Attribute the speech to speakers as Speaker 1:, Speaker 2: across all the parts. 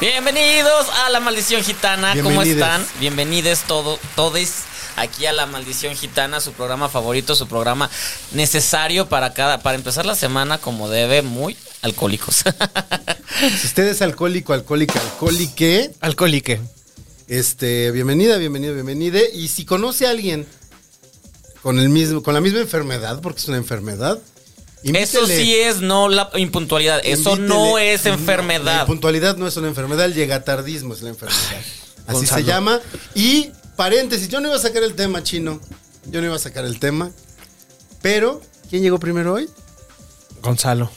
Speaker 1: Bienvenidos a la maldición gitana, ¿cómo
Speaker 2: Bienvenides.
Speaker 1: están? Bienvenidos todo, todos aquí a la maldición gitana, su programa favorito, su programa necesario para cada, para empezar la semana como debe, muy alcohólicos.
Speaker 2: Si usted es alcohólico, alcohólica, alcohólique,
Speaker 3: Alcohólique.
Speaker 2: este, bienvenida, bienvenido, bienvenide. Y si conoce a alguien con el mismo, con la misma enfermedad, porque es una enfermedad,
Speaker 1: Eso
Speaker 2: invítele,
Speaker 1: sí es no la impuntualidad, eso no
Speaker 2: invítele.
Speaker 1: es
Speaker 2: La
Speaker 1: enfermedad.
Speaker 2: puntualidad no es una enfermedad, el llegatardismo es la enfermedad. Así se
Speaker 1: Gonzalo.
Speaker 2: llama. Y paréntesis, yo no iba a sacar el tema, chino. Yo no iba a sacar el tema. Pero, ¿quién llegó primero hoy?
Speaker 3: Gonzalo.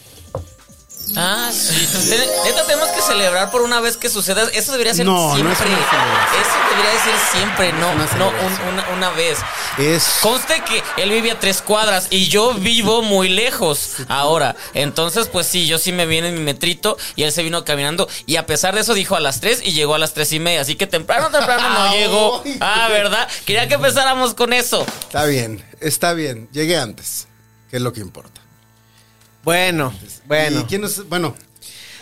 Speaker 1: Ah, sí. Te- Neta tenemos que celebrar por una vez que suceda. Eso debería ser
Speaker 2: No, no es
Speaker 1: siempre.
Speaker 2: una celebración.
Speaker 1: eso debería decir siempre, no,
Speaker 2: una
Speaker 1: no
Speaker 2: celebración.
Speaker 1: un- una- una vez.
Speaker 2: Es.
Speaker 1: Conste que él vive a tres cuadras y yo vivo muy lejos ahora. Entonces, pues sí, yo sí me vine en mi metrito y él se vino caminando. Y a pesar de eso, dijo a las tres y llegó a las tres y media. Así que temprano, temprano no
Speaker 2: Ay,
Speaker 1: llegó.
Speaker 2: güey.
Speaker 1: Ah, ¿verdad? Quería que empezáramos con eso.
Speaker 2: Está bien, está bien. Llegué antes, que es lo que importa.
Speaker 3: Bueno,
Speaker 2: ¿Y
Speaker 3: bueno.
Speaker 2: quién nos- Bueno,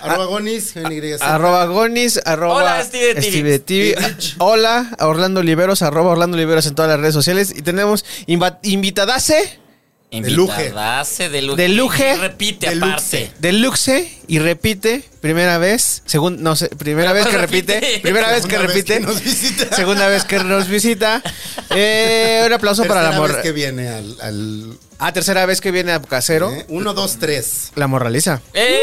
Speaker 2: arroba gonis, GNYZ.
Speaker 3: Arroba Gonis, arroba
Speaker 1: Hola, Steve de TV.
Speaker 3: Steve de TV. Hola, a Orlando Oliveros, arroba Orlando Oliveros en todas las redes sociales. Y tenemos inva- invitadase
Speaker 2: De luje.
Speaker 1: Invitadace, de luje.
Speaker 3: De luje.
Speaker 1: Y repite
Speaker 2: De luxe.
Speaker 1: aparte.
Speaker 3: de Luxe y repite, primera vez, segunda, no sé, primera vez que
Speaker 1: repite.
Speaker 3: repite, primera vez que
Speaker 2: Segunda vez que
Speaker 3: repite,
Speaker 2: nos visita.
Speaker 3: segunda vez que nos visita. Eh, un aplauso
Speaker 2: Tercera
Speaker 3: para la
Speaker 2: vez
Speaker 3: morra.
Speaker 2: Este que viene al. al-
Speaker 3: Ah, tercera vez que viene a casero,
Speaker 2: ¿eh? Uno, dos, tres.
Speaker 3: la morraliza.
Speaker 1: ¡Eh!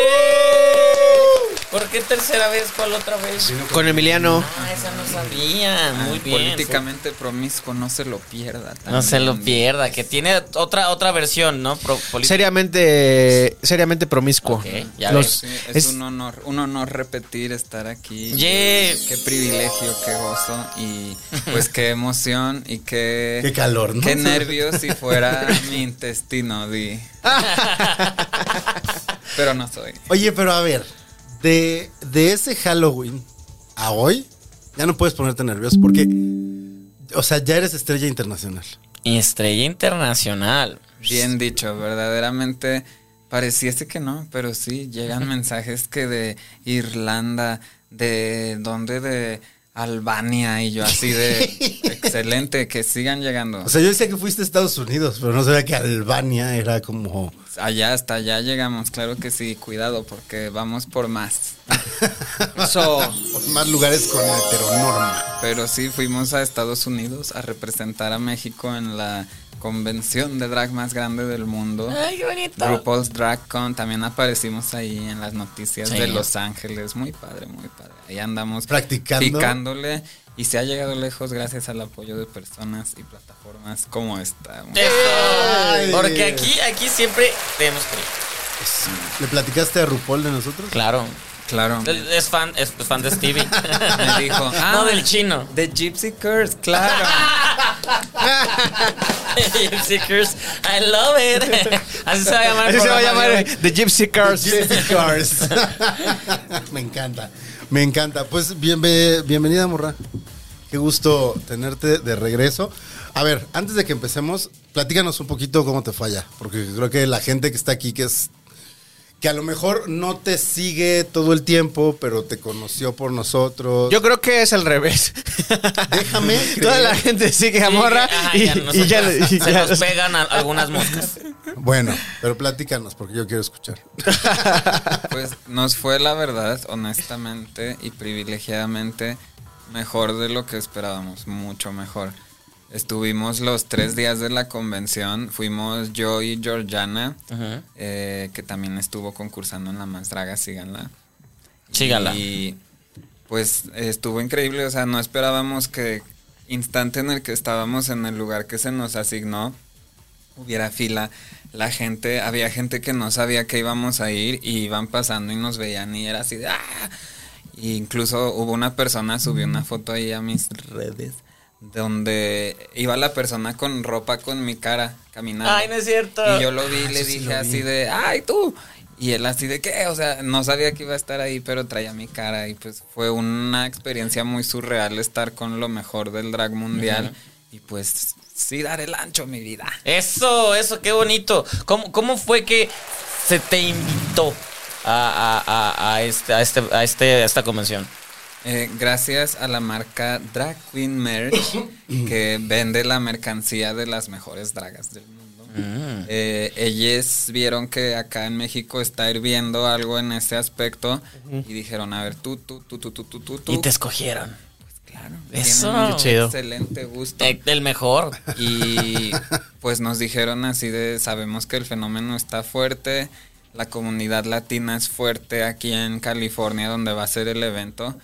Speaker 1: ¿Por qué tercera vez? ¿Cuál otra vez?
Speaker 3: Con Emiliano.
Speaker 1: Ah, esa no sabía. Muy bien.
Speaker 4: Políticamente promiscuo, no se lo pierda.
Speaker 1: No se lo
Speaker 4: también.
Speaker 1: pierda, que tiene otra otra versión, ¿no? Pro- política.
Speaker 3: Seriamente, seriamente promiscuo.
Speaker 1: Ok, ya
Speaker 3: Los-
Speaker 4: Sí, es,
Speaker 3: es-
Speaker 4: un honor, un honor repetir estar aquí.
Speaker 1: Yeah.
Speaker 4: Qué privilegio, qué gozo y pues qué emoción y qué
Speaker 2: Qué calor, ¿no?
Speaker 4: qué nervios si fuera mi intestino, di. Pero no soy.
Speaker 2: Oye, pero a ver, de, de ese Halloween a hoy, ya no puedes ponerte nervioso porque. O sea, ya eres estrella internacional.
Speaker 1: Estrella internacional.
Speaker 4: Bien dicho, verdaderamente pareciese que no, pero sí llegan mensajes que de Irlanda, de donde de Albania y yo así de excelente que sigan llegando.
Speaker 2: O sea, yo decía que fuiste a Estados Unidos, pero no sabía que Albania era como.
Speaker 4: Allá hasta allá llegamos, claro que sí, cuidado porque vamos por más.
Speaker 2: Más lugares con heteronorma.
Speaker 4: Pero sí fuimos a Estados Unidos a representar a México en la convención de drag más grande del mundo.
Speaker 1: Ay, qué bonito.
Speaker 4: RuPaul's Drag Con, también aparecimos ahí en las noticias
Speaker 1: Sí.
Speaker 4: de Los Ángeles, muy padre, muy padre. Ahí andamos
Speaker 2: Practicando.
Speaker 4: picándole y se ha llegado lejos gracias al apoyo de personas y plataformas como esta.
Speaker 1: Eso.
Speaker 2: Ay.
Speaker 1: Porque aquí aquí siempre tenemos frío.
Speaker 2: ¿Le platicaste a RuPaul de nosotros?
Speaker 1: Claro.
Speaker 4: Claro.
Speaker 1: Es fan, es fan de Stevie.
Speaker 4: Me dijo,
Speaker 1: no
Speaker 4: "Ah,
Speaker 1: del chino.
Speaker 4: The Gypsy Curse, claro.
Speaker 1: Seekers, I love it. Así se va a llamar. el
Speaker 3: Así se va a
Speaker 1: programa
Speaker 3: llamar
Speaker 1: de
Speaker 3: eh,
Speaker 1: hoy.
Speaker 3: The Gypsy Cars.
Speaker 2: Gypsy Cars. me encanta, me encanta. Pues bienve- bienvenida, Morra. Qué gusto tenerte de regreso. A ver, antes de que empecemos, platícanos un poquito cómo te falla, porque creo que la gente que está aquí, que es que a lo mejor no te sigue todo el tiempo, pero te conoció por nosotros.
Speaker 3: Yo creo que es al revés.
Speaker 2: Déjame
Speaker 3: Toda
Speaker 2: creer.
Speaker 3: la gente sigue a
Speaker 1: Sí,
Speaker 3: Morra
Speaker 1: ajá,
Speaker 3: y,
Speaker 1: ya nosotros
Speaker 3: y ya, y
Speaker 1: se
Speaker 3: ya-
Speaker 1: nos pegan a- algunas moscas.
Speaker 2: Bueno, pero platícanos, porque yo quiero escuchar.
Speaker 4: Pues nos fue la verdad, honestamente y privilegiadamente, mejor de lo que esperábamos, mucho mejor. Estuvimos los tres días de la convención, fuimos yo y Georgiana,
Speaker 1: Ajá.
Speaker 4: eh, que también estuvo concursando en la Manstraga, síganla.
Speaker 1: Síganla.
Speaker 4: Y pues estuvo increíble, o sea, no esperábamos que instante en el que estábamos en el lugar que se nos asignó, hubiera fila. La gente, había gente que no sabía que íbamos a ir y iban pasando y nos veían y era así de ¡ah! Y incluso hubo una persona, subió una foto ahí a mis redes, donde iba la persona con ropa con mi cara caminando.
Speaker 1: Ay, no es cierto.
Speaker 4: Y yo Ah, lo vi y le dije así de, ¡ay, tú! Y él así de, ¿qué? O sea, no sabía que iba a estar ahí, pero traía mi cara. Y pues fue una experiencia muy surreal estar con lo mejor del drag mundial. Y pues sí, dar el ancho, mi vida.
Speaker 1: Eso, eso, qué bonito. ¿Cómo, cómo fue que se te invitó a, a- a- a este, a, este, a, este- a esta convención?
Speaker 4: Eh, gracias a la marca Drag Queen Merch, que vende la mercancía de las mejores dragas del mundo. Eh, ellas vieron que acá en México está hirviendo algo en ese aspecto y dijeron, a ver, tú, tú, tú, tú, tú, tú, tú,
Speaker 1: Y
Speaker 4: tú.
Speaker 1: te escogieron.
Speaker 4: Claro,
Speaker 1: Eso.
Speaker 4: tienen un
Speaker 1: Qué chido.
Speaker 4: Excelente gusto.
Speaker 1: Eh, El mejor.
Speaker 4: Y pues nos dijeron así de, sabemos que el fenómeno está fuerte, la comunidad latina es fuerte aquí en California donde va a ser el evento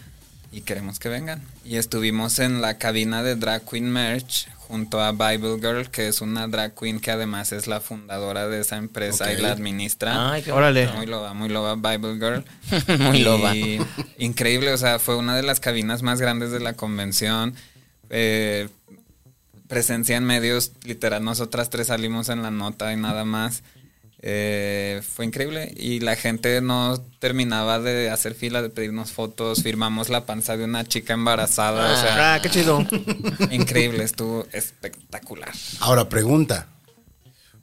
Speaker 4: y queremos que vengan. Y estuvimos en la cabina de Drag Queen Merch junto a Bible Girl, que es una drag queen que además es la fundadora de esa empresa
Speaker 2: Ok.
Speaker 4: y la
Speaker 3: Ah,
Speaker 4: administra.
Speaker 1: Ay, qué
Speaker 3: Órale.
Speaker 4: Muy loba, muy loba, Bible Girl.
Speaker 1: bonito. Muy
Speaker 4: Y
Speaker 1: loba.
Speaker 4: Increíble, o sea, fue una de las cabinas más grandes de la convención. Eh, presencia en medios, literal, nosotras tres salimos en la nota y nada más. Eh, fue increíble y la gente no terminaba de hacer fila, de pedirnos fotos, firmamos la panza de una chica embarazada, o sea,
Speaker 3: Ah, qué chido.
Speaker 4: increíble, estuvo espectacular.
Speaker 2: Ahora, pregunta.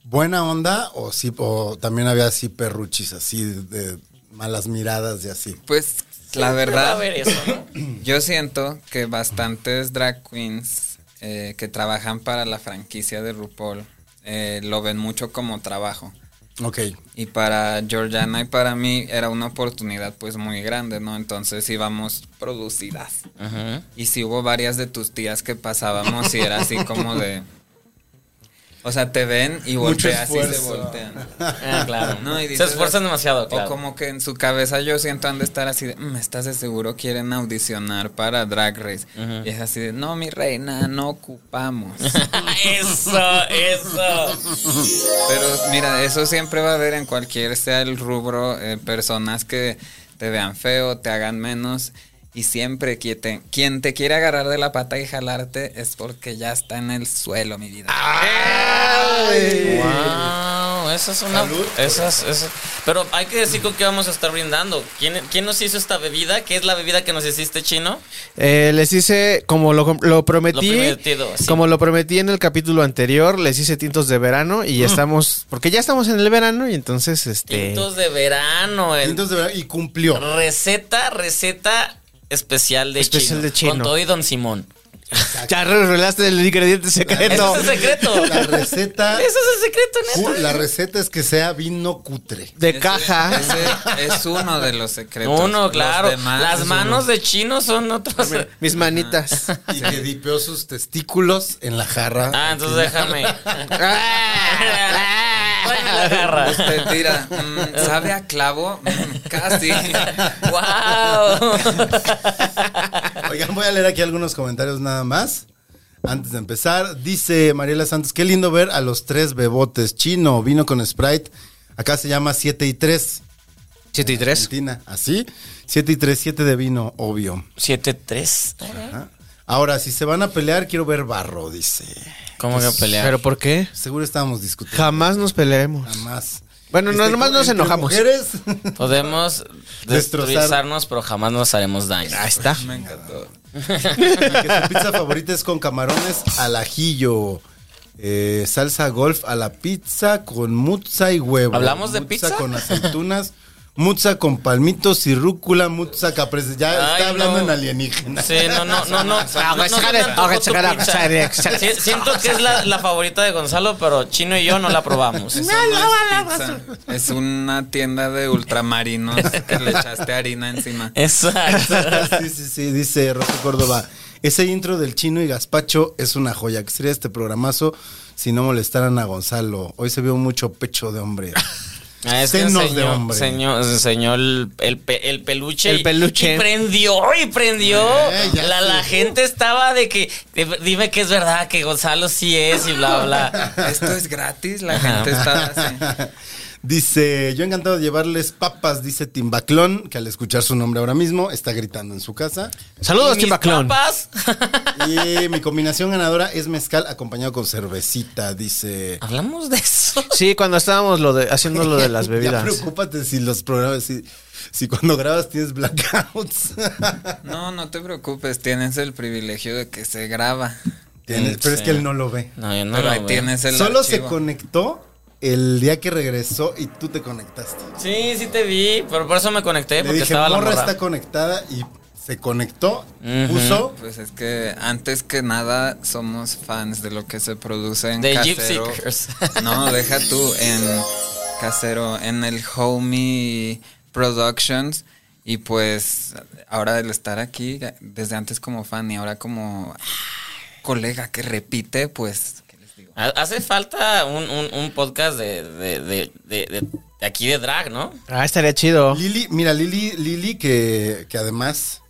Speaker 2: ¿Buena onda o, sí, o también había así perruchis, así de, de malas miradas y así?
Speaker 4: Pues la
Speaker 1: Va a
Speaker 4: verdad,
Speaker 1: haber eso, ¿no?
Speaker 4: Yo siento que bastantes drag queens eh, que trabajan para la franquicia de RuPaul eh, lo ven mucho como trabajo.
Speaker 2: Ok.
Speaker 4: Y para Georgiana y para mí era una oportunidad pues muy grande, ¿no? Entonces íbamos producidas.
Speaker 1: Ajá.
Speaker 4: Y si hubo varias de tus tías que pasábamos y era así como de... O sea, te ven y volteas y se
Speaker 2: esfuerzo.
Speaker 4: voltean.
Speaker 1: Ah, claro.
Speaker 4: No, y
Speaker 1: se
Speaker 4: dices-
Speaker 1: esfuerzan demasiado, claro.
Speaker 4: O como que en su cabeza yo siento han de estar así de, "Mm, ¿estás de seguro quieren audicionar para Drag Race? Y es así de, no, mi reina, no ocupamos.
Speaker 1: Ah, eso, eso.
Speaker 4: Pero mira, eso siempre va a haber en cualquier sea el rubro, eh, personas que te vean feo, te hagan menos. Y siempre quien te, quien te quiere agarrar de la pata y jalarte es porque ya está en el suelo, mi vida.
Speaker 3: Ah,
Speaker 1: Wow, eso es una. Esas, esas- Pero hay que decir con qué vamos a estar brindando. ¿Quién, ¿Quién nos hizo esta bebida? ¿Qué es la bebida que nos hiciste, chino?
Speaker 3: Eh, les hice, como lo, com- lo prometí,
Speaker 1: Lo prometido, sí.
Speaker 3: como lo prometí en el capítulo anterior, les hice tintos de verano
Speaker 1: Mm.
Speaker 3: y ya estamos, porque ya estamos en el verano y entonces, este,
Speaker 1: Tintos de verano. el-
Speaker 2: Entonces, de verdad, y cumplió.
Speaker 1: receta, receta especial de
Speaker 3: Especial
Speaker 1: chino.
Speaker 3: de chino.
Speaker 1: Con todo y Don Simón.
Speaker 3: ya revelaste el ingrediente secreto.
Speaker 1: Ese es el secreto.
Speaker 2: La receta,
Speaker 1: Ese es el secreto,
Speaker 2: ju-
Speaker 1: neta.
Speaker 2: la receta es que sea vino cutre.
Speaker 3: De
Speaker 4: Ese-
Speaker 3: caja.
Speaker 4: ese es uno de los secretos.
Speaker 1: Uno,
Speaker 4: Los
Speaker 1: claro.
Speaker 4: demás Ah,
Speaker 1: Las
Speaker 4: es
Speaker 1: manos
Speaker 4: uno.
Speaker 1: de chino son otros.
Speaker 3: Mis manitas.
Speaker 2: Y que dipeó sus testículos en la jarra.
Speaker 1: Ah, entonces déjame. la
Speaker 4: Usted
Speaker 1: garra.
Speaker 4: tira, mm, ¿sabe a clavo? Mm, casi.
Speaker 1: ¡Wow!
Speaker 2: Oigan, voy a leer aquí algunos comentarios nada más. Antes de empezar, dice Mariela Santos, qué lindo ver a los tres bebotes. Chino, vino con Sprite. Acá se llama 7 y 3.
Speaker 3: 7 y 3.
Speaker 2: Argentina, así. 7 y 3, 7 de vino, obvio.
Speaker 1: 7-3.
Speaker 2: Ajá. Ahora, si se van a pelear, quiero ver barro, dice.
Speaker 1: ¿Cómo que pelear?
Speaker 3: ¿Pero por qué?
Speaker 2: Seguro estábamos discutiendo.
Speaker 3: Jamás nos peleemos.
Speaker 2: Jamás.
Speaker 3: Bueno,
Speaker 2: Este,
Speaker 3: nomás nos
Speaker 2: entre
Speaker 3: enojamos.
Speaker 2: mujeres.
Speaker 1: Podemos
Speaker 2: Destrozar.
Speaker 1: destrozarnos, pero jamás nos haremos daño.
Speaker 3: Ahí está.
Speaker 4: Me encantó.
Speaker 2: que su pizza favorita es con camarones al ajillo. eh, salsa golf a la pizza con mutza y huevo.
Speaker 1: ¿Hablamos de
Speaker 2: Mutza
Speaker 1: pizza?
Speaker 2: con aceitunas. Mutza con palmitos y rúcula, mutza caprese. Ya
Speaker 1: Ay,
Speaker 2: está hablando
Speaker 1: no.
Speaker 2: en alienígena. Ah,
Speaker 1: Sí, no, no, no, no. no, no, no, no, no, tu pizza. Sí, Siento que es la, la favorita de Gonzalo, pero Chino y yo no la probamos.
Speaker 4: Eso no es, pizza. Es una tienda de ultramarinos que le echaste harina encima.
Speaker 1: Exacto.
Speaker 2: sí, sí, sí, dice Rosy Córdoba. Ese intro del chino y gazpacho es una joya. Que sería este programazo si no molestaran a Gonzalo. Hoy se vio mucho pecho de hombre.
Speaker 1: Ah, es que
Speaker 2: Senos
Speaker 1: enseñó,
Speaker 2: de hombre.
Speaker 1: enseñó- enseñó el, el pe- el peluche.
Speaker 3: El
Speaker 1: y-
Speaker 3: peluche.
Speaker 1: Y prendió, y prendió.
Speaker 2: Eh, ya
Speaker 1: la, la
Speaker 2: sé.
Speaker 1: gente estaba de que, de- dime que es verdad, que Gonzalo sí es y bla, bla.
Speaker 4: Esto es gratis, la
Speaker 1: Ajá.
Speaker 4: gente está así.
Speaker 2: Dice, yo encantado de llevarles papas, dice Timbaclón, que al escuchar su nombre ahora mismo está gritando en su casa.
Speaker 1: ¿Y
Speaker 3: Saludos,
Speaker 1: mis
Speaker 3: Timbaclón.
Speaker 1: papas?
Speaker 2: Y mi combinación ganadora es mezcal acompañado con cervecita, dice.
Speaker 1: Hablamos de eso.
Speaker 3: Sí, cuando estábamos lo de, haciendo lo de las
Speaker 2: Ya
Speaker 3: bebidas.
Speaker 2: preocúpate si los programas, si, si cuando grabas tienes blackouts.
Speaker 4: No, no te preocupes, tienes el privilegio de que se graba.
Speaker 2: Tienes- pero es que él no lo ve.
Speaker 1: No, yo no
Speaker 4: pero
Speaker 1: lo
Speaker 4: ahí
Speaker 1: veo.
Speaker 4: tienes el
Speaker 2: Solo se
Speaker 4: archivo.
Speaker 2: conectó el día que regresó y tú te conectaste.
Speaker 1: Sí, sí te vi, pero por eso me conecté,
Speaker 2: Le
Speaker 1: porque
Speaker 2: dije,
Speaker 1: estaba la
Speaker 2: morra
Speaker 1: morra.
Speaker 2: está conectada y se conectó,
Speaker 1: Ujú.
Speaker 2: puso
Speaker 4: Pues es que antes que nada somos fans de lo que se produce en
Speaker 1: De
Speaker 4: casero.
Speaker 1: Gypsy Curse.
Speaker 4: No, deja tú en casero, en el Homie Productions y pues ahora el estar aquí desde antes como fan y ahora como ah, colega que repite, pues ¿qué les digo?
Speaker 1: Ha- Hace falta un, un- un podcast de, de- de- de- de- de aquí de drag, ¿no?
Speaker 3: Ah, estaría chido.
Speaker 2: Lili, mira, Lili, Lili que, que además,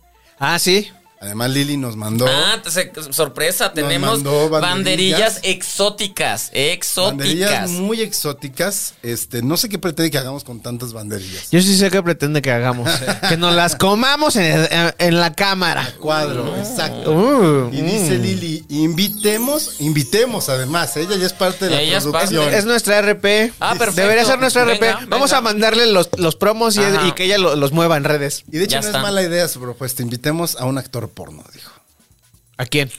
Speaker 3: Ah, sí.
Speaker 2: además Lili nos mandó
Speaker 1: Ah, se- sorpresa, tenemos
Speaker 2: mandó
Speaker 1: banderillas.
Speaker 2: banderillas.
Speaker 1: exóticas, exóticas.
Speaker 2: banderillas muy exóticas. Este, no sé qué pretende que hagamos con tantas banderillas.
Speaker 3: Yo sí sé qué pretende que hagamos. que nos las comamos en, en- en la cámara.
Speaker 2: Cuadro, exacto.
Speaker 3: Uh,
Speaker 2: y dice
Speaker 3: mm.
Speaker 2: Lili, invitemos, invitemos además, ella ya es parte de la
Speaker 1: Ella es parte.
Speaker 2: producción.
Speaker 3: Es nuestra RP.
Speaker 1: Ah, perfecto.
Speaker 3: Debería ser nuestra RP.
Speaker 1: Venga,
Speaker 3: Vamos
Speaker 1: venga.
Speaker 3: a mandarle los, los promos y,
Speaker 1: Ajá.
Speaker 3: y que ella lo- los mueva en redes.
Speaker 2: Y de hecho
Speaker 1: Ya
Speaker 2: no
Speaker 1: está.
Speaker 2: es mala idea su propuesta, invitemos a un actor porno, dijo.
Speaker 3: ¿A quién?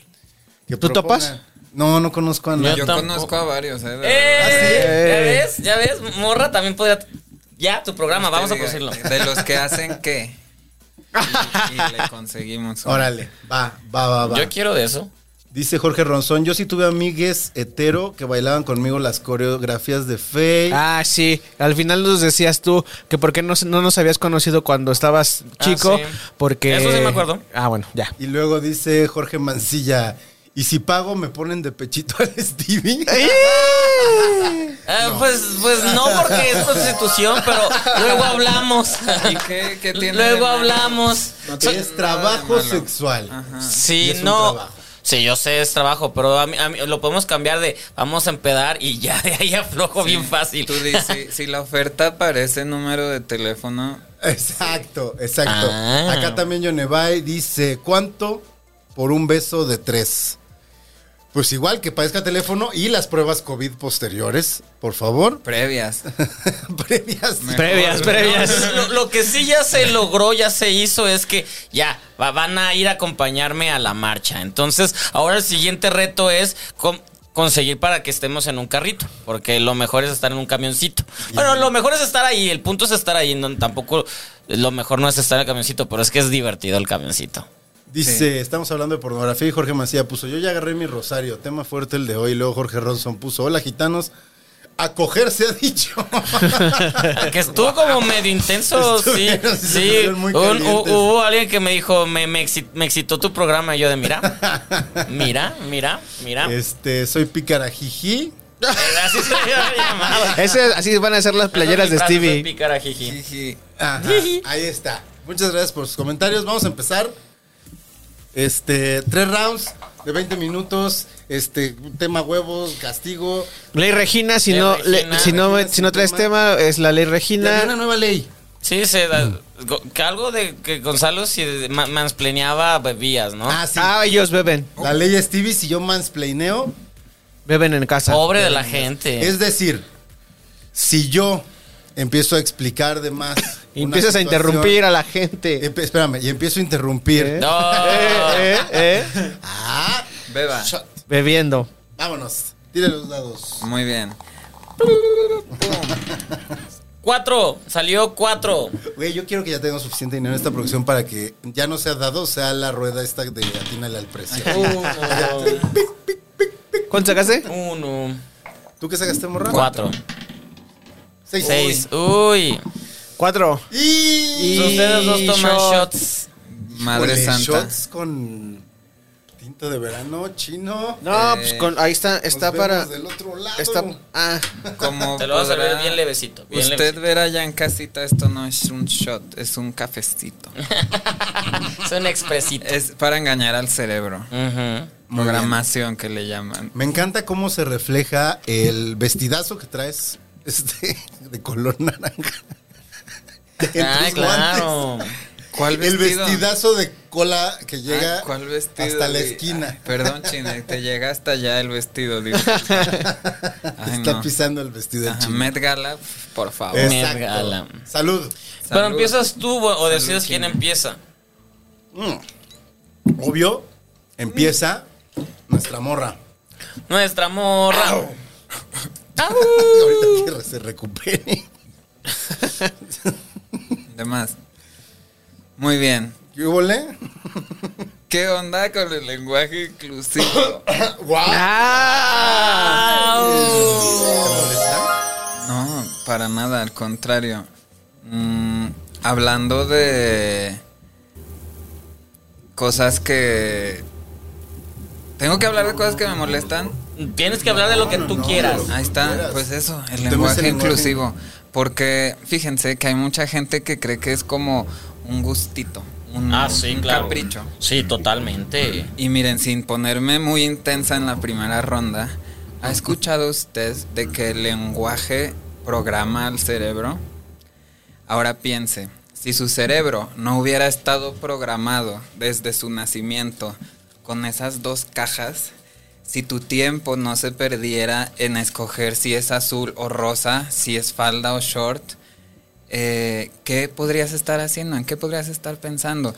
Speaker 2: Que
Speaker 3: ¿Tú
Speaker 2: proponga-
Speaker 3: topas?
Speaker 2: No, no conozco a nadie.
Speaker 4: Yo
Speaker 1: tampoco.
Speaker 4: conozco a varios, eh, de
Speaker 1: ¡Eh!
Speaker 4: verdad.
Speaker 3: ¿Ah,
Speaker 1: ¿Ya ves? ¿Ya ves? Morra también podría... Ya, tu programa, vamos a
Speaker 4: Te digo,
Speaker 1: producirlo.
Speaker 4: Este, De los que hacen qué. Y, y le conseguimos. uno.
Speaker 2: Órale, va, va, va, va.
Speaker 1: Yo quiero de eso.
Speaker 2: Dice Jorge Ronzón, yo sí tuve amigues hetero que bailaban conmigo las coreografías de Faye.
Speaker 3: Ah, sí. Al final nos decías tú que por qué no, no nos habías conocido cuando estabas
Speaker 1: Ah,
Speaker 3: chico.
Speaker 1: sí.
Speaker 3: Porque.
Speaker 1: Eso sí me acuerdo.
Speaker 3: Ah, bueno, ya.
Speaker 2: Y luego dice Jorge Mancilla, y si pago me ponen de pechito al Stevie.
Speaker 1: Ah, Pues, pues no, porque es constitución, pero luego hablamos.
Speaker 4: ¿Y qué- qué tiene de
Speaker 1: luego
Speaker 4: malo?
Speaker 1: hablamos.
Speaker 4: No tiene
Speaker 2: es
Speaker 4: nada de
Speaker 2: trabajo
Speaker 4: Ah, malo.
Speaker 2: sexual. Ah, Y
Speaker 1: Sí,
Speaker 2: es un
Speaker 1: no.
Speaker 2: trabajo.
Speaker 1: Sí, yo sé, es trabajo, pero a mí, a mí lo podemos cambiar de vamos a empedar y ya de ahí aflojo bien fácil.
Speaker 4: Tú dices, si, si la oferta aparece número de teléfono,
Speaker 2: Exacto, exacto.
Speaker 1: Ah.
Speaker 2: Acá también Yonevay dice, ¿cuánto por un beso de tres? Pues igual que parezca teléfono y las pruebas COVID posteriores, por favor.
Speaker 4: previas.
Speaker 2: Previas.
Speaker 4: Mejor.
Speaker 3: Previas, previas.
Speaker 1: Lo, lo que sí ya se logró, ya se hizo, es que ya va- van a ir a acompañarme a la marcha. Entonces, ahora el siguiente reto es con- conseguir para que estemos en un carrito, porque lo mejor es estar en un camioncito. Bueno, lo mejor es estar ahí, el punto es estar ahí, no, tampoco lo mejor no es estar en el camioncito, pero es que es divertido el camioncito.
Speaker 2: Dice, estamos hablando de pornografía y Jorge Macía puso, yo ya agarré mi rosario, tema fuerte el de hoy. Luego Jorge Ronson puso, hola gitanos, acogerse ha dicho.
Speaker 1: Que estuvo como medio intenso, sí.
Speaker 2: Estuvieron, sí,
Speaker 1: sí.
Speaker 2: estuvieron muy
Speaker 1: Un- hu-
Speaker 2: calientes.
Speaker 1: hubo alguien que me dijo, me, me exi- me excitó tu programa, y yo de mira, mira, mira, mira.
Speaker 2: este, soy pícara jiji.
Speaker 1: Así se había llamado.
Speaker 3: Ese- así van a ser las Eh, playeras de
Speaker 1: Esas son
Speaker 3: Stevie.
Speaker 1: pícara, jiji.
Speaker 4: Jiji.
Speaker 2: Ajá,
Speaker 1: Jiji.
Speaker 2: ahí está. Muchas gracias por sus comentarios. Vamos a empezar. Este, tres rounds de 20 minutos. Este, tema huevos, castigo.
Speaker 3: Ley Regina, si
Speaker 1: Ley
Speaker 3: no,
Speaker 1: Regina.
Speaker 3: le- si no,
Speaker 2: Regina es
Speaker 3: si no
Speaker 2: un
Speaker 3: traes
Speaker 2: tema.
Speaker 3: tema, es la ley
Speaker 2: Y había una
Speaker 3: Regina.
Speaker 2: nueva ley.
Speaker 1: Sí, se da- go- que algo de que Gonzalo si de- ma- mansplaneaba bebías, ¿no?
Speaker 2: Ah, sí.
Speaker 3: Ah, ellos beben.
Speaker 2: La ley Stevie, si yo mansplaineo,
Speaker 3: Beben en casa.
Speaker 1: Pobre de la gente.
Speaker 2: Es decir, si yo empiezo a explicar de más.
Speaker 3: Y
Speaker 2: una
Speaker 3: empiezas a
Speaker 2: situación-
Speaker 3: interrumpir a la gente.
Speaker 2: Empe- espérame, y empiezo a interrumpir.
Speaker 3: ¿Eh?
Speaker 1: No.
Speaker 3: Eh, eh, eh.
Speaker 2: Ah,
Speaker 4: Beba.
Speaker 2: shot.
Speaker 3: Bebiendo.
Speaker 2: vámonos. Tire los dados.
Speaker 4: Muy bien.
Speaker 1: Cuatro, salió cuatro.
Speaker 2: Güey, yo quiero que ya tenga suficiente dinero en esta producción para que ya no sea dado, sea la rueda esta de atínale al precio.
Speaker 1: Uno.
Speaker 3: ¿Cuánto sacaste?
Speaker 1: Uno.
Speaker 2: ¿Tú qué sacaste, morra?
Speaker 1: Cuatro.
Speaker 2: Seis.
Speaker 1: Seis. Uy.
Speaker 3: Cuatro.
Speaker 2: Y...
Speaker 1: Ustedes dos toman
Speaker 3: shot.
Speaker 1: shots.
Speaker 4: Madre
Speaker 2: Híjole,
Speaker 4: Santa.
Speaker 2: shots con... Tinto de verano chino.
Speaker 3: No,
Speaker 4: Eh,
Speaker 3: pues con- ahí está, está
Speaker 2: Nos vemos
Speaker 3: para.
Speaker 2: Del otro lado.
Speaker 3: Está. Ah,
Speaker 4: Como
Speaker 1: Te lo vas a ver
Speaker 4: podrá
Speaker 1: bien levecito. bien
Speaker 4: Pues, Usted
Speaker 1: levecito.
Speaker 4: verá ya en casita, esto no es un shot, es un cafecito.
Speaker 1: Es un expresito.
Speaker 4: Es para engañar al cerebro.
Speaker 1: Ujú.
Speaker 2: Muy
Speaker 4: Programación que le llaman.
Speaker 2: Me encanta cómo se refleja el vestidazo que traes este, de color naranja. En
Speaker 1: Ah,
Speaker 2: tus
Speaker 1: claro.
Speaker 2: guantes.
Speaker 4: ¿Cuál
Speaker 2: El
Speaker 4: vestido?
Speaker 2: vestidazo de cola que llega
Speaker 4: Ay, ¿cuál vestido?
Speaker 2: hasta la
Speaker 4: Di- Ay,
Speaker 2: esquina.
Speaker 4: perdón, China, te llega hasta allá el vestido. digo. Ay,
Speaker 2: Está
Speaker 4: no.
Speaker 2: pisando el vestido del
Speaker 4: Ajá,
Speaker 2: chino.
Speaker 4: Met Gala, pf, por favor.
Speaker 1: Es-
Speaker 2: Exacto.
Speaker 1: Met Gala.
Speaker 2: Salud.
Speaker 1: Pero
Speaker 4: Salud.
Speaker 1: empiezas tú o o decides quién
Speaker 4: Chino.
Speaker 1: empieza.
Speaker 2: Mm. Obvio, empieza nuestra morra.
Speaker 1: Nuestra morra.
Speaker 2: Ahorita que se recupere.
Speaker 4: Demás. Muy bien.
Speaker 2: ¿Qué volé?
Speaker 4: ¿Qué onda con el lenguaje inclusivo?
Speaker 2: ¡Guau! ¿Te molesta?
Speaker 4: No, para nada, al contrario. Mm, hablando de cosas que... Tengo que hablar de cosas que me molestan.
Speaker 1: Tienes que hablar de lo que tú quieras.
Speaker 4: Ahí está, pues eso, el
Speaker 2: Tenemos el
Speaker 4: lenguaje
Speaker 2: lenguaje.
Speaker 4: inclusivo. Porque fíjense que hay mucha gente que cree que es como un gustito, un,
Speaker 1: Ah, sí,
Speaker 4: un
Speaker 1: claro.
Speaker 4: capricho.
Speaker 1: Sí, totalmente.
Speaker 4: Y miren, sin ponerme muy intensa en la primera ronda, ¿ha escuchado usted de que el lenguaje programa al cerebro? Ahora piense, si su cerebro no hubiera estado programado desde su nacimiento con esas dos cajas, si tu tiempo no se perdiera en escoger si es azul o rosa, si es falda o short, eh, ¿qué podrías estar haciendo? ¿En qué podrías estar pensando?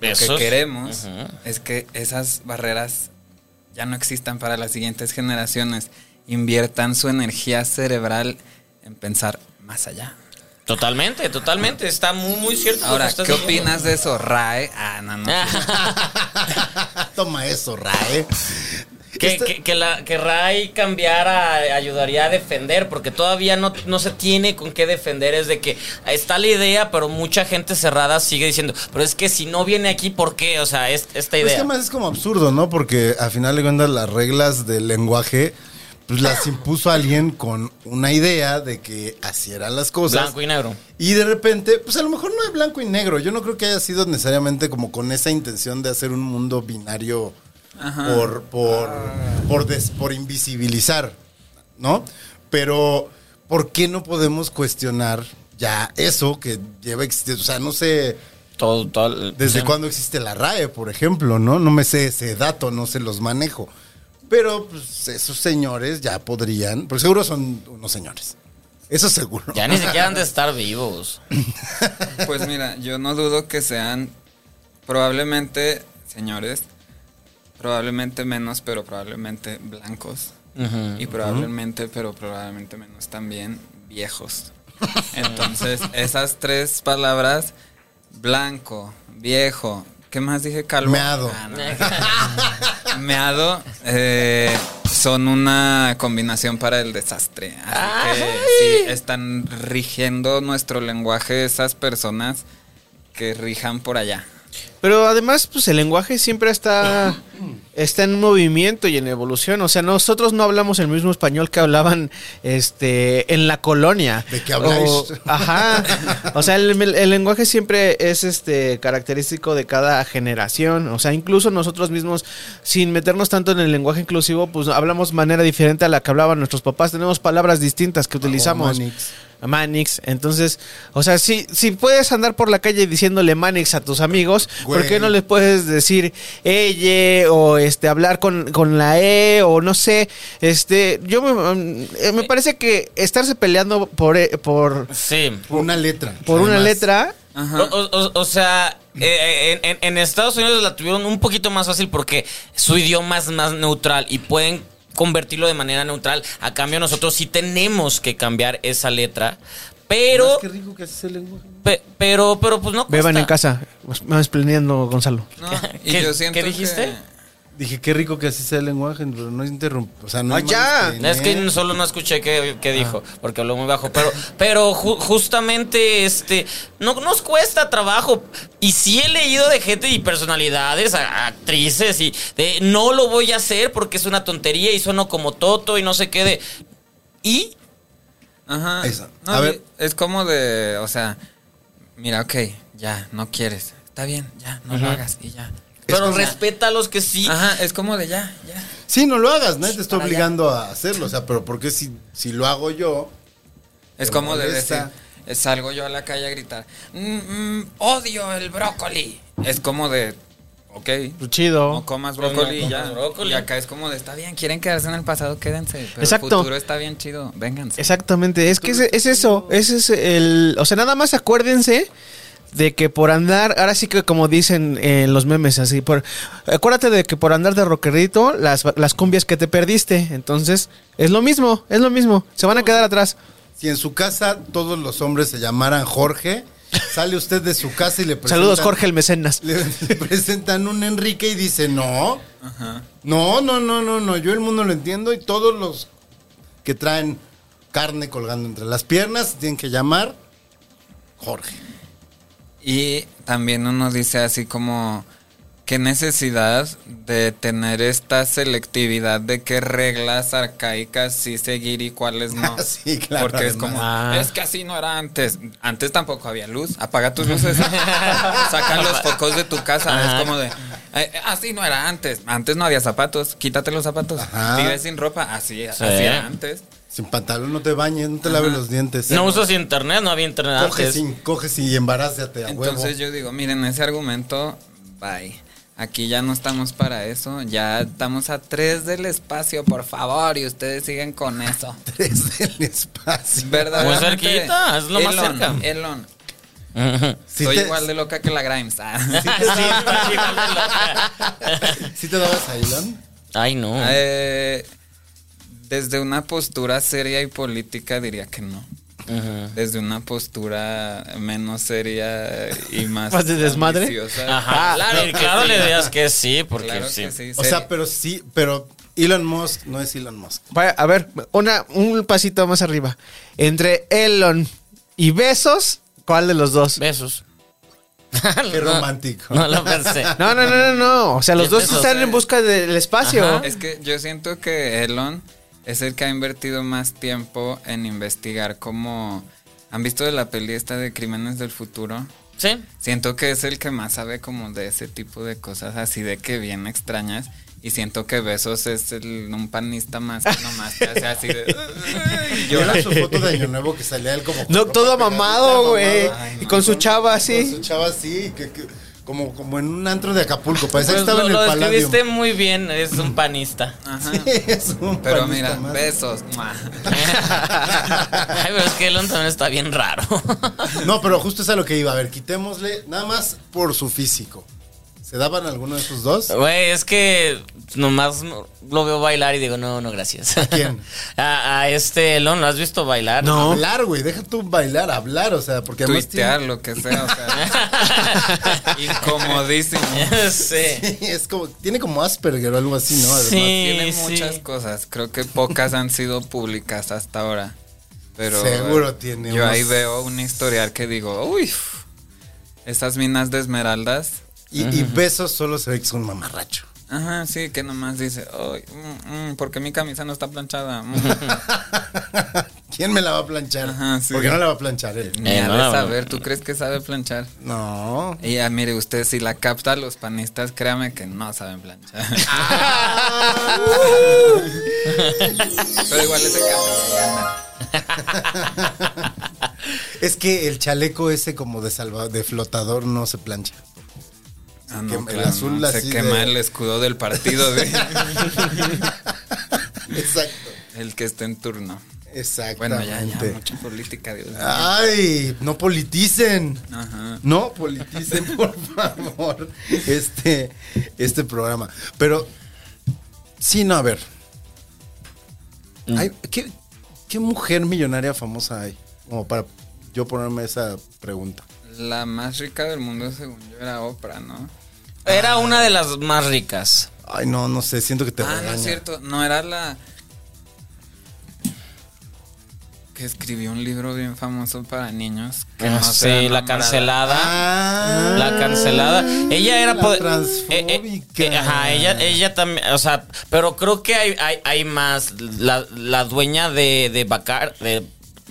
Speaker 4: Lo
Speaker 1: Esos-
Speaker 4: que queremos
Speaker 1: Ajá.
Speaker 4: es que esas barreras ya no existan para las siguientes generaciones. Inviertan su energía cerebral en pensar más allá.
Speaker 1: Totalmente, totalmente. Está muy, muy cierto. lo que
Speaker 4: Ahora,
Speaker 1: estás
Speaker 4: ¿qué
Speaker 1: diciendo.
Speaker 4: opinas de eso, Rae? Ah, no, no.
Speaker 2: Toma eso, eh. Pues Rae.
Speaker 1: Que,
Speaker 2: Esta-
Speaker 1: que- que la, que Ray cambiara ayudaría a defender, porque todavía no, no se tiene con qué defender. Es de que está la idea, pero mucha gente cerrada sigue diciendo, pero es que si no viene aquí, ¿por qué? O sea, es, esta
Speaker 2: Pues
Speaker 1: idea.
Speaker 2: que además es como absurdo, ¿no? Porque al final de cuentas las reglas del lenguaje pues las impuso alguien con una idea de que así eran las cosas.
Speaker 1: Blanco y negro.
Speaker 2: Y de repente, pues a lo mejor no es blanco y negro. Yo no creo que haya sido necesariamente como con esa intención de hacer un mundo binario
Speaker 4: Ajá.
Speaker 2: por por por, des- por invisibilizar, ¿no? Pero ¿por qué no podemos cuestionar ya eso que lleva existiendo? O sea, no sé
Speaker 1: Todo, todo.
Speaker 2: desde
Speaker 1: sí.
Speaker 2: cuándo existe la RAE, por ejemplo, ¿no? No me sé ese dato, no se los manejo. Pero pues, esos señores ya podrían, pero seguro son unos señores. Eso seguro.
Speaker 1: Ya ni siquiera han de estar vivos.
Speaker 4: Pues mira, yo no dudo que sean probablemente, señores, probablemente menos, pero probablemente blancos. Y probablemente, pero probablemente menos también viejos. Entonces, esas tres palabras, blanco, viejo, ¿qué más dije? Calvo.
Speaker 2: Meado.
Speaker 4: Ah, no. Meado, eh, son una combinación para el desastre. Así que sí, están rigiendo nuestro lenguaje esas personas que rijan por allá.
Speaker 3: pero además, pues el lenguaje siempre está, está en movimiento y en evolución. O sea, nosotros no hablamos el mismo español que hablaban este, en la colonia.
Speaker 2: ¿De qué habláis?
Speaker 3: O- ajá. O sea, el, el lenguaje siempre es este característico de cada generación. O sea, incluso nosotros mismos, sin meternos tanto en el lenguaje inclusivo, pues hablamos manera diferente a la que hablaban nuestros papás. Tenemos palabras distintas que utilizamos.
Speaker 2: Ah, Manix.
Speaker 3: Manix. Entonces, o sea, si, si puedes andar por la calle diciéndole Manix a tus amigos, ¿por
Speaker 2: Güey.
Speaker 3: qué no les puedes decir ella o este hablar con, con la E o no sé? Este, yo me, mm, eh, me parece que estarse peleando por eh, por,
Speaker 1: Sí.
Speaker 2: Una letra.
Speaker 3: por una
Speaker 2: además.
Speaker 3: letra
Speaker 4: Ajá.
Speaker 1: O, o- o- o sea, eh, en, en- en Estados Unidos la tuvieron un poquito más fácil porque su idioma es más neutral y pueden convertirlo de manera neutral. A cambio, nosotros sí tenemos que cambiar esa letra. Pero,
Speaker 2: Qué rico que es ese lenguaje.
Speaker 1: pe- pero, pero, pues no cuesta.
Speaker 3: beban en casa. Vamos planeando, Gonzalo.
Speaker 4: No,
Speaker 1: ¿Qué- qué dijiste?
Speaker 4: que-
Speaker 2: Dije, qué rico que así sea el lenguaje, pero no interrumpo. O sea, no hay
Speaker 3: Ah, ya.
Speaker 2: malos
Speaker 1: Es que
Speaker 2: tenés.
Speaker 1: solo no escuché qué, qué dijo, porque habló muy bajo. Pero, pero ju- justamente, este, no nos cuesta trabajo. Y sí he leído de gente y personalidades, a- actrices, y de no lo voy a hacer porque es una tontería y sueno como toto y no se quede. Y
Speaker 4: Ajá.
Speaker 2: Esa.
Speaker 4: No,
Speaker 2: A ver.
Speaker 4: Es como de, o sea, mira, ok, ya, no quieres. Está bien, ya, no lo hagas y ya.
Speaker 1: Pero
Speaker 2: como-
Speaker 1: respeta a los que sí.
Speaker 4: Ajá, es como de ya, ya.
Speaker 2: Sí, no lo hagas, nadie te está
Speaker 1: Para allá.
Speaker 2: obligando a hacerlo. O sea, pero ¿por qué si, si lo hago yo?
Speaker 4: Es
Speaker 2: Te
Speaker 4: como de decir,
Speaker 2: molesta.
Speaker 4: eh, salgo yo a la calle a gritar, "Mm, mm, odio el brócoli. Es como de, ok,
Speaker 3: Chido.
Speaker 4: no comas
Speaker 1: Pues no
Speaker 4: brócoli y
Speaker 1: comas
Speaker 4: ya.
Speaker 1: brócoli.
Speaker 4: Y acá es como de, está bien, quieren quedarse en el pasado, quédense. Pero
Speaker 3: Exacto.
Speaker 4: el futuro está bien chido, vénganse.
Speaker 3: Exactamente, es que ese- es, eso, ese es el, o sea, nada más acuérdense de que por andar, ahora sí que como dicen eh, los memes, así, por, acuérdate de que por andar de rockerito, las, las cumbias que te perdiste, entonces, es lo mismo, es lo mismo, se van a quedar atrás.
Speaker 2: Si en su casa todos los hombres se llamaran Jorge, sale usted de su casa y le presentan...
Speaker 3: Saludos Jorge el mecenas.
Speaker 2: Le, le presentan un Enrique y dice, no,
Speaker 4: Ajá.
Speaker 2: no, no, no, no, no, yo el mundo lo entiendo y todos los que traen carne colgando entre las piernas tienen que llamar Jorge.
Speaker 4: Y también uno dice así como, qué necesidad de tener esta selectividad de qué reglas arcaicas sí seguir y cuáles no.
Speaker 2: Ah, Sí, claro,
Speaker 4: Porque es
Speaker 2: además.
Speaker 4: como,
Speaker 3: Ah.
Speaker 4: es que así no era antes. Antes tampoco había luz. Apaga tus luces. Saca los focos de tu casa.
Speaker 1: Ajá.
Speaker 4: Es como de, "Eh, así no era antes. Antes no había zapatos. Quítate los zapatos.
Speaker 2: Ajá.
Speaker 4: Vives sin ropa. Así,
Speaker 1: Sí.
Speaker 4: así era antes.
Speaker 2: Sin pantalón no te bañes, no te laves los dientes.
Speaker 1: no usas internet, no había internet
Speaker 2: Coge
Speaker 1: antes.
Speaker 2: sin, coges y embarázate a
Speaker 4: Entonces
Speaker 2: huevo.
Speaker 4: yo digo, miren, ese argumento, bye. Aquí ya no estamos para eso. Ya estamos a tres del espacio, por favor. Y ustedes siguen con eso.
Speaker 2: Tres del espacio.
Speaker 4: Verdaderamente.
Speaker 1: Muy Pues cerquita, es lo más
Speaker 4: Elon,
Speaker 1: cerca.
Speaker 4: Elon,
Speaker 2: Si
Speaker 4: soy
Speaker 2: te,
Speaker 4: igual de loca que la Grimes. Ah.
Speaker 1: Sí, está igual de loca.
Speaker 2: ¿sí te dabas a Elon?
Speaker 1: Ay, no.
Speaker 4: Eh, desde una postura seria y política diría que no.
Speaker 1: Ujú.
Speaker 4: Desde una postura menos seria y más...
Speaker 3: ¿Más de desmadre?
Speaker 4: ambiciosa.
Speaker 1: Ajá.
Speaker 4: Claro
Speaker 1: Y
Speaker 4: que
Speaker 1: claro
Speaker 4: sí.
Speaker 1: le dirías que sí, porque
Speaker 4: Claro
Speaker 1: sí.
Speaker 4: que sí,
Speaker 2: O
Speaker 4: seria.
Speaker 2: sea, pero sí, pero Elon Musk no es Elon Musk.
Speaker 3: Vaya, a ver, una, un pasito más arriba, entre Elon y Besos, ¿cuál de los dos?
Speaker 1: Besos.
Speaker 2: Qué romántico.
Speaker 1: No lo pensé.
Speaker 3: No, no, no, no, no, o sea, los
Speaker 1: ¿Qué
Speaker 3: dos
Speaker 1: Bezos,
Speaker 3: están
Speaker 4: eh?
Speaker 3: en busca del espacio.
Speaker 1: Ajá.
Speaker 4: Es que yo siento que Elon es el que ha invertido más tiempo en investigar como... ¿Han visto de la peli esta de Crímenes del Futuro?
Speaker 1: Sí.
Speaker 4: Siento que es el que más sabe como de ese tipo de cosas así de que bien extrañas. Y siento que Besos es el- un panista más que nomás te hace así de... y
Speaker 2: Yo
Speaker 4: llora.
Speaker 2: era su foto de Año Nuevo que salía él como... con
Speaker 3: No,
Speaker 2: ropa
Speaker 3: todo
Speaker 2: pegadita,
Speaker 3: mamado, güey.
Speaker 2: mamado.
Speaker 3: Y con su chava
Speaker 2: Con
Speaker 3: así.
Speaker 2: su chava así, que- que- como, como en un antro de Acapulco. Parecía que
Speaker 1: Pues
Speaker 2: estaba
Speaker 1: lo,
Speaker 2: en
Speaker 1: lo
Speaker 2: el Palladium.
Speaker 1: describiste muy bien, es un panista.
Speaker 4: Ajá.
Speaker 2: Es un
Speaker 4: Pero
Speaker 2: panista
Speaker 4: mira,
Speaker 2: más.
Speaker 4: Besos. mua.
Speaker 1: Ay, pues. pero es que Elon también está bien raro.
Speaker 2: No, pero justo es a lo que iba. A ver, quitémosle nada más por su físico. ¿Se daban alguno de esos dos?
Speaker 1: Güey, es que nomás no- lo veo bailar y digo, no, no, gracias. ¿A
Speaker 2: quién?
Speaker 1: A, este Elon, ¿lo has visto bailar?
Speaker 3: No.
Speaker 2: Hablar, güey. Deja tú bailar, hablar. O sea, porque además
Speaker 4: Tuitear, lo que sea. O sea incomodísimo.
Speaker 1: sí.
Speaker 2: tiene- es como, tiene como Asperger o algo así, ¿no? Además.
Speaker 1: Sí.
Speaker 4: Tiene
Speaker 1: sí.
Speaker 4: muchas cosas. Creo que pocas han sido públicas hasta ahora. Pero eh,
Speaker 2: Seguro tiene
Speaker 4: Yo ahí
Speaker 2: unos-
Speaker 4: veo un historial que digo, uy, esas minas de esmeraldas.
Speaker 2: Y, y besos solo se ve que es un mamarracho.
Speaker 4: Ajá, sí, que nomás dice, mm, uy, porque mi camisa no está planchada. Mm.
Speaker 2: ¿Quién me la va a planchar?
Speaker 4: Ajá, sí.
Speaker 2: Porque no la va a planchar él.
Speaker 4: Ni
Speaker 1: Eh,
Speaker 4: ha
Speaker 1: no,
Speaker 4: de
Speaker 1: no,
Speaker 4: saber, ¿tú crees que sabe planchar?
Speaker 2: No.
Speaker 4: Y ya, mire, usted si la capta a los panistas, créame que no saben planchar.
Speaker 2: Ah.
Speaker 4: Ah. Pero igual ese camisa gana.
Speaker 2: Es que el chaleco ese como de salva, de flotador no se plancha.
Speaker 4: Ah, no,
Speaker 2: quema el
Speaker 4: claro,
Speaker 2: azul
Speaker 4: no,
Speaker 2: así
Speaker 4: se quema
Speaker 2: de-
Speaker 4: el escudo del partido, ¿eh? güey.
Speaker 2: Exacto.
Speaker 4: el que esté en turno. Bueno,
Speaker 2: Exactamente. Ah.
Speaker 4: ya, ya, mucha política, Dios mío.
Speaker 2: Ay, no politicen.
Speaker 4: Ajá.
Speaker 2: No politicen, por favor, este, este programa. Pero, sí, no, a ver.
Speaker 4: Mm.
Speaker 2: Ay, ¿qué, qué mujer millonaria famosa hay? Como para yo ponerme esa pregunta.
Speaker 4: La más rica del mundo, según yo, era Oprah, ¿no?
Speaker 1: Era una de las más ricas.
Speaker 2: Ay, no, no sé, siento que te
Speaker 4: Ah, no
Speaker 2: regaña.
Speaker 4: es cierto. No era la. Que escribió un libro bien famoso para niños. Que no se
Speaker 1: Ah, sí,
Speaker 4: ha
Speaker 1: la
Speaker 4: nombrado.
Speaker 1: cancelada.
Speaker 2: Ah,
Speaker 1: La cancelada. Ella era
Speaker 2: la
Speaker 1: poder-
Speaker 2: transfóbica.
Speaker 1: eh, eh, eh, ajá, ella, ella también. O sea, pero creo que hay, hay, hay más. La, la dueña de, de Bacar. De,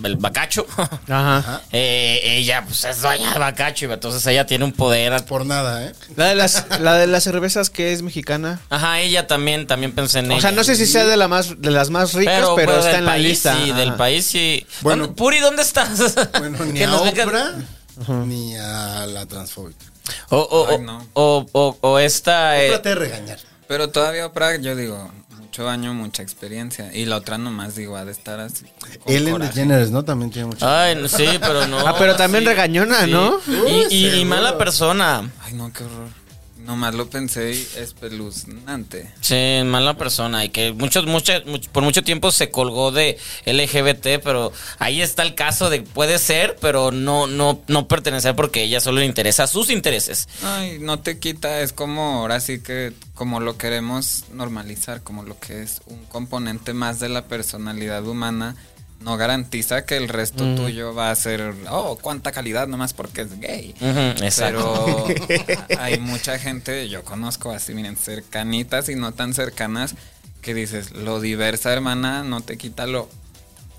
Speaker 1: el Bacacho.
Speaker 2: Ah.
Speaker 3: Ajá.
Speaker 1: eh, ella pues, es dueña de Bacacho. y Entonces ella tiene un poder.
Speaker 2: Por nada, ¿eh?
Speaker 3: La de las, la de las cervezas que es mexicana.
Speaker 1: Ajá, ella también. También pensé en ella.
Speaker 3: O sea, no sé si sea de, la más, de las más ricas, pero,
Speaker 1: pues,
Speaker 3: está
Speaker 1: del
Speaker 3: en la
Speaker 1: país,
Speaker 3: lista.
Speaker 1: Sí, del
Speaker 3: Ajá.
Speaker 1: país, sí.
Speaker 2: Bueno.
Speaker 1: ¿Dónde- Puri, ¿dónde estás?
Speaker 2: Bueno, ni
Speaker 1: Que
Speaker 2: a
Speaker 1: nos venga-
Speaker 2: Oprah, ni a la transfóbica.
Speaker 1: O, o,
Speaker 4: Ay,
Speaker 1: o-
Speaker 4: no.
Speaker 1: o- o- o esta. eh,
Speaker 2: Trate de regañar.
Speaker 4: Pero todavía Oprah, yo digo, mucho año, mucha experiencia. Y la otra nomás digo, ha de estar así. con
Speaker 2: Ellen
Speaker 4: coraje. Ah,
Speaker 2: DeGeneres, ¿no? También tiene mucho.
Speaker 1: Ay, no, sí, pero no.
Speaker 3: Ah, pero también
Speaker 1: sí,
Speaker 3: regañona, ¿no?
Speaker 1: Y- Y, y
Speaker 2: seguro.
Speaker 1: mala persona.
Speaker 4: Ay, no, qué horror. Nomás lo pensé y espeluznante.
Speaker 1: Sí, mala persona. Y que muchos, muchas, much- por mucho tiempo se colgó de LGBT, pero ahí está el caso de puede ser, pero no, no, no pertenecer porque ella solo le interesa sus intereses.
Speaker 4: Ay, no te quita, es como ahora sí que como lo queremos normalizar, como lo que es un componente más de la personalidad humana, no garantiza que el resto tuyo va a ser, oh, cuánta calidad nomás porque es gay.
Speaker 1: Ujú, Mm, exacto.
Speaker 4: Pero hay mucha gente, yo conozco así, miren, cercanitas y no tan cercanas, que dices, lo diversa hermana no te quita lo...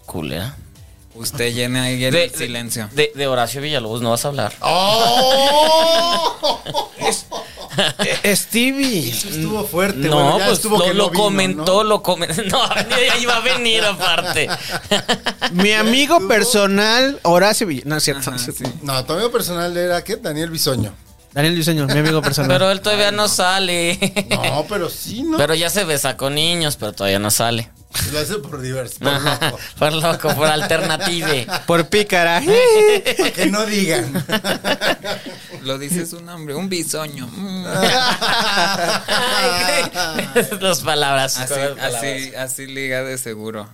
Speaker 1: Culera.
Speaker 4: Usted llene ahí el silencio.
Speaker 1: ¿eh? De, de Horacio Villalobos no vas a hablar.
Speaker 2: Ah, ¡Oh!
Speaker 3: Eh, Stevie.
Speaker 2: Eso estuvo fuerte,
Speaker 1: no,
Speaker 2: bueno, ya
Speaker 1: pues
Speaker 2: estuvo
Speaker 1: lo,
Speaker 2: que
Speaker 1: lo
Speaker 2: no vino,
Speaker 1: comentó,
Speaker 2: ¿no?
Speaker 1: lo comentó. No, ya iba a venir aparte.
Speaker 3: Mi amigo personal, Horacio Villa. No, es cierto.
Speaker 4: Ajá, Ah, sí.
Speaker 2: No, tu amigo personal era, ¿qué? Daniel Bisoño.
Speaker 3: Daniel Diseño, mi amigo personal.
Speaker 1: Pero él todavía no sale.
Speaker 2: No, pero sí, ¿no?
Speaker 1: Pero ya se besa con niños, pero todavía no sale.
Speaker 2: Lo hace por diverso, por
Speaker 1: Ajá,
Speaker 2: loco.
Speaker 1: Por loco, por alternative.
Speaker 3: Por pícara.
Speaker 2: Para que no digan.
Speaker 4: Lo dices un hombre, un bisoño. mm.
Speaker 1: Ay, Las palabras.
Speaker 4: Así,
Speaker 1: las palabras.
Speaker 4: así, así liga de seguro.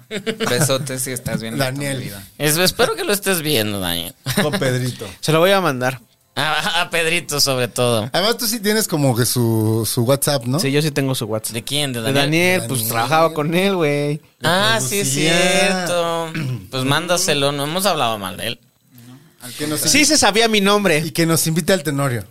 Speaker 4: Besotes si estás viendo
Speaker 2: Daniel.
Speaker 4: tu vida.
Speaker 1: Eso, espero que lo estés viendo, Daniel.
Speaker 2: Con Pedrito.
Speaker 3: Se lo voy a mandar.
Speaker 1: A, a Pedrito, sobre todo.
Speaker 2: Además, tú sí tienes como que su, su WhatsApp, ¿no?
Speaker 3: Sí, yo sí tengo su WhatsApp.
Speaker 1: ¿De quién? ¿De
Speaker 3: De Daniel,
Speaker 1: Daniel?
Speaker 3: pues
Speaker 2: Daniel.
Speaker 3: trabajaba con él, güey.
Speaker 1: Ah, sí, es
Speaker 2: Lucía.
Speaker 1: cierto. Pues mándaselo, no hemos hablado mal de él.
Speaker 2: Que nos-
Speaker 3: Sí se sabía mi
Speaker 2: Y
Speaker 3: nombre.
Speaker 2: que nos invite al Tenorio.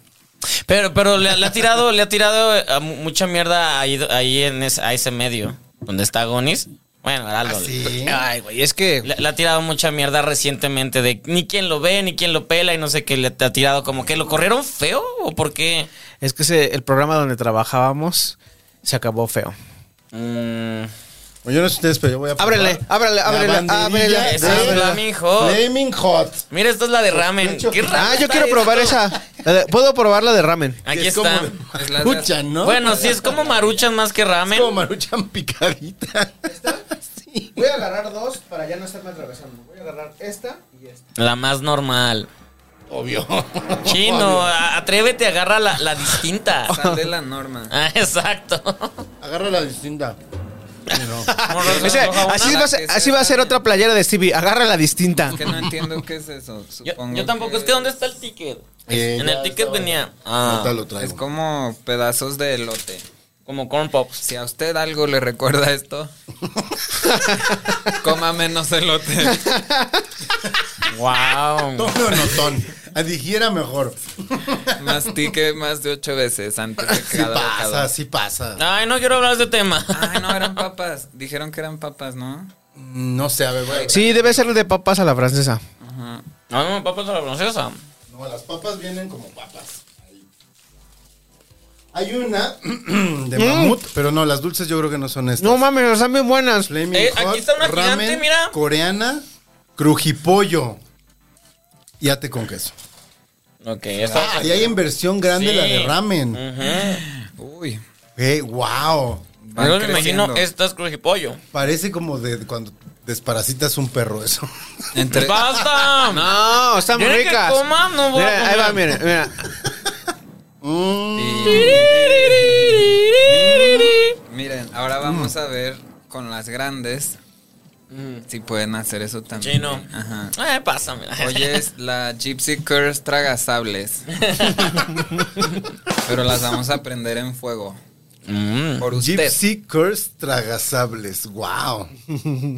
Speaker 1: Pero, pero le, le ha tirado, le ha tirado eh, a mu- mucha mierda ahí, ahí en ese, a ese medio, donde está Gonis. Bueno, Ah, Heraldo.
Speaker 2: Ah, sí?
Speaker 3: Ay, güey, es que
Speaker 1: Le, le ha tirado mucha mierda recientemente de ni quien lo ve, ni quien lo pela y no sé qué le ha tirado como que lo corrieron feo o por qué.
Speaker 3: es que ese- el programa donde trabajábamos se acabó feo.
Speaker 1: Mm,
Speaker 2: Yo no sé ustedes, pero yo voy a. probar
Speaker 3: Ábrele, ábrele,
Speaker 2: la
Speaker 3: ábrele,
Speaker 2: banderilla
Speaker 3: ábrele.
Speaker 2: de-
Speaker 1: Esa es Flaming Hot.
Speaker 2: Flaming Hot.
Speaker 1: mira, esta es la de ramen.
Speaker 2: hecho-
Speaker 1: Qué raro
Speaker 3: Ah, yo
Speaker 1: está
Speaker 3: quiero probar
Speaker 1: esto.
Speaker 3: esa. La de- Puedo probar la de ramen.
Speaker 1: Aquí
Speaker 2: Es
Speaker 1: está.
Speaker 2: como-
Speaker 4: Es la-
Speaker 2: Maruchan, ¿no?
Speaker 1: Bueno, sí, es como maruchan más que
Speaker 2: Es
Speaker 1: ramen.
Speaker 2: como maruchan picadita. Sí.
Speaker 3: Voy a agarrar dos para ya no estarme atravesando. Voy a agarrar esta y esta.
Speaker 1: La más normal.
Speaker 2: Obvio.
Speaker 1: Chino, a- atrévete, agarra la, la distinta.
Speaker 4: Sal de la norma.
Speaker 1: Ah, exacto.
Speaker 2: Agarra la distinta. Sí, no.
Speaker 3: así, va a ser,
Speaker 4: que
Speaker 3: así
Speaker 4: sea
Speaker 3: va a ser otra playera de Stevie. Agarra la distinta.
Speaker 4: Que no entiendo qué es eso.
Speaker 1: Yo,
Speaker 4: Supongo
Speaker 1: yo tampoco, es que ¿dónde está el ticket?
Speaker 2: Eh,
Speaker 1: en
Speaker 2: ya
Speaker 1: el ticket
Speaker 2: estaba.
Speaker 1: venía
Speaker 2: Ahorita
Speaker 1: ah,
Speaker 2: lo traigo.
Speaker 4: Es como pedazos de elote.
Speaker 1: como corn pops.
Speaker 4: Si a usted algo le recuerda esto, coma menos elote.
Speaker 1: Wow.
Speaker 2: Tono notón. Digiera mejor.
Speaker 4: Mastique más de ocho veces antes de
Speaker 2: Sí
Speaker 4: cada
Speaker 2: pasa,
Speaker 4: bocado.
Speaker 2: sí pasa.
Speaker 1: Ay, no quiero hablar de este tema.
Speaker 4: Ay, no, eran papas. Dijeron que eran papas, ¿no?
Speaker 2: No sé, a ver, güey.
Speaker 3: Sí, debe ser de papas a la francesa.
Speaker 1: No, no, papas a la francesa.
Speaker 2: No, las papas vienen como papas. Ahí. Hay una de mamut, pero no, las dulces yo creo que no son estas.
Speaker 3: No mames, están bien buenas.
Speaker 2: Flaming
Speaker 1: Eh, aquí
Speaker 2: Hot,
Speaker 1: está una gigante, mira.
Speaker 2: Coreana, crujipollo. Y ate con queso.
Speaker 1: Ok,
Speaker 4: Ah,
Speaker 1: esa.
Speaker 2: Ahí hay en versión grande
Speaker 1: Sí.
Speaker 2: la de ramen. Eh,
Speaker 4: Uy.
Speaker 2: Ey, wow.
Speaker 4: van
Speaker 1: Yo me imagino
Speaker 4: creciendo.
Speaker 1: estas crujipollo.
Speaker 2: Parece como de cuando desparasitas un perro eso.
Speaker 4: Entre-
Speaker 1: ¡Basta!
Speaker 3: No, están muy
Speaker 1: ¿Quieren que
Speaker 3: ricas.
Speaker 1: coma? No voy a
Speaker 3: Mira, ahí
Speaker 1: comer.
Speaker 3: va, mira, mira.
Speaker 4: Miren, ahora vamos a ver con las grandes si pueden hacer eso también.
Speaker 1: Chino.
Speaker 4: Ajá.
Speaker 1: Eh, pásame.
Speaker 4: Oye, es la Gypsy Curse tragasables. Pero las vamos a prender en fuego.
Speaker 1: Mm.
Speaker 4: Por usted.
Speaker 2: Gypsy Curse Tragasables. Wow.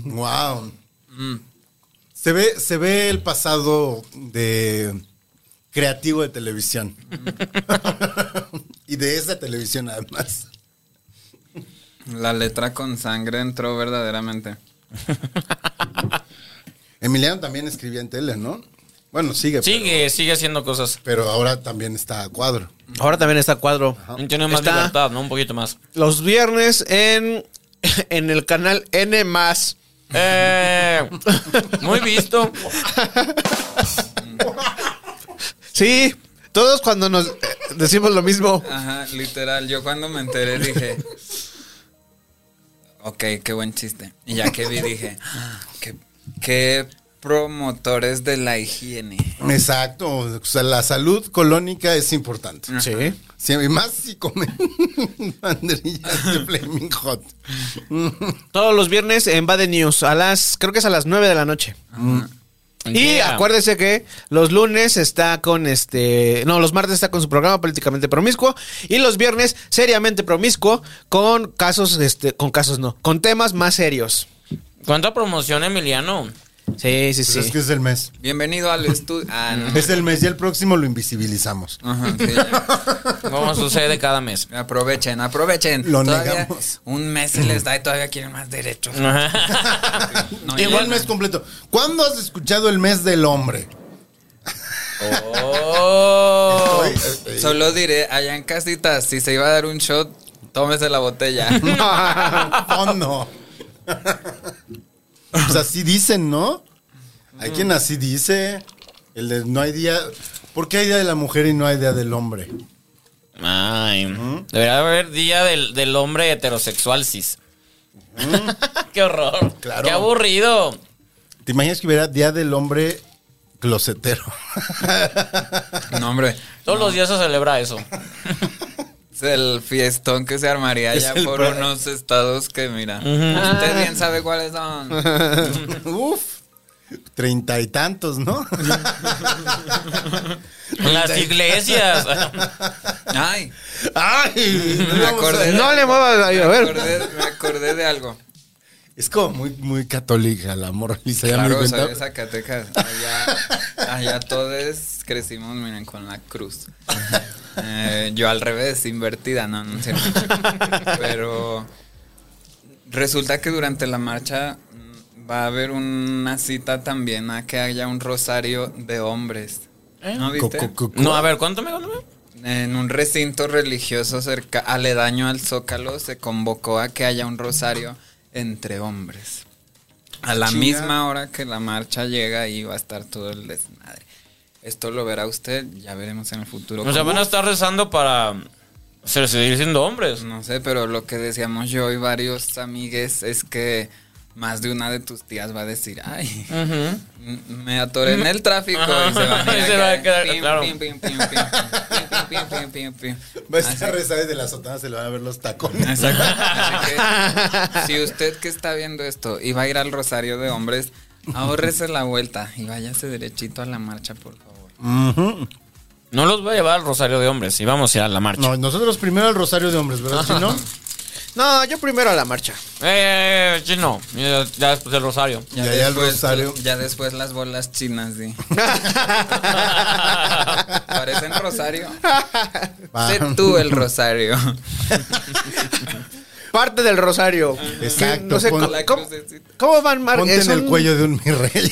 Speaker 2: wow.
Speaker 1: Mm.
Speaker 2: Se ve, se ve el pasado de creativo de televisión.
Speaker 1: Mm.
Speaker 2: y de esa televisión además.
Speaker 4: La letra con sangre entró verdaderamente.
Speaker 2: Emiliano también escribía en tele, ¿no? Bueno, sigue.
Speaker 1: Sigue, sigue haciendo cosas.
Speaker 2: Pero, pero ahora también está a cuadro.
Speaker 3: Ahora también está cuadro.
Speaker 4: Ah,
Speaker 1: Tiene más
Speaker 3: Está-
Speaker 1: libertad, ¿no? Un poquito más.
Speaker 3: Los viernes en, en el canal N más.
Speaker 1: Eh, muy visto.
Speaker 3: Sí, todos cuando nos eh, decimos lo mismo.
Speaker 4: Ajá, literal. Yo cuando me enteré dije. Ok, qué buen chiste. Y ya que vi dije. "Ah, Qué, qué promotores de la higiene.
Speaker 2: Exacto. O sea, la salud colónica es importante.
Speaker 3: Sí.
Speaker 2: Sí, y más si comen banderillas de Flaming Hot.
Speaker 3: Todos los viernes en Bad News, a las, creo que es a las 9 de la noche. Mm. Y
Speaker 1: Yeah.
Speaker 3: acuérdese que los lunes está con este. No, los martes está con su programa políticamente promiscuo. Y los viernes, seriamente promiscuo, con casos, este, con casos no, con temas más serios.
Speaker 1: ¿Cuánta promoción, Emiliano?
Speaker 3: Sí, sí,
Speaker 2: Pues
Speaker 3: sí.
Speaker 2: Es que es el mes.
Speaker 4: Bienvenido al estudio. Ah, no.
Speaker 2: Es el mes y el próximo lo invisibilizamos.
Speaker 4: Ajá, Ah, sí, ya.
Speaker 1: ¿Cómo sucede cada mes?
Speaker 4: Aprovechen, aprovechen.
Speaker 2: Lo
Speaker 4: Todavía
Speaker 2: negamos.
Speaker 4: Un mes se les da y todavía quieren más derechos. No,
Speaker 2: Llegó
Speaker 4: ya
Speaker 2: el
Speaker 4: no.
Speaker 2: mes completo. ¿Cuándo has escuchado el mes del hombre?
Speaker 1: Oh.
Speaker 2: Ay, eh, eh,
Speaker 4: Solo diré, allá en casita, si se iba a dar un shot, tómese la botella.
Speaker 2: oh, no. Pues así dicen, ¿no? Hay quien así dice. El de no hay día. ¿Por qué hay día de la mujer y no hay día del hombre?
Speaker 1: Ay. Debería haber día del, del hombre heterosexual cis. Qué horror.
Speaker 2: Claro.
Speaker 1: Qué aburrido.
Speaker 2: ¿Te imaginas que hubiera día del hombre closetero?
Speaker 4: No, hombre.
Speaker 1: Todos los días se celebra eso.
Speaker 4: Es el fiestón que se armaría
Speaker 2: Es
Speaker 4: ya
Speaker 2: el
Speaker 4: por
Speaker 2: pra-
Speaker 4: unos estados que, mira, usted bien sabe cuáles son.
Speaker 2: Uf. Treinta y tantos, ¿no?
Speaker 1: Las iglesias.
Speaker 4: Ay,
Speaker 2: Ay, no
Speaker 4: me
Speaker 2: vamos a-
Speaker 4: acordé.
Speaker 3: No le muevas, a
Speaker 4: me
Speaker 3: ver.
Speaker 4: acordé, me acordé de algo.
Speaker 2: Es como muy, muy católica la morra. Lisa, ya me di
Speaker 4: Claro,
Speaker 2: cuenta.
Speaker 4: soy de Zacatecas. Allá, allá todos crecimos, miren, con la cruz. Eh, yo al revés, invertida, no, no es cierto. Pero resulta que durante la marcha mm, va a haber una cita también a que haya un rosario de hombres. ¿No
Speaker 2: Co-
Speaker 4: viste?
Speaker 2: co- co- co-
Speaker 1: No,
Speaker 3: Ah,
Speaker 1: a ver, ¿cuánto me cuánto me?
Speaker 4: En un recinto religioso cerca, aledaño al Zócalo se convocó a que haya un rosario entre hombres. A la
Speaker 2: Chinga.
Speaker 4: misma hora que la marcha llega y va a estar todo el desmadre. Esto lo verá usted, ya veremos en el futuro.
Speaker 1: O sea,
Speaker 4: cómo.
Speaker 1: van a estar rezando para se- seguir siendo hombres.
Speaker 4: Pues No sé, pero lo que decíamos yo y varios amigues es que más de una de tus tías va a decir, ay,
Speaker 1: Ujú.
Speaker 4: M- Me atoré en el tráfico
Speaker 1: Ajá.
Speaker 4: y se van a ir
Speaker 1: Y se va a quedar-
Speaker 4: Pim,
Speaker 1: claro.
Speaker 4: pim, pim, pim, pim, pim, pim, pim, pim, pim.
Speaker 2: Va a estar
Speaker 4: Así-
Speaker 2: rezando y de la sotana, se le van a ver los tacones.
Speaker 4: Exacto. Así que, si usted que está viendo esto y va a ir al Rosario de Hombres, ahórrese la vuelta y váyase derechito a la marcha, por favor.
Speaker 2: Ujú.
Speaker 1: No los voy a llevar al Rosario de Hombres y vamos a ir a la marcha.
Speaker 2: No, nosotros primero al Rosario de Hombres, ¿verdad, Chino?
Speaker 3: No, yo primero a la marcha.
Speaker 1: Eh, eh, eh, chino. Ya ya después del Rosario.
Speaker 2: Y allá al Rosario.
Speaker 3: pues.
Speaker 4: Ya después las bolas chinas, sí. Parecen Rosario.
Speaker 2: Va.
Speaker 4: Sé tú el Rosario.
Speaker 3: Parte del rosario.
Speaker 2: Exacto,
Speaker 3: No sé,
Speaker 2: pon-
Speaker 3: ¿cómo,
Speaker 4: La
Speaker 3: cómo-
Speaker 4: crucecita.
Speaker 3: cómo van mar-
Speaker 2: Ponte
Speaker 3: eh,
Speaker 2: en
Speaker 3: son-
Speaker 2: el cuello de un mi rey.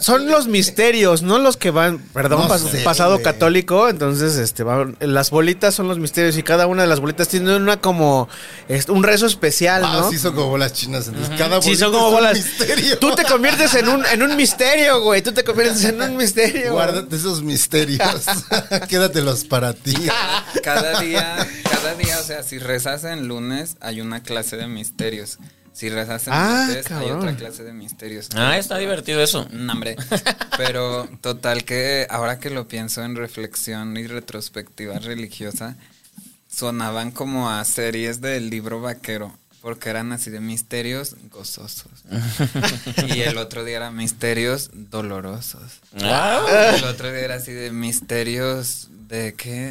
Speaker 3: Son los misterios, no los que van,
Speaker 2: No
Speaker 3: perdón, pas-
Speaker 2: sé,
Speaker 3: pasado
Speaker 2: güey.
Speaker 3: católico, entonces este van- las bolitas son los misterios y cada una de las bolitas tiene una como este, un rezo especial,
Speaker 2: Ah,
Speaker 3: ¿no?
Speaker 2: sí
Speaker 3: Sí,
Speaker 2: son como bolas chinas. Entonces, cada
Speaker 3: son
Speaker 2: bolita
Speaker 3: como
Speaker 2: es un
Speaker 3: bolas.
Speaker 2: misterio.
Speaker 3: Tú te conviertes en un en un misterio, güey. Tú te conviertes en un misterio.
Speaker 2: Guárdate esos misterios. Quédatelos para ti.
Speaker 4: Cada día, cada día, o sea, si rezas en lunes, hay una clase de misterios. Si rezas en
Speaker 3: Ah,
Speaker 4: martes, hay
Speaker 3: cabrón.
Speaker 4: otra clase de misterios.
Speaker 1: Ah, está divertido eso.
Speaker 4: No, hombre. Pero total que ahora que lo pienso en reflexión y retrospectiva religiosa, sonaban como a series del libro vaquero, porque eran así de misterios gozosos. y el otro día era misterios dolorosos.
Speaker 1: Ah.
Speaker 4: El otro día era así de misterios de qué?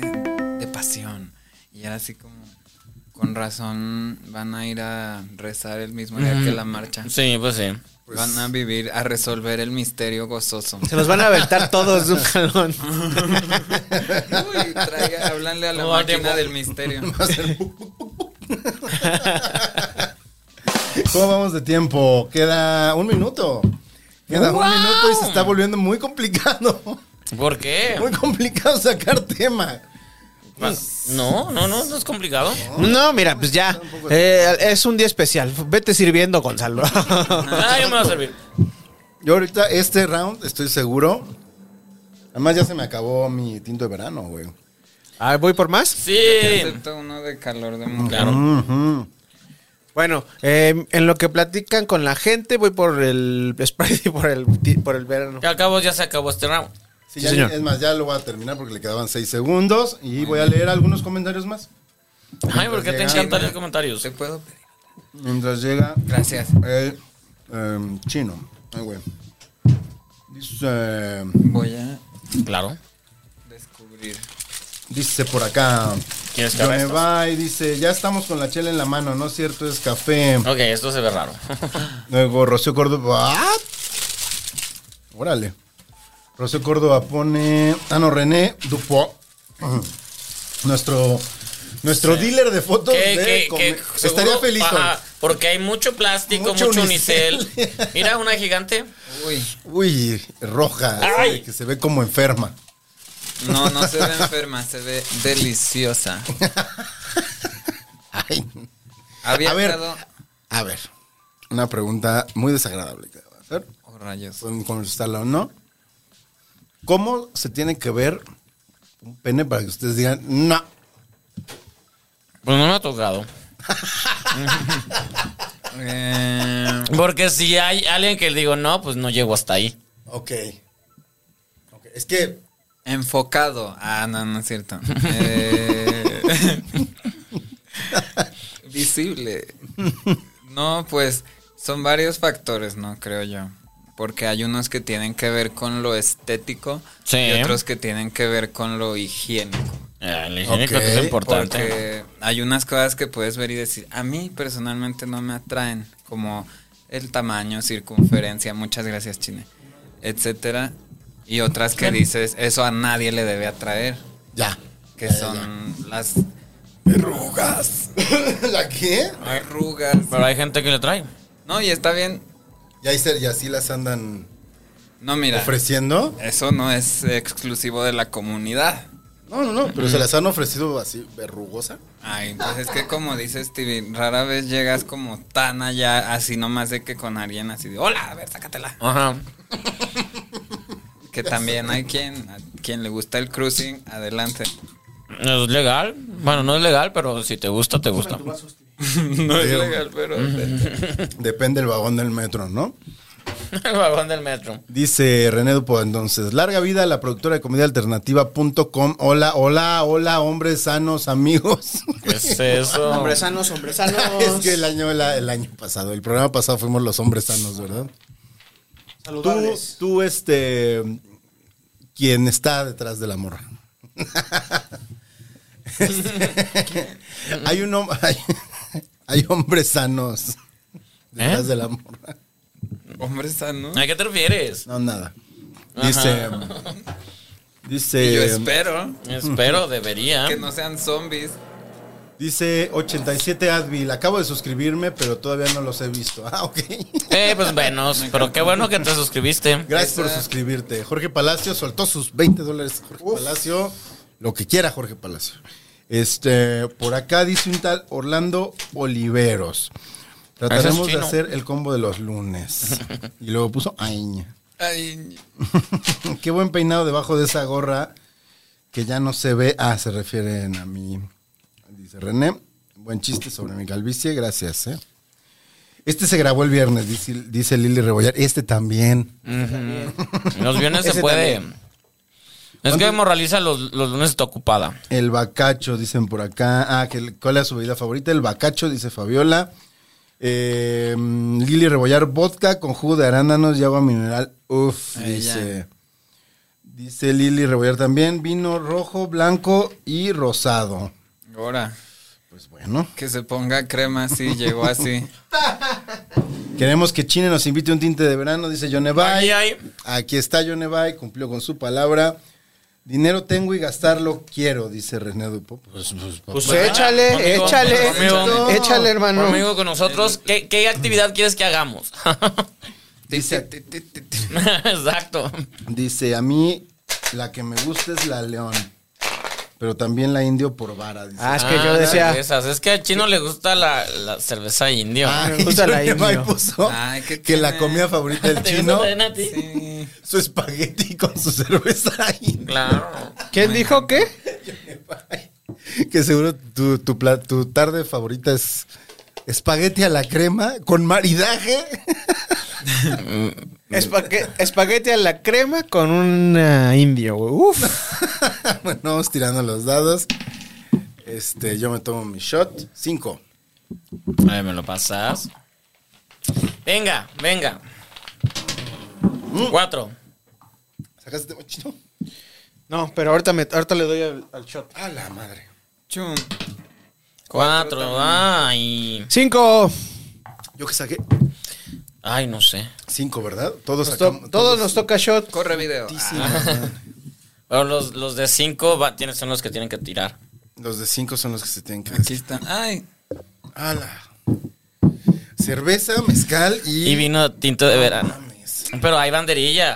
Speaker 4: De pasión. Y era así como... con razón van a ir a rezar el mismo día que la marcha.
Speaker 1: Sí, pues sí.
Speaker 4: Van a vivir, a resolver el misterio gozoso.
Speaker 3: Se los van a aventar todos de un jalón.
Speaker 4: Uy, traiga, háblanle a la
Speaker 1: No,
Speaker 4: máquina
Speaker 1: tiempo.
Speaker 4: del misterio.
Speaker 2: Va a ser- ¿Cómo vamos de tiempo? Queda un minuto. Queda
Speaker 1: ¡Wow!
Speaker 2: un minuto y se está volviendo muy complicado.
Speaker 1: ¿Por qué?
Speaker 2: Muy complicado sacar tema.
Speaker 4: Pues,
Speaker 1: No, no, no, no es complicado.
Speaker 3: No, mira, pues ya. eh, es un día especial. Vete sirviendo, Gonzalo.
Speaker 1: Ah, yo me voy a servir.
Speaker 2: Yo ahorita, este round, estoy seguro. Además, ya se me acabó mi tinto de verano, güey.
Speaker 3: A ver, ¿Voy por más?
Speaker 1: Sí.
Speaker 4: Excepto uno de calor de mujer.
Speaker 1: Claro.
Speaker 2: Ujú.
Speaker 3: Bueno, eh, en lo que platican con la gente, voy por el Sprite y por el, ti- por el verano.
Speaker 1: Ya acabó, ya se acabó este round.
Speaker 2: Sí,
Speaker 3: Sí,
Speaker 2: ya-
Speaker 3: señor.
Speaker 2: Es más, ya lo voy a terminar porque le quedaban seis segundos y voy a leer algunos comentarios más.
Speaker 1: Ay, porque te
Speaker 2: Mientras
Speaker 1: encantan
Speaker 4: llega-
Speaker 1: los comentarios.
Speaker 4: ¿Te puedo pedir?
Speaker 2: Mientras llega
Speaker 4: Gracias.
Speaker 2: el em, chino. Ay, güey. Dice,
Speaker 4: Voy a
Speaker 1: Claro.
Speaker 4: descubrir.
Speaker 2: dice por acá.
Speaker 1: ¿Quieres que haga
Speaker 2: me
Speaker 1: esto?
Speaker 2: va y dice, ya estamos con la chela en la mano, ¿no es cierto? Es café.
Speaker 1: Ok, esto se ve raro. Ah.
Speaker 2: Luego Rocío Córdoba. ¡Ah! Órale. Rocío Córdoba pone. Ah, no, René Dupo. Nuestro. Nuestro dealer de fotos
Speaker 1: ¿Qué,
Speaker 2: de
Speaker 1: qué,
Speaker 2: come-
Speaker 1: qué?
Speaker 2: estaría
Speaker 1: Seguro-
Speaker 2: feliz hoy.
Speaker 1: Ajá, porque hay mucho plástico,
Speaker 2: Mucho
Speaker 1: mucho,
Speaker 2: unicel.
Speaker 1: unicel. Mira, una gigante.
Speaker 4: Uy,
Speaker 2: Uy, roja,
Speaker 1: Ay.
Speaker 2: así de que se ve como enferma.
Speaker 4: no, no se ve enferma, se ve deliciosa.
Speaker 2: Ay.
Speaker 4: Había
Speaker 2: A ver.
Speaker 4: estado-
Speaker 2: A ver, una pregunta muy desagradable que voy a hacer.
Speaker 4: Oh, rayos.
Speaker 2: Pueden contestarla o no. ¿Cómo se tiene que ver un pene para que ustedes digan, no,
Speaker 1: Pues no me ha tocado.
Speaker 4: Eh,
Speaker 1: Porque si hay alguien que le digo no, pues no llego hasta ahí.
Speaker 2: Ok. Ok, Es que.
Speaker 4: enfocado. Ah, no, no es cierto. Eh, visible. No, pues son varios factores, ¿no? Creo yo. Porque hay unos que tienen que ver con lo estético
Speaker 1: Sí.
Speaker 4: y otros que tienen que ver con lo higiénico.
Speaker 1: Eh, El higiénico
Speaker 2: Ok,
Speaker 1: que es importante.
Speaker 4: Porque hay unas cosas que puedes ver y decir, a mí personalmente no me atraen, como el tamaño, circunferencia, muchas gracias Chine, etcétera. Y otras que dices, eso a nadie le debe atraer,
Speaker 2: Ya.
Speaker 4: que
Speaker 2: Ya, ya,
Speaker 4: son las
Speaker 2: Verrugas. ¿La qué?
Speaker 4: arrugas.
Speaker 1: Pero hay gente que le trae.
Speaker 4: No, y está bien.
Speaker 2: Y, ahí se- y así las andan
Speaker 4: No, mira,
Speaker 2: ofreciendo.
Speaker 4: eso no es exclusivo de la comunidad.
Speaker 2: No, no, no. Pero se las han ofrecido así, verrugosa.
Speaker 4: Ay, pues es que como dices, Stevie, rara vez llegas como tan allá, así nomás de que con alguien así de, hola, a ver, sácatela.
Speaker 1: Ajá.
Speaker 4: Que también hay quien, a quien le gusta el cruising, adelante.
Speaker 1: Es legal. Bueno, no es legal, pero si te gusta, te gusta.
Speaker 4: no es legal, pero...
Speaker 2: Depende del vagón del metro, ¿no?
Speaker 1: El vagón del metro.
Speaker 2: Dice René Dupo, entonces, larga vida a la productora de comedia alternativa.com. Hola, hola, hola, hombres sanos, amigos.
Speaker 1: ¿Qué es eso?
Speaker 3: Hombres sanos, hombres sanos.
Speaker 2: es que el año, la- el año pasado, el programa pasado fuimos los hombres sanos, ¿verdad? Tú,
Speaker 3: Saludables.
Speaker 2: tú, este, quien está detrás de la morra. Este, hay un hom- hay, hay hombres sanos detrás
Speaker 1: ¿Eh?
Speaker 2: de la morra.
Speaker 4: Hombre sano.
Speaker 1: ¿A qué te refieres?
Speaker 2: No, nada. Dice,
Speaker 4: Y yo
Speaker 2: dice,
Speaker 4: espero
Speaker 1: Espero, debería.
Speaker 4: que no sean zombies.
Speaker 2: dice 87 Advil. Acabo de suscribirme, pero todavía no los he visto. Ah, ok.
Speaker 1: Eh, pues menos. Pero qué bueno que te suscribiste.
Speaker 2: Gracias por
Speaker 4: Esa-
Speaker 2: suscribirte. Jorge Palacio soltó sus 20 dólares. Jorge Palacio, lo que quiera Jorge Palacio. Este, por acá dice un tal Orlando Oliveros. Trataremos de
Speaker 1: chino.
Speaker 2: hacer el combo de los lunes. Y luego puso Añ.
Speaker 4: Ay,
Speaker 2: Qué buen peinado debajo de esa gorra que ya no se ve. Ah, se refieren a mí. Dice René. Buen chiste sobre mi calvicie. Gracias, eh. Este se grabó el viernes, dice, dice Lili Rebollar. Este también.
Speaker 1: Los viernes se
Speaker 3: Ese
Speaker 1: puede. Es que
Speaker 2: ¿Cuánto-
Speaker 1: moraliza los, los lunes está ocupada.
Speaker 2: El bacacho, dicen por acá. Ah, que, ¿cuál es su bebida favorita? El bacacho, dice Fabiola. Eh, Lili Rebollar, vodka con jugo de arándanos y agua mineral. Uf,
Speaker 4: Ay,
Speaker 2: dice.
Speaker 4: ya.
Speaker 2: Dice Lili Rebollar también. Vino rojo, blanco y rosado.
Speaker 4: ahora.
Speaker 2: Pues bueno.
Speaker 4: Que se ponga crema así, llegó así.
Speaker 2: Queremos que China nos invite un tinte de verano, dice Yonevay.
Speaker 1: Aquí hay.
Speaker 2: Aquí está Yonevay, cumplió con su palabra. Dinero tengo y gastarlo quiero, dice René Dupo. Pues, pues,
Speaker 3: Pues
Speaker 2: papá.
Speaker 3: échale,
Speaker 1: Conmigo,
Speaker 3: échale,
Speaker 1: conmigo.
Speaker 3: échale, hermano.
Speaker 1: Conmigo, con nosotros, ¿qué, qué actividad quieres que hagamos?
Speaker 2: dice,
Speaker 1: Exacto.
Speaker 2: dice, a mí la que me gusta es la león, pero también la indio por vara. Dice.
Speaker 3: Ah, es que
Speaker 1: Ah,
Speaker 3: yo decía,
Speaker 1: cervezas. Es que al chino le gusta la, la cerveza indio.
Speaker 2: Ay,
Speaker 3: me Ah, gusta la
Speaker 2: Yonevay
Speaker 3: indio.
Speaker 2: puso
Speaker 4: Ay, ¿qué
Speaker 2: que la
Speaker 4: tiene?
Speaker 2: comida favorita del
Speaker 1: ¿Te gusta
Speaker 2: chino,
Speaker 1: también a ti?
Speaker 4: Sí,
Speaker 2: su espagueti con su cerveza india.
Speaker 1: Claro.
Speaker 3: ¿quién dijo qué?
Speaker 2: Que seguro tu, tu, pla- tu tarde favorita es espagueti a la crema con maridaje.
Speaker 3: Espague- espagueti a la crema con un ah, indio, güey. Uf.
Speaker 2: bueno, vamos tirando los dados. Este, yo me tomo mi shot. Cinco.
Speaker 1: A ver, ¿me lo pasas? Venga, venga. Cuatro.
Speaker 2: ¿Sacaste chino?
Speaker 3: No, pero ahorita, me, ahorita le doy al, al shot.
Speaker 2: A la madre.
Speaker 4: chum.
Speaker 1: Cuatro. Ay.
Speaker 3: Cinco.
Speaker 2: Yo que saqué
Speaker 1: Ay, no sé.
Speaker 2: cinco, ¿verdad? Todos
Speaker 3: Nos to-
Speaker 2: sacamos-
Speaker 3: todos nos toca shot.
Speaker 4: Corre video.
Speaker 1: Pero los, los de cinco va- tienen- son los que tienen que tirar.
Speaker 2: Los de cinco son los que se tienen que.
Speaker 4: Ah, Aquí está. Ay,
Speaker 2: A la. Cerveza, mezcal y.
Speaker 1: Y vino tinto de verano.
Speaker 2: Mames.
Speaker 1: Pero hay banderilla.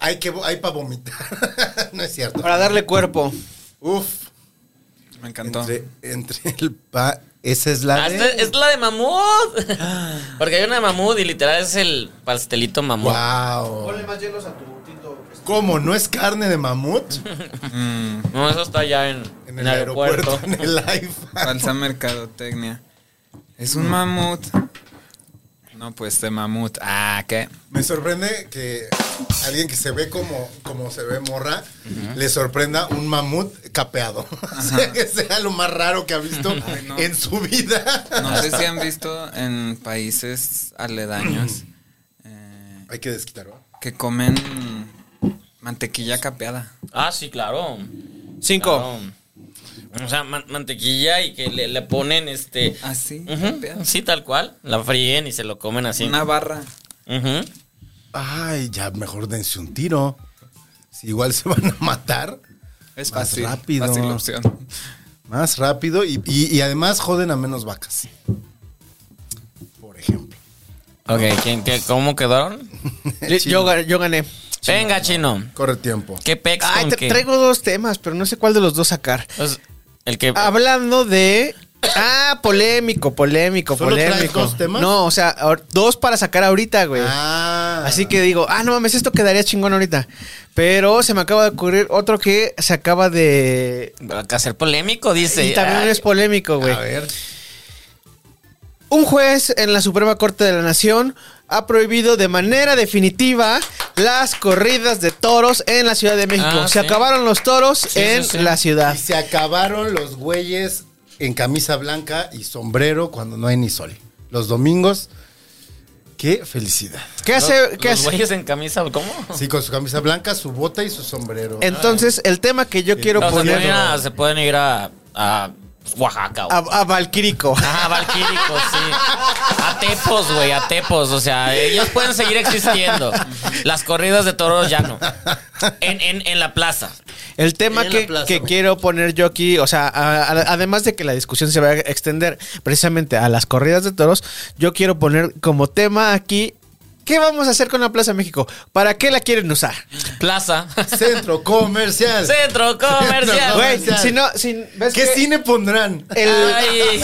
Speaker 2: Hay que hay para vomitar. no es cierto.
Speaker 3: Para darle cuerpo.
Speaker 2: Uf.
Speaker 4: me encantó.
Speaker 2: Entre, entre el pa. Esa es la.
Speaker 1: Ah,
Speaker 2: de-
Speaker 1: esta es la de mamut. Porque hay una de mamut y literal es el pastelito mamut.
Speaker 2: Wow.
Speaker 3: más hielos a tu tinto.
Speaker 2: ¿Cómo? ¿No es carne de mamut?
Speaker 4: Mm,
Speaker 1: No, eso está allá en,
Speaker 2: En el aeropuerto, en el iPhone.
Speaker 4: falsa mercadotecnia. Es un mamut. No, pues de mamut. Ah, ¿qué?
Speaker 2: Me sorprende que alguien que se ve como, como se ve morra le sorprenda un mamut capeado. O sea, que sea lo más raro que ha visto
Speaker 4: Ay, no.
Speaker 2: en su vida.
Speaker 4: No sé si han visto en países aledaños eh,
Speaker 2: Hay que desquitarlo.
Speaker 4: que comen mantequilla capeada.
Speaker 1: Ah, sí, claro.
Speaker 3: Cinco.
Speaker 1: Claro. O sea, man- mantequilla y que le, le ponen este.
Speaker 4: Así,
Speaker 1: Ujú,
Speaker 4: ¿Ah, capeada.
Speaker 1: Sí, tal cual. La fríen y se lo comen así.
Speaker 4: Una barra.
Speaker 1: Ujú.
Speaker 2: Ay, ya mejor dense un tiro. Si igual se van a matar.
Speaker 4: Es
Speaker 2: Más
Speaker 4: fácil.
Speaker 2: rápido.
Speaker 4: Fácil opción.
Speaker 2: Más rápido y, y- y además joden a menos vacas. Por ejemplo.
Speaker 1: Ok, ¿quién, qué- ¿cómo quedaron?
Speaker 3: Yo, ga- yo gané.
Speaker 1: Venga, chino.
Speaker 2: Corre tiempo.
Speaker 1: ¿Qué pex
Speaker 3: Ay,
Speaker 1: con
Speaker 3: tra-
Speaker 1: qué?
Speaker 3: traigo dos temas, pero no sé cuál de los dos sacar.
Speaker 1: Pues, el que.
Speaker 3: Hablando de. Ah, polémico, polémico,
Speaker 2: ¿Solo traes
Speaker 3: polémico.
Speaker 2: dos temas?
Speaker 3: No, o sea, ahor- dos para sacar ahorita, güey.
Speaker 2: Ah.
Speaker 3: Así que digo, ah, no mames, esto quedaría chingón ahorita. Pero se me acaba de ocurrir otro que se acaba de.
Speaker 1: Acá ser polémico, dice.
Speaker 3: y también
Speaker 1: Ay,
Speaker 3: es polémico, güey.
Speaker 2: A ver.
Speaker 3: Un juez en la Suprema Corte de la Nación ha prohibido de manera definitiva las corridas de toros en la Ciudad de México.
Speaker 1: Ah,
Speaker 3: se
Speaker 1: sí.
Speaker 3: acabaron los toros
Speaker 1: Sí,
Speaker 3: en
Speaker 1: sí, sí.
Speaker 3: la ciudad.
Speaker 2: Y se acabaron los güeyes en camisa blanca y sombrero cuando no hay ni sol. Los domingos. Qué felicidad.
Speaker 3: ¿Qué
Speaker 1: los-
Speaker 3: hace? qué
Speaker 1: los
Speaker 3: hace?
Speaker 1: güeyes en camisa, ¿cómo?
Speaker 2: Sí, con su camisa blanca, su bota y su sombrero.
Speaker 3: Entonces, el tema que yo quiero
Speaker 1: No, se,
Speaker 3: poner
Speaker 1: pueden ir a, se pueden ir a, a Oaxaca.
Speaker 3: a,
Speaker 1: güey.
Speaker 3: a Valquírico.
Speaker 1: Ajá, Valquírico, sí. A Tepos, güey, a Tepos. O sea, ellos pueden seguir existiendo. Las corridas de toros ya no. En, en, en la plaza.
Speaker 3: El tema
Speaker 2: En la
Speaker 3: que,
Speaker 2: plaza,
Speaker 3: que
Speaker 2: güey.
Speaker 3: quiero poner yo aquí, o sea, a- a- además de que la discusión se va a extender precisamente a las corridas de toros, yo quiero poner como tema aquí, ¿qué vamos a hacer con la Plaza México? ¿Para qué la quieren usar?
Speaker 1: Plaza.
Speaker 2: Centro comercial.
Speaker 1: Centro comercial.
Speaker 3: Güey,
Speaker 2: comercial.
Speaker 3: si no, si, ¿ves
Speaker 2: ¿Qué
Speaker 3: que- eh,
Speaker 2: cine pondrán?
Speaker 3: el-
Speaker 1: Ay,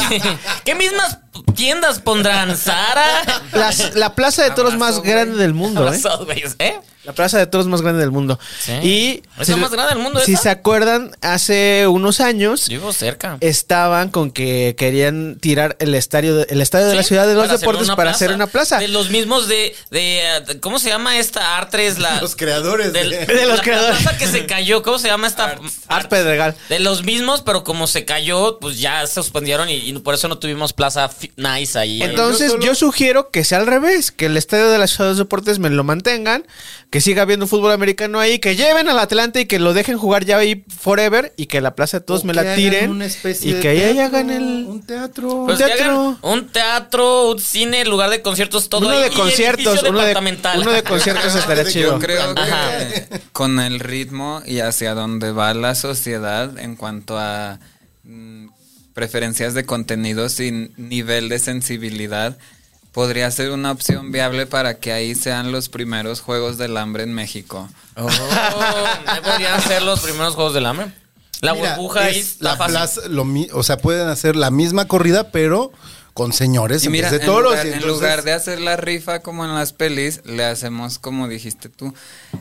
Speaker 1: ¿Qué mismas tiendas pondrán, Sara?
Speaker 3: las- la plaza de toros más
Speaker 4: Abrazo, güey.
Speaker 3: grande del mundo, ¿eh?
Speaker 1: Abrazos, güey, ¿eh?
Speaker 3: La plaza de toros más grande del mundo.
Speaker 1: Sí.
Speaker 3: Y
Speaker 1: ¿Es la más grande del mundo
Speaker 3: Si
Speaker 1: esa?
Speaker 3: se acuerdan, hace unos años
Speaker 1: Vivo cerca.
Speaker 3: estaban con que querían tirar el estadio de, el estadio de la
Speaker 1: Sí,
Speaker 3: ciudad de los
Speaker 1: para hacer
Speaker 3: deportes
Speaker 1: una
Speaker 3: para
Speaker 1: plaza.
Speaker 3: hacer una plaza.
Speaker 1: De los mismos de, de, eh, ¿cómo se llama esta Artres? La,
Speaker 2: Los creadores
Speaker 1: del-
Speaker 2: de-
Speaker 3: de los
Speaker 1: la-
Speaker 3: creadores.
Speaker 1: La plaza que se cayó, ¿cómo se llama esta?
Speaker 3: Art
Speaker 1: Arts.
Speaker 3: Pedregal.
Speaker 1: De los mismos, pero como se cayó, pues ya se suspendieron y, y por eso no tuvimos plaza fi- nice ahí.
Speaker 3: Entonces, yo sugiero que sea al revés, que el estadio de las Shadows Deportes me lo mantengan, que siga habiendo fútbol americano ahí, que lleven al Atlante y que lo dejen jugar ya ahí forever y que la plaza de todos
Speaker 2: O
Speaker 3: me
Speaker 2: que
Speaker 3: la
Speaker 2: hagan
Speaker 3: tiren
Speaker 2: una especie
Speaker 3: y
Speaker 2: de
Speaker 3: que ahí
Speaker 2: teatro,
Speaker 3: hagan el
Speaker 2: Un teatro.
Speaker 1: Pues
Speaker 3: un
Speaker 1: que
Speaker 3: teatro.
Speaker 1: hagan un teatro, un cine, lugar de conciertos, todo
Speaker 3: uno
Speaker 1: ahí, y
Speaker 3: de
Speaker 1: edificio
Speaker 3: conciertos, uno de,
Speaker 1: departamental.
Speaker 3: uno de conciertos estaría
Speaker 2: Yo
Speaker 3: chido.
Speaker 4: Yo creo
Speaker 1: Ajá.
Speaker 4: que con el ritmo y hacia dónde va la sociedad en cuanto a mm, preferencias de contenidos y nivel de sensibilidad, podría ser una opción viable para que ahí sean los primeros Juegos del Hambre en México.
Speaker 1: Oh, ahí podrían ser los primeros Juegos del Hambre. La
Speaker 2: Mira,
Speaker 1: burbuja ahí
Speaker 2: es
Speaker 1: está
Speaker 2: la
Speaker 1: fácil.
Speaker 2: plaza, lo mi- o sea, pueden hacer la misma corrida, pero con señores
Speaker 4: Y
Speaker 2: en
Speaker 4: mira,
Speaker 2: vez de
Speaker 4: en
Speaker 2: toros.
Speaker 4: lugar,
Speaker 2: y
Speaker 4: en
Speaker 2: entonces-
Speaker 4: lugar de hacer la rifa como en las pelis, le hacemos como dijiste tú.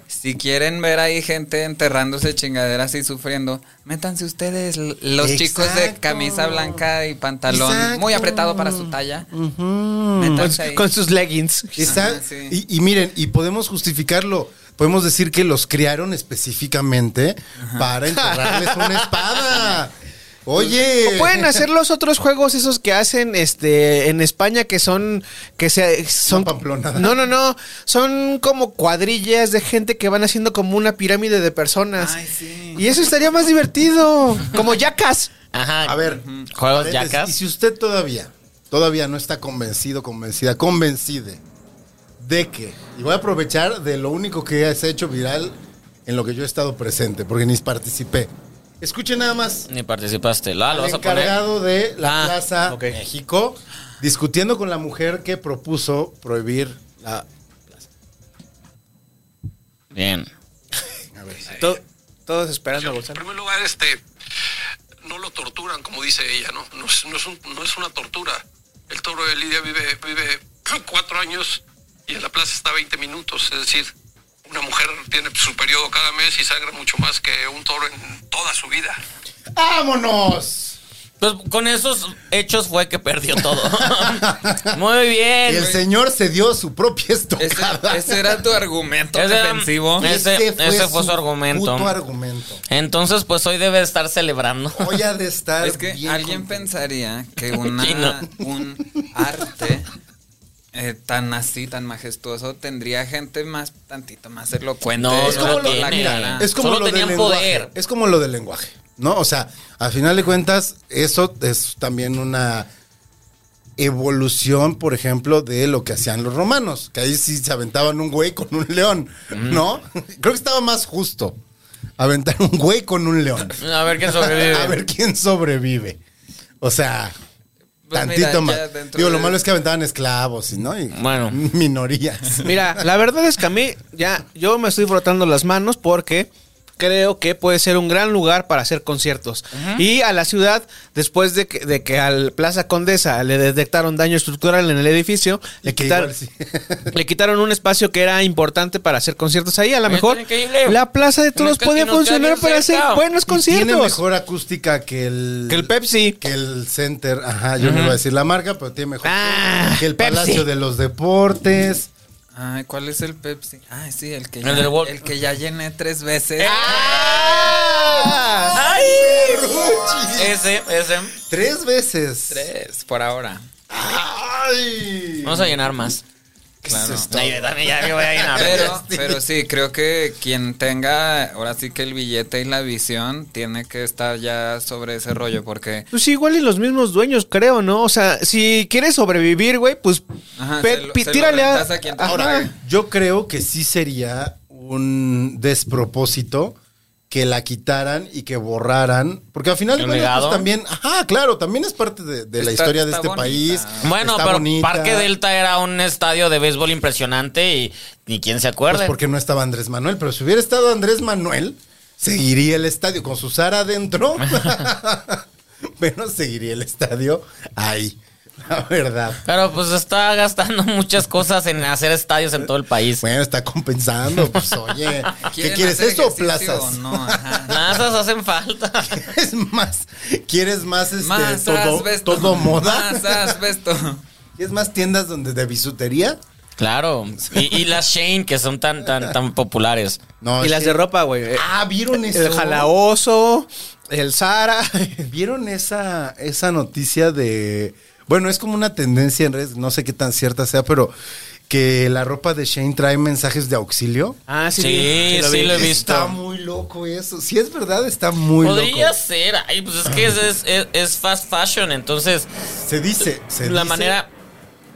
Speaker 4: Si quieren ver ahí gente enterrándose chingaderas y sufriendo, métanse ustedes l- los chicos de
Speaker 2: Exacto.
Speaker 4: camisa blanca y pantalón
Speaker 2: Exacto. Mm.
Speaker 4: muy apretado para su talla.
Speaker 3: Con,
Speaker 4: Métanse ahí.
Speaker 3: con sus leggings.
Speaker 2: Está-
Speaker 4: Ajá, sí.
Speaker 2: y, y miren, y podemos justificarlo. Podemos decir que los criaron específicamente para enterrarles una espada. Oye.
Speaker 3: O pueden hacer los otros juegos esos que hacen este en España que son que se son
Speaker 2: Una pamplonada.
Speaker 3: No, no, no, son como cuadrillas de gente que van haciendo como una pirámide de personas.
Speaker 4: Ay, sí.
Speaker 3: Y eso estaría más divertido, como yacas.
Speaker 1: Ajá.
Speaker 2: A ver,
Speaker 1: Juegos
Speaker 2: paréntesis,
Speaker 1: yacas.
Speaker 2: Y si usted todavía, todavía no está convencido, convencida, convencide de que, y voy a aprovechar de lo único que has hecho viral en lo que yo he estado presente, porque ni participé. Escuche nada más
Speaker 1: Ni participaste. La, Ah, lo
Speaker 2: al
Speaker 1: vas a poner.
Speaker 2: encargado de la
Speaker 1: Ah,
Speaker 2: Plaza
Speaker 3: ok.
Speaker 2: México discutiendo con la mujer que propuso prohibir la.
Speaker 1: Bien.
Speaker 2: A ver.
Speaker 3: todos esperando,
Speaker 5: En primer lugar, este, no lo torturan, como dice ella, ¿no? No es, no es un- no es una tortura. El toro de Lidia vive, vive cuatro años y en la plaza está 20 minutos. Es decir, una mujer tiene su periodo cada mes y sangra mucho más que un toro en toda su vida.
Speaker 2: ¡Vámonos!
Speaker 1: Pues con esos hechos fue que perdió todo. Muy bien.
Speaker 2: Y el señor se dio su propia
Speaker 4: Ese,
Speaker 2: estocada.
Speaker 4: ese era tu argumento
Speaker 1: Ese-
Speaker 4: defensivo.
Speaker 1: es- ese- ese fue su argumento.
Speaker 2: puto argumento.
Speaker 1: Entonces, pues hoy debe estar celebrando.
Speaker 2: Hoy ha de estar.
Speaker 4: Es que
Speaker 2: bien
Speaker 4: alguien
Speaker 2: contento.
Speaker 4: pensaría que una,
Speaker 1: Chino.
Speaker 4: un arte eh, tan así, tan majestuoso, tendría gente más, tantito más elocuente.
Speaker 1: No,
Speaker 2: Es como
Speaker 1: no
Speaker 2: lo,
Speaker 1: tiene.
Speaker 2: mira, es como
Speaker 1: Solo
Speaker 2: lo del
Speaker 1: tenían
Speaker 2: lenguaje.
Speaker 1: poder.
Speaker 2: Es como lo del lenguaje, ¿no? O sea, al final de cuentas, eso es también una evolución, por ejemplo, de lo que hacían los romanos, que ahí sí se aventaban un güey con un león,
Speaker 4: Mm.
Speaker 2: ¿no? Creo que estaba más justo aventar un güey con un león.
Speaker 1: A ver qué sobrevive.
Speaker 2: A ver quién sobrevive. O sea,
Speaker 4: Pues mira,
Speaker 2: tantito
Speaker 4: ya
Speaker 2: más.
Speaker 4: dentro
Speaker 2: Digo, lo
Speaker 4: de-
Speaker 2: malo es que aventaban esclavos, ¿no? Y
Speaker 1: Bueno.
Speaker 2: minorías.
Speaker 3: Mira, la verdad es que a mí ya yo me estoy frotando las manos porque creo que puede ser un gran lugar para hacer conciertos. Y a la ciudad, después de que, de que al Plaza Condesa le detectaron daño estructural en el edificio, le,
Speaker 2: Y que
Speaker 3: quitar-
Speaker 2: igual sí.
Speaker 3: le quitaron un oye, tienen que irle. Nos ca- nos caen cerca. Oye, tienen que irle. un espacio que era importante para hacer conciertos ahí. A lo
Speaker 1: Oye,
Speaker 3: mejor
Speaker 1: tienen que irle.
Speaker 3: la Plaza de Toros
Speaker 1: ca-
Speaker 3: puede
Speaker 1: que nos
Speaker 3: funcionar
Speaker 1: caigan
Speaker 3: para hacer
Speaker 1: cerca.
Speaker 3: buenos
Speaker 2: Y Tiene
Speaker 3: conciertos.
Speaker 2: mejor acústica que el.
Speaker 3: Que el Pepsi.
Speaker 2: Que el Center. Ajá, yo no iba a decir la marca, pero tiene mejor.
Speaker 3: Ah,
Speaker 2: que el
Speaker 3: Pepsi.
Speaker 2: Palacio de los Deportes.
Speaker 4: Ay, ¿cuál es el Pepsi? Ay, sí, el que,
Speaker 1: El
Speaker 4: ya,
Speaker 1: del Wal-
Speaker 4: el que ya llené tres veces. Ah.
Speaker 3: Ah.
Speaker 1: ¡Ay!
Speaker 2: Ruchi.
Speaker 3: Eh.
Speaker 1: Ese, ese.
Speaker 2: Tres veces.
Speaker 4: Tres, por ahora.
Speaker 2: ¡Ay!
Speaker 1: Vamos a llenar más.
Speaker 4: Claro.
Speaker 1: Ay, yo también ya me voy a llenar.
Speaker 4: Ah, Pero, pero sí, creo que quien tenga ahora sí que el billete y la visión tiene que estar ya sobre ese rollo porque
Speaker 3: Pues sí, igual y los mismos dueños, creo, ¿no? O sea, si quieres sobrevivir, güey, pues
Speaker 4: Ajá,
Speaker 3: pe-
Speaker 4: se lo-
Speaker 3: pi-
Speaker 4: se lo
Speaker 3: tírale a...
Speaker 4: rentas a quien te
Speaker 3: Ajá.
Speaker 4: pague.
Speaker 2: Yo creo que sí sería un despropósito que la quitaran y que borraran. Porque al final de
Speaker 1: ¿El
Speaker 2: cuentas,
Speaker 1: legado?
Speaker 2: pues, también, ajá, claro, también es parte de, de la
Speaker 4: Está-
Speaker 2: historia de
Speaker 4: está
Speaker 2: este
Speaker 4: bonita.
Speaker 2: país.
Speaker 1: Bueno,
Speaker 2: está
Speaker 1: pero
Speaker 2: bonita.
Speaker 1: Parque Delta era un estadio de béisbol impresionante y ni quién se acuerda.
Speaker 2: Pues porque no estaba Andrés Manuel, pero si hubiera estado Andrés Manuel, seguiría el estadio con su Sara adentro. pero seguiría el estadio ahí, la verdad.
Speaker 1: Pero pues está gastando muchas cosas en hacer estadios en todo el país.
Speaker 2: Bueno, está compensando, pues oye, ¿qué
Speaker 4: ¿Quieren
Speaker 2: quieres
Speaker 4: hacer
Speaker 2: esto o
Speaker 4: ejercicio
Speaker 2: plazas?
Speaker 4: o no? Ajá.
Speaker 1: Masas hacen falta.
Speaker 2: Es más, ¿quieres más este
Speaker 4: Más
Speaker 2: todo,
Speaker 4: asbesto.
Speaker 2: todo moda?
Speaker 4: Más asbesto.
Speaker 2: ¿Quieres más tiendas donde de bisutería?
Speaker 1: Claro. Y, y las Shane que son tan tan tan populares.
Speaker 2: No,
Speaker 3: Y
Speaker 2: es
Speaker 3: las
Speaker 2: que-
Speaker 3: de ropa, güey.
Speaker 2: Ah, ¿vieron eso?
Speaker 3: El jalaoso, el Sara.
Speaker 2: ¿Vieron esa, esa noticia de Bueno, es como una tendencia en redes, no sé qué tan cierta sea, pero que la ropa de Shane trae mensajes de auxilio.
Speaker 3: Ah, sí,
Speaker 1: Sí,
Speaker 3: vi,
Speaker 1: sí,
Speaker 3: vi.
Speaker 1: lo he visto.
Speaker 2: Está muy loco eso. Si es verdad, está muy
Speaker 1: Podría
Speaker 2: loco.
Speaker 1: ser. Ay, pues es que es, es- es- es fast fashion, entonces
Speaker 2: Se dice, se
Speaker 1: la
Speaker 2: dice
Speaker 1: manera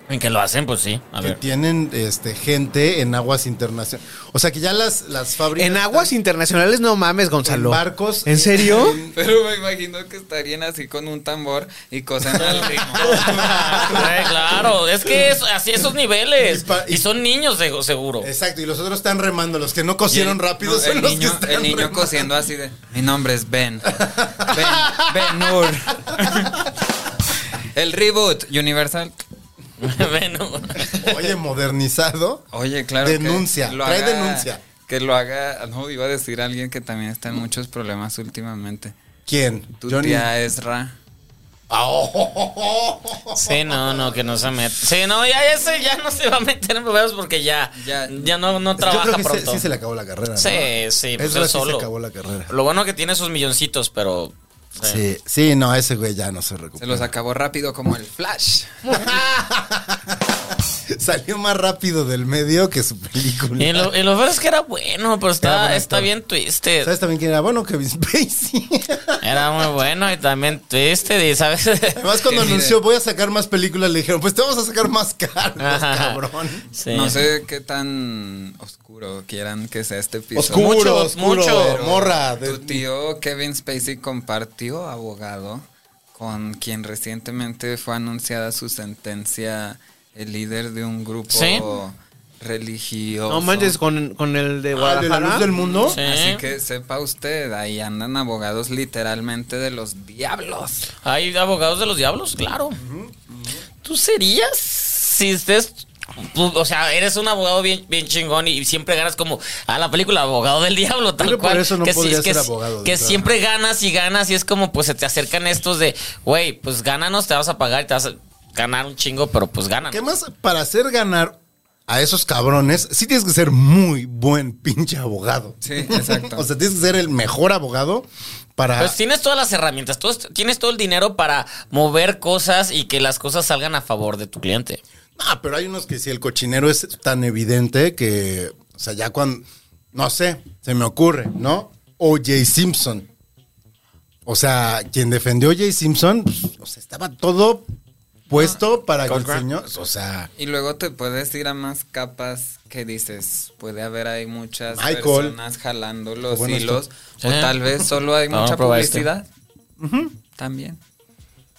Speaker 1: en que lo hacen, pues sí. A
Speaker 2: que
Speaker 1: ver.
Speaker 2: tienen este, gente en aguas internacionales. O sea, que ya las, las fábricas...
Speaker 3: En aguas internacionales no mames, Gonzalo.
Speaker 2: En barcos.
Speaker 3: ¿En serio?
Speaker 2: en-
Speaker 4: Pero me imagino que estarían así con un tambor y cosen al ritmo.
Speaker 1: Ay, Eh, claro, es que es así esos niveles.
Speaker 2: Y pa- y-
Speaker 1: Y son niños, de- seguro.
Speaker 2: Exacto, y los otros están remando. Los que no
Speaker 4: Y el-
Speaker 2: cosieron rápido
Speaker 4: no,
Speaker 2: son
Speaker 4: el
Speaker 2: los
Speaker 4: niño,
Speaker 2: que están
Speaker 4: El niño
Speaker 2: remando.
Speaker 4: cosiendo así de, mi nombre es Ben. Ben, Ben Nur. el reboot, Universal.
Speaker 1: Bueno.
Speaker 2: Oye, modernizado.
Speaker 4: Oye, claro.
Speaker 2: Denuncia,
Speaker 4: que lo
Speaker 2: trae
Speaker 4: haga-
Speaker 2: denuncia.
Speaker 4: Que lo haga, no, iba a decir alguien que también está en muchos problemas últimamente.
Speaker 2: ¿Quién?
Speaker 4: Tu tía Ezra.
Speaker 2: Ah, oh, oh, oh, oh, oh.
Speaker 1: Sí, no, no, que no se meta. Sí, no, ya ese ya no se va a meter en problemas porque ya,
Speaker 4: Ya.
Speaker 1: ya, no, no trabaja
Speaker 2: Yo creo que se-
Speaker 1: pronto.
Speaker 2: sí se le acabó la carrera.
Speaker 1: Sí, sí, pues
Speaker 2: es
Speaker 1: él
Speaker 2: sí se
Speaker 1: solo.
Speaker 2: acabó la carrera.
Speaker 1: Lo bueno que tiene sus milloncitos, pero.
Speaker 2: Sí, sí, no, ese güey ya no se
Speaker 4: Se
Speaker 2: recupera.
Speaker 4: los acabó rápido como el Flash.
Speaker 2: Salió más rápido del medio que su película.
Speaker 1: Y lo, y lo peor es que era bueno, pero
Speaker 2: Era buen
Speaker 1: está,
Speaker 2: actor.
Speaker 1: está bien twisted.
Speaker 2: ¿Sabes también quién era bueno? Kevin Spacey.
Speaker 1: Era muy bueno y también twisted, y sabes.
Speaker 2: Además, cuando
Speaker 4: Que mire.
Speaker 2: anunció voy a sacar más películas, le dijeron, pues te vamos a sacar más caras,
Speaker 1: Ajá.
Speaker 2: cabrón.
Speaker 1: Sí.
Speaker 4: No sé qué tan oscuro quieran que sea este episodio.
Speaker 2: Oscuro,
Speaker 1: Mucho,
Speaker 2: oscuro,
Speaker 1: mucho.
Speaker 2: morra.
Speaker 4: Tu
Speaker 2: de-
Speaker 4: tío Kevin Spacey compartió abogado con quien recientemente fue anunciada su sentencia, el líder de un grupo
Speaker 1: Sí.
Speaker 4: religioso.
Speaker 3: No manches, con, con el de
Speaker 2: Ah, ¿De la
Speaker 3: Guadalajara.
Speaker 2: luz del mundo?
Speaker 1: Sí.
Speaker 4: Así que sepa usted, ahí andan abogados literalmente de los diablos.
Speaker 1: ¿Hay abogados de los diablos? Claro. ¿Tú serías? Si estés. tú, o sea, eres un abogado bien, bien chingón y, y siempre ganas como a la película Abogado del Diablo, tal
Speaker 2: Creo que por
Speaker 1: cual.
Speaker 2: eso no
Speaker 1: que sí,
Speaker 2: podría
Speaker 1: que
Speaker 2: ser
Speaker 1: sí,
Speaker 2: abogado de
Speaker 1: Que
Speaker 2: entrada.
Speaker 1: siempre ganas y ganas y es como pues se te acercan estos de, güey, pues gánanos, te vas a pagar y te vas a ganar un chingo, pero pues ganan.
Speaker 2: ¿Qué más? Para hacer ganar a esos cabrones, sí tienes que ser muy buen pinche abogado.
Speaker 4: Sí, exacto.
Speaker 2: o sea, tienes que ser el mejor abogado para...
Speaker 1: Pues tienes todas las herramientas, tú tienes todo el dinero para mover cosas y que las cosas salgan a favor de tu cliente.
Speaker 2: Ah, pero hay unos que si el cochinero es tan evidente que, o sea, ya cuando, no sé, se me ocurre, ¿no? O.J. Simpson. O sea, quien defendió a O.J. Simpson, pues, o sea, estaba todo
Speaker 4: Ah,
Speaker 2: puesto para que el señor, o sea,
Speaker 4: Y luego te puedes ir a más capas que dices, puede haber ahí muchas
Speaker 2: Michael.
Speaker 4: personas jalando los
Speaker 2: bueno esto.
Speaker 4: hilos, o
Speaker 1: Sí.
Speaker 4: tal vez solo hay
Speaker 1: Vamos a
Speaker 4: mucha
Speaker 1: probar este. esto.
Speaker 4: publicidad. También.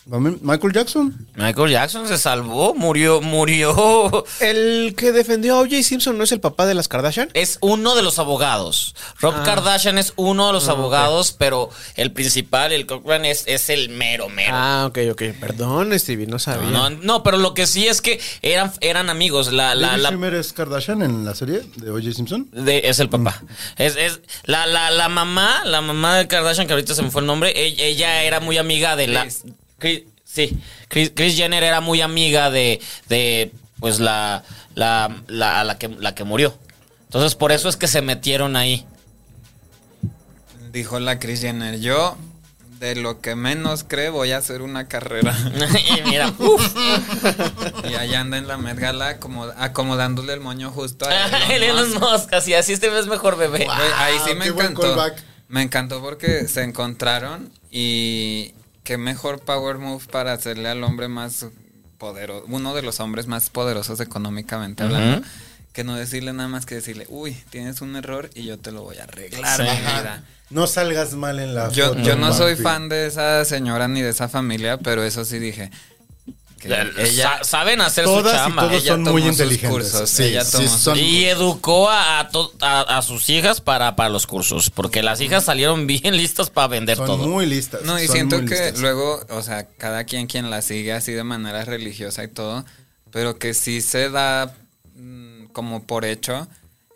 Speaker 2: Michael Jackson.
Speaker 1: Michael Jackson se salvó, murió, murió.
Speaker 3: El que defendió a O.J. Simpson no es el papá de las Kardashian.
Speaker 1: Es uno de los abogados. Rob Kardashian es uno de los abogados, pero el principal, el Cochran, es, es el mero mero.
Speaker 3: Ah, ok, ok. Perdón, Stevie, no sabía.
Speaker 1: No, no, pero lo que sí es que eran, eran amigos. La, la,
Speaker 2: David
Speaker 1: la-
Speaker 2: Schwimmer es Kardashian en la serie de O.J. Simpson.
Speaker 1: de- es el papá. Es, es la, la, la mamá, la mamá de Kardashian, que ahorita se me fue el nombre, e- ella, era muy amiga de la.
Speaker 4: Kris.
Speaker 1: Kris- sí, Chris, Jenner era muy amiga de, de pues la, la, la, la que, la que murió. Entonces por eso es que se metieron ahí.
Speaker 4: Dijo la Kris Jenner, yo de lo que menos creo voy a hacer una carrera.
Speaker 1: y mira, uf.
Speaker 4: y allá anda en la Met Gala como, acomodándole el moño justo a
Speaker 1: Él
Speaker 4: Elon
Speaker 1: Elon
Speaker 4: Musk.
Speaker 1: Musk, así, así este es mejor bebé.
Speaker 4: Güey, ahí sí me
Speaker 2: qué buen
Speaker 4: encantó.
Speaker 2: callback.
Speaker 4: Me encantó porque se encontraron y qué mejor power move para hacerle al hombre más poderoso, uno de los hombres más poderosos económicamente hablando, que no decirle nada más que decirle, uy, tienes un error y yo te lo voy a arreglar. mi vida".
Speaker 2: No salgas mal en la
Speaker 4: Yo,
Speaker 2: foto,
Speaker 4: yo no soy
Speaker 2: papi.
Speaker 4: fan de esa señora ni de esa familia, pero eso sí dije. que
Speaker 1: Ya,
Speaker 4: ella,
Speaker 1: sa- saben hacer
Speaker 2: Todas
Speaker 1: su
Speaker 2: y
Speaker 1: chamba. ¿eh?
Speaker 2: todos
Speaker 4: ella
Speaker 2: son
Speaker 4: tomó
Speaker 2: muy
Speaker 4: sus
Speaker 2: inteligentes.
Speaker 4: cursos,
Speaker 2: Sí,
Speaker 4: ella
Speaker 2: sí,
Speaker 4: tomó
Speaker 2: son-
Speaker 4: sus
Speaker 1: Y educó a, a to- a- a sus hijas para, para los cursos, porque las hijas salieron bien listas para vender
Speaker 2: Son
Speaker 1: todo.
Speaker 2: muy listas.
Speaker 4: No, y
Speaker 2: son
Speaker 4: siento
Speaker 2: muy
Speaker 4: que
Speaker 2: listas.
Speaker 4: luego, o sea, cada quien quien la sigue así de manera religiosa y todo, pero que sí se da mm, como por hecho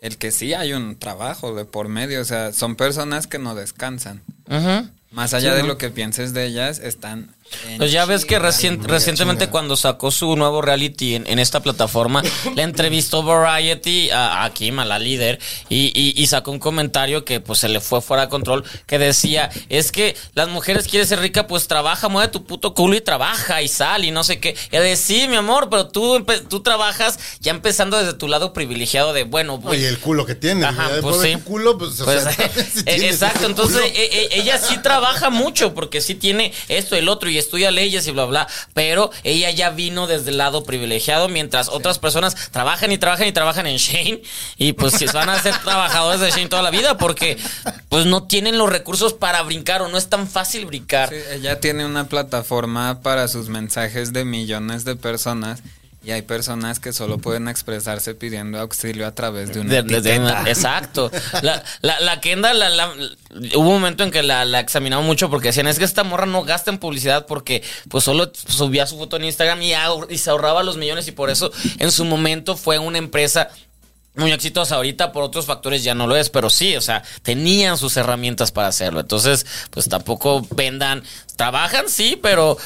Speaker 4: el que sí hay un trabajo de por medio, o sea, son personas que no descansan.
Speaker 1: Ujú.
Speaker 4: Más allá de lo que pienses de ellas, están
Speaker 1: Pues ya ves que recien- recientemente cuando sacó su nuevo reality en, en esta plataforma, le entrevistó Variety a, a Kim, a la líder, y, y- y sacó un comentario que pues se le fue fuera de control, que decía, es que las mujeres quieren ser ricas, pues trabaja, mueve tu puto culo y trabaja y sal y no sé qué. Y de sí, mi amor, pero tú, empe- tú trabajas ya empezando desde tu lado privilegiado de, bueno, voy-
Speaker 2: Oye, el culo que tiene.
Speaker 1: Pues, Ajá,
Speaker 2: ya
Speaker 1: pues
Speaker 2: después de
Speaker 1: sí.
Speaker 2: tu culo, pues, o
Speaker 1: Pues,
Speaker 2: sea,
Speaker 1: eh,
Speaker 2: si
Speaker 1: eh,
Speaker 2: tienes
Speaker 1: exacto,
Speaker 2: ese
Speaker 1: entonces
Speaker 2: culo.
Speaker 1: eh, eh, ella sí trabaja mucho porque sí tiene esto, el otro y estudia leyes y bla, bla, pero ella ya vino desde el lado privilegiado mientras otras personas trabajan y trabajan y trabajan en Shane y pues si van a ser trabajadores de Shane toda la vida porque pues no tienen los recursos para brincar o no es tan fácil brincar.
Speaker 4: Sí, ella tiene una plataforma para sus mensajes de millones de personas y hay personas que solo pueden expresarse pidiendo auxilio a través de una
Speaker 1: De- de- de-
Speaker 4: etiqueta.
Speaker 1: exacto. La, la, la Kendall, la- la- hubo un momento en que la, la examinamos mucho porque decían, es que esta morra no gasta en publicidad porque pues solo subía su foto en Instagram y, ahor- y se ahorraba los millones y por eso en su momento fue una empresa... Muy exitosa ahorita por otros factores ya no lo es, pero sí, o sea, tenían sus herramientas para hacerlo. Entonces, pues tampoco vendan, trabajan sí, pero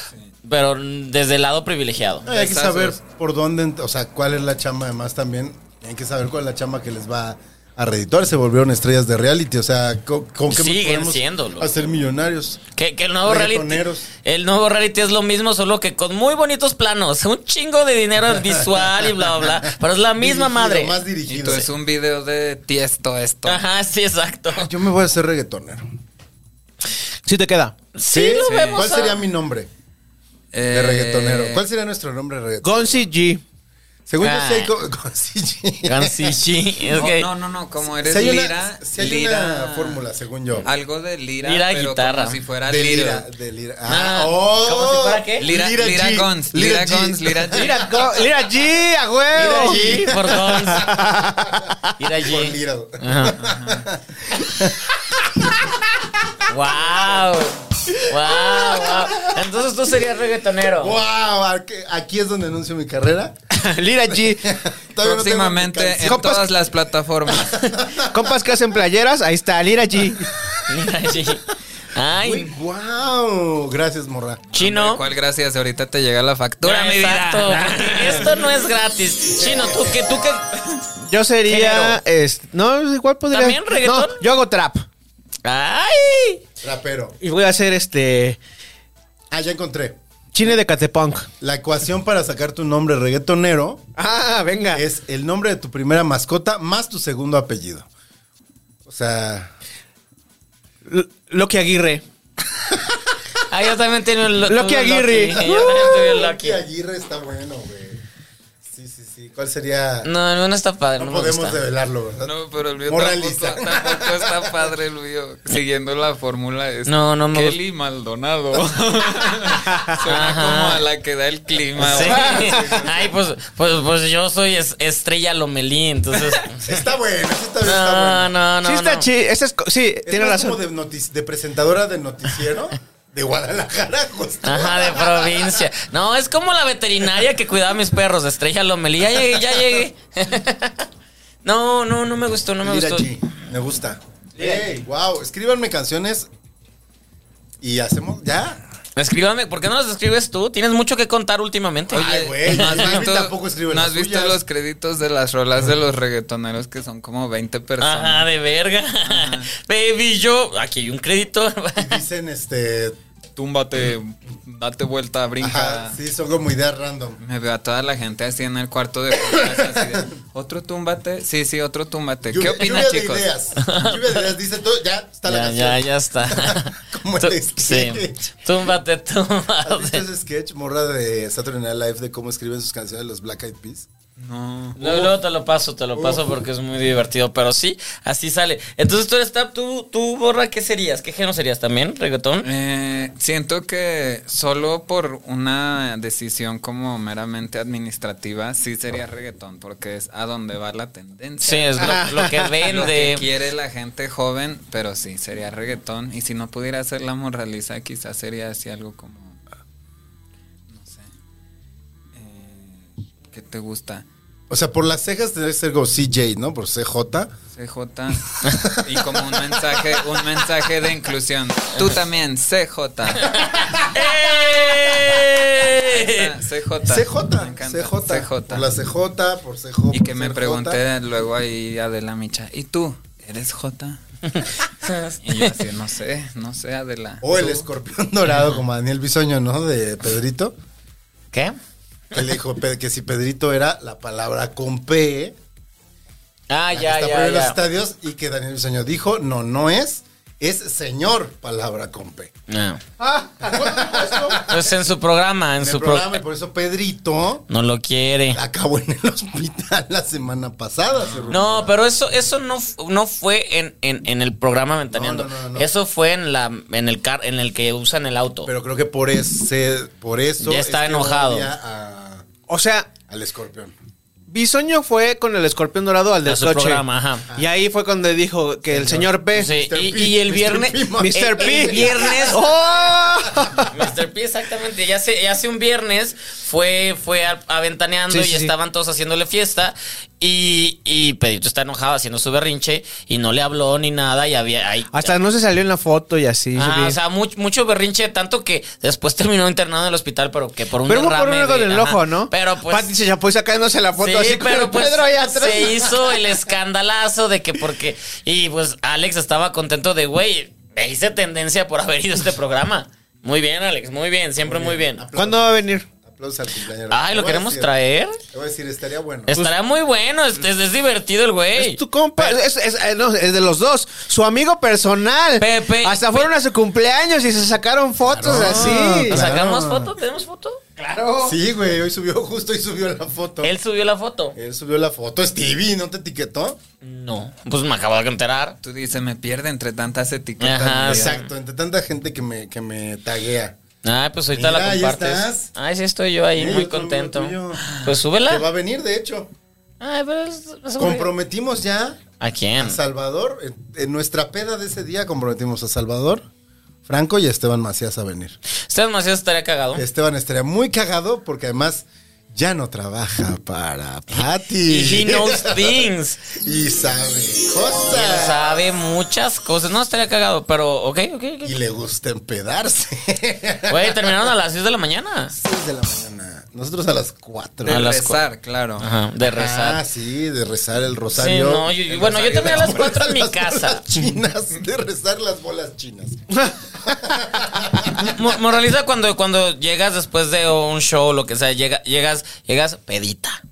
Speaker 1: pero desde el lado privilegiado.
Speaker 2: Ay, hay que
Speaker 4: Desazos.
Speaker 2: saber por dónde, ent- o sea, cuál es la chamba además también. Hay que saber cuál es la chamba que les va a reeditar. Se volvieron estrellas de reality, o sea, co- con, qué
Speaker 1: Siguen
Speaker 2: podemos
Speaker 1: siéndolo.
Speaker 2: Hacer millonarios.
Speaker 1: Que, que el nuevo reality.
Speaker 2: Reggaetoneros.
Speaker 1: El nuevo reality es lo mismo, solo que con muy bonitos planos. Un chingo de dinero visual y bla, bla, bla. Pero es la misma
Speaker 2: Dirigido,
Speaker 1: madre.
Speaker 2: Más
Speaker 4: Y
Speaker 2: dirigido.
Speaker 4: tú es un video de tiesto esto.
Speaker 1: Ajá, sí, exacto.
Speaker 2: Yo me voy a hacer reggaetonero.
Speaker 3: Sí te queda.
Speaker 1: Sí, lo vemos.
Speaker 2: ¿Cuál
Speaker 1: a-
Speaker 2: sería mi nombre de
Speaker 4: Eh,
Speaker 2: reggaetonero? ¿Cuál sería nuestro nombre de reggaetonero?
Speaker 3: Gonzi G.
Speaker 2: Según
Speaker 1: Ah.
Speaker 2: yo sé, con, con CG.
Speaker 1: Gansichi, es
Speaker 4: no,
Speaker 1: que-
Speaker 4: no, no, no, como eres
Speaker 2: Si hay una-
Speaker 4: lira,
Speaker 2: si hay
Speaker 4: lira,
Speaker 2: una fórmula, según yo.
Speaker 4: Algo de lira,
Speaker 1: Lira,
Speaker 4: pero
Speaker 1: guitarra.
Speaker 4: como si fuera
Speaker 2: de
Speaker 4: Little.
Speaker 2: lira, de lira.
Speaker 1: Ah,
Speaker 2: Ah, oh,
Speaker 1: ¿como si fuera qué?
Speaker 4: Lira,
Speaker 2: Lira
Speaker 4: lira,
Speaker 2: G.
Speaker 4: Gons,
Speaker 2: Lira
Speaker 4: lira,
Speaker 2: G.
Speaker 4: Gons, lira G.
Speaker 3: Mira, go- mira G, a
Speaker 2: Mira
Speaker 3: huevo.
Speaker 2: G.
Speaker 1: Sí, Oh, por Gons. Ir allí.
Speaker 2: Con lira.
Speaker 1: Wow. Wow, wow. Entonces tú serías reggaetonero.
Speaker 2: Wow, aquí- aquí es donde anuncio mi carrera.
Speaker 3: Lira G.
Speaker 2: Todavía no tengo mi
Speaker 4: Próximamente
Speaker 2: canción.
Speaker 4: en
Speaker 3: Compas-
Speaker 4: todas las plataformas.
Speaker 3: Compas que hacen playeras, ahí está, Lira G.
Speaker 1: Ir allí.
Speaker 2: Uy,
Speaker 1: Ay,
Speaker 2: wow. Gracias, morra.
Speaker 1: chino.
Speaker 4: ¿Cuál gracias? Ahorita te llega la factura, mi vida.
Speaker 1: Exacto. Esto no es gratis. Chino, tú que tú que
Speaker 3: Yo sería. es- no, igual podría.
Speaker 1: ¿También reggaetón?
Speaker 3: No, yo hago trap.
Speaker 1: Ay.
Speaker 2: Rapero.
Speaker 3: Y voy a hacer este.
Speaker 2: Ah, ya encontré.
Speaker 3: Chine de Catepunk.
Speaker 2: La ecuación para sacar tu nombre reggaetonero
Speaker 3: Ah, venga.
Speaker 2: es el nombre de tu primera mascota más tu segundo apellido. O sea,
Speaker 3: L- Loki Aguirre.
Speaker 1: Ah, yo también tengo el
Speaker 3: Loki
Speaker 1: tuve el
Speaker 3: Aguirre.
Speaker 1: Loki. Yo también tuve el Loki.
Speaker 2: Loki Aguirre está bueno, güey. Sí, sí, sí. ¿Cuál sería? No,
Speaker 1: No, no, no está padre. No, me
Speaker 2: podemos
Speaker 1: gusta.
Speaker 2: develarlo, ¿verdad?
Speaker 4: No, pero el mío
Speaker 2: Morra
Speaker 4: tampoco,
Speaker 2: lisa.
Speaker 4: tampoco está padre el mío. Siguiendo la fórmula es
Speaker 1: No, no me
Speaker 4: Kelly Maldonado. Suena
Speaker 1: Ajá.
Speaker 4: como a la que da el clima.
Speaker 1: Ah, Sí.
Speaker 4: güey.
Speaker 1: Ay, pues, pues, pues yo soy es- estrella Lomelí, entonces.
Speaker 2: Está bueno, sí está, está
Speaker 1: No,
Speaker 2: bueno.
Speaker 1: no, no.
Speaker 3: sí, está
Speaker 1: no.
Speaker 3: chi- ese es co- sí,
Speaker 2: Es
Speaker 3: tiene
Speaker 2: más
Speaker 3: razón.
Speaker 2: como de, notic- de presentadora de noticiero de Guadalajara, justo.
Speaker 1: Ajá, de provincia. No, es como la veterinaria que cuidaba a mis perros, estrella Lomelí. Ya llegué, ya llegué. No, no, no me gustó, no me
Speaker 2: Mira
Speaker 1: gustó.
Speaker 2: aquí, me gusta. Ey, wow, escríbanme canciones y hacemos ya.
Speaker 1: Escríbame, ¿por qué no las escribes tú? Tienes mucho que contar últimamente.
Speaker 2: Ay, güey,
Speaker 4: ¿No has
Speaker 2: Barbie
Speaker 4: visto-
Speaker 2: tampoco escribe
Speaker 4: ¿no
Speaker 2: las
Speaker 4: has visto
Speaker 2: suyas?
Speaker 4: los créditos de las rolas de los reggaetoneros que son como 20 personas?
Speaker 1: Ajá, de verga. Baby, yo. Aquí hay un crédito.
Speaker 2: Y dicen este,
Speaker 4: Túmbate, date vuelta, brinca.
Speaker 2: ajá, sí, son como ideas random.
Speaker 4: Me veo a toda la gente así en el cuarto de juntas, así de, otro túmbate. Sí, sí, otro túmbate. ¿Qué
Speaker 2: Lluvia-
Speaker 4: opinan,
Speaker 2: lluvia
Speaker 4: chicos?
Speaker 2: de ideas. Lluvia de ideas, dice todo, ya está la
Speaker 1: ya,
Speaker 2: canción.
Speaker 1: ya, ya está.
Speaker 2: Como el
Speaker 1: Tú-
Speaker 2: sketch.
Speaker 1: sí. Túmbate,
Speaker 2: ¿Has visto
Speaker 1: túmbate.
Speaker 2: ese sketch, morra de Saturday Night Live, de cómo escriben sus canciones los Black Eyed Peas?
Speaker 4: No.
Speaker 1: Luego, luego te lo paso, te lo paso porque es muy divertido. Pero sí, así sale. Entonces tú eres tap, tú, tú borra, ¿qué serías? ¿Qué género serías también? ¿Reggaetón?
Speaker 4: Eh, siento que solo por una decisión como meramente administrativa, sí sería reggaetón, porque es a donde va la tendencia.
Speaker 1: Sí, es lo, lo que
Speaker 4: Lo que
Speaker 1: vende.
Speaker 4: quiere la gente joven, pero sí, sería reggaetón. Y si no pudiera hacer la morraliza, quizás sería así algo como. No sé. Eh, ¿Qué te gusta?
Speaker 2: O sea, por las cejas tendría que ser como CJ, ¿no? Por CJ.
Speaker 4: CJ. Y como un mensaje, un mensaje de inclusión. Tú también, CJ.
Speaker 1: ¡Eh!
Speaker 4: Ah, CJ.
Speaker 2: CJ.
Speaker 4: Me encanta.
Speaker 2: CJ. Por la CJ, por CJ.
Speaker 4: Y que me pregunté luego ahí Adela Micha, ¿y tú? ¿Eres J? Y yo así, no sé, no sé, Adela.
Speaker 2: O el
Speaker 4: ¿Tú?
Speaker 2: escorpión dorado, como Daniel Bisoño, ¿no? De Pedrito.
Speaker 1: ¿Qué?
Speaker 2: Que le dijo Pe- que si Pedrito era la palabra con P,
Speaker 1: Ah,
Speaker 2: la que
Speaker 1: ya,
Speaker 2: está prohibida
Speaker 1: ya,
Speaker 2: en los
Speaker 1: ya.
Speaker 2: estadios, y que Daniel Bisoño dijo, no, no es, es señor palabra con P.
Speaker 1: No.
Speaker 2: Ah, en
Speaker 1: Pues en su programa, en,
Speaker 2: el
Speaker 1: su
Speaker 2: programa, y
Speaker 1: programa.
Speaker 2: por eso Pedrito
Speaker 1: No lo quiere.
Speaker 2: acabó en el hospital la semana pasada. se
Speaker 1: No,
Speaker 2: rumora.
Speaker 1: pero eso, eso no, fu- no fue en, en, en el programa Ventaneando.
Speaker 2: No, no, no, no.
Speaker 1: Eso fue en la en el car, en el que usan el auto.
Speaker 2: Pero creo que por ese, por eso.
Speaker 1: Ya está
Speaker 2: es que
Speaker 1: enojado.
Speaker 2: odia a-
Speaker 3: O sea,
Speaker 2: al escorpión.
Speaker 3: Bisoño fue con el escorpión dorado al
Speaker 1: A su
Speaker 3: descoche.
Speaker 1: programa, ajá.
Speaker 3: Y ahí fue cuando dijo que el señor P.
Speaker 1: Sí,
Speaker 2: Mr.
Speaker 1: y,
Speaker 2: P,
Speaker 1: y el
Speaker 2: Mr.
Speaker 1: viernes.
Speaker 2: P, man.
Speaker 1: el-
Speaker 3: Mr. P.
Speaker 1: El viernes.
Speaker 3: ¡Oh!
Speaker 1: Mr. P, exactamente. Ya hace, ya hace un viernes fue, fue a, a ventaneando
Speaker 3: Sí,
Speaker 1: y
Speaker 3: sí, sí.
Speaker 1: estaban todos haciéndole fiesta. Y, y Pedrito está enojado haciendo su berrinche y no le habló ni nada. Y había ahí.
Speaker 3: Hasta no se salió Ah, en la foto y así.
Speaker 1: Ah,
Speaker 3: sí.
Speaker 1: o sea, mucho, mucho berrinche, tanto que después terminó internado en el hospital, pero que por un
Speaker 3: pero hubo por
Speaker 1: derrame
Speaker 3: un
Speaker 1: de-
Speaker 3: en el
Speaker 1: ajá.
Speaker 3: ojo, ¿no?
Speaker 1: Pero pues.
Speaker 3: Pati se chapó y sacándose la foto
Speaker 1: sí,
Speaker 3: así con
Speaker 1: pero
Speaker 3: el
Speaker 1: pues
Speaker 3: Pedro ahí atrás.
Speaker 1: se hizo el escandalazo de que porque. Y pues Alex estaba contento de, güey, me hice tendencia por haber ido a este programa. Muy bien, Alex, muy bien, siempre muy bien.
Speaker 3: ¿Cuándo va a venir?
Speaker 2: Aplausos al cumpleañero.
Speaker 1: Ay,
Speaker 2: Te
Speaker 1: ¿lo
Speaker 2: voy a
Speaker 1: queremos
Speaker 2: decir-
Speaker 1: traer?
Speaker 2: Te voy a decir, estaría bueno.
Speaker 1: Estará muy bueno, es, es- es divertido el güey.
Speaker 3: Es tu compa, es, es- eh, no, es de los dos, su amigo personal.
Speaker 1: Pepe.
Speaker 3: Hasta fueron a su cumpleaños y se sacaron fotos así.
Speaker 2: claro.
Speaker 1: ¿Sacamos foto? ¿Tenemos foto?
Speaker 3: Claro.
Speaker 2: Sí, güey, hoy subió, justo hoy subió la foto.
Speaker 1: Él subió la foto.
Speaker 2: Él subió la foto. Stevie, ¿no te etiquetó?
Speaker 1: No, pues me acabo de enterar.
Speaker 4: Tú dices, me pierde entre tantas etiquetas.
Speaker 1: Ajá,
Speaker 4: Yo,
Speaker 2: Exacto, entre tanta gente que me, que me taguea.
Speaker 1: Ay, pues ahorita
Speaker 2: Mira,
Speaker 1: la
Speaker 2: ahí
Speaker 1: compartes.
Speaker 2: estás.
Speaker 1: Ay, sí estoy yo ahí,
Speaker 2: Eh,
Speaker 1: muy
Speaker 2: yo también,
Speaker 1: contento.
Speaker 2: tuyo.
Speaker 1: Pues
Speaker 2: Que va
Speaker 1: súbela.
Speaker 2: a venir, de hecho.
Speaker 1: Ay, pero es- es-
Speaker 2: Comprometimos ya
Speaker 1: ¿A quién?
Speaker 2: a Salvador. En, en nuestra peda de ese día comprometimos a Salvador, Franco y a Esteban Macías a venir.
Speaker 1: Esteban Macías estaría cagado.
Speaker 2: Esteban estaría muy cagado porque además ya no trabaja para
Speaker 1: Y he
Speaker 2: Patty.
Speaker 1: knows things.
Speaker 2: y sabe
Speaker 1: Y él
Speaker 2: cosas.
Speaker 1: sabe muchas cosas. No, estaría cagado, pero ok, ok, ok.
Speaker 2: Y le gusta empedarse.
Speaker 1: Güey, terminaron a las 10 de la mañana.
Speaker 2: 6 de la mañana. Nosotros a las 4.
Speaker 1: A
Speaker 4: De
Speaker 1: las
Speaker 4: rezar, claro.
Speaker 1: Ajá, de rezar.
Speaker 2: Ah, sí, de rezar el
Speaker 1: sí,
Speaker 2: rosario.
Speaker 1: no, yo- yo- bueno, yo
Speaker 4: rosario
Speaker 1: terminé a las
Speaker 4: de
Speaker 1: 4 en mi
Speaker 2: Las
Speaker 1: casa.
Speaker 2: bolas Chinas, de rezar las bolas chinas.
Speaker 1: Mo- Moraliza cuando, cuando llegas después de un show, lo que sea, llega- llegas, llegas pedita.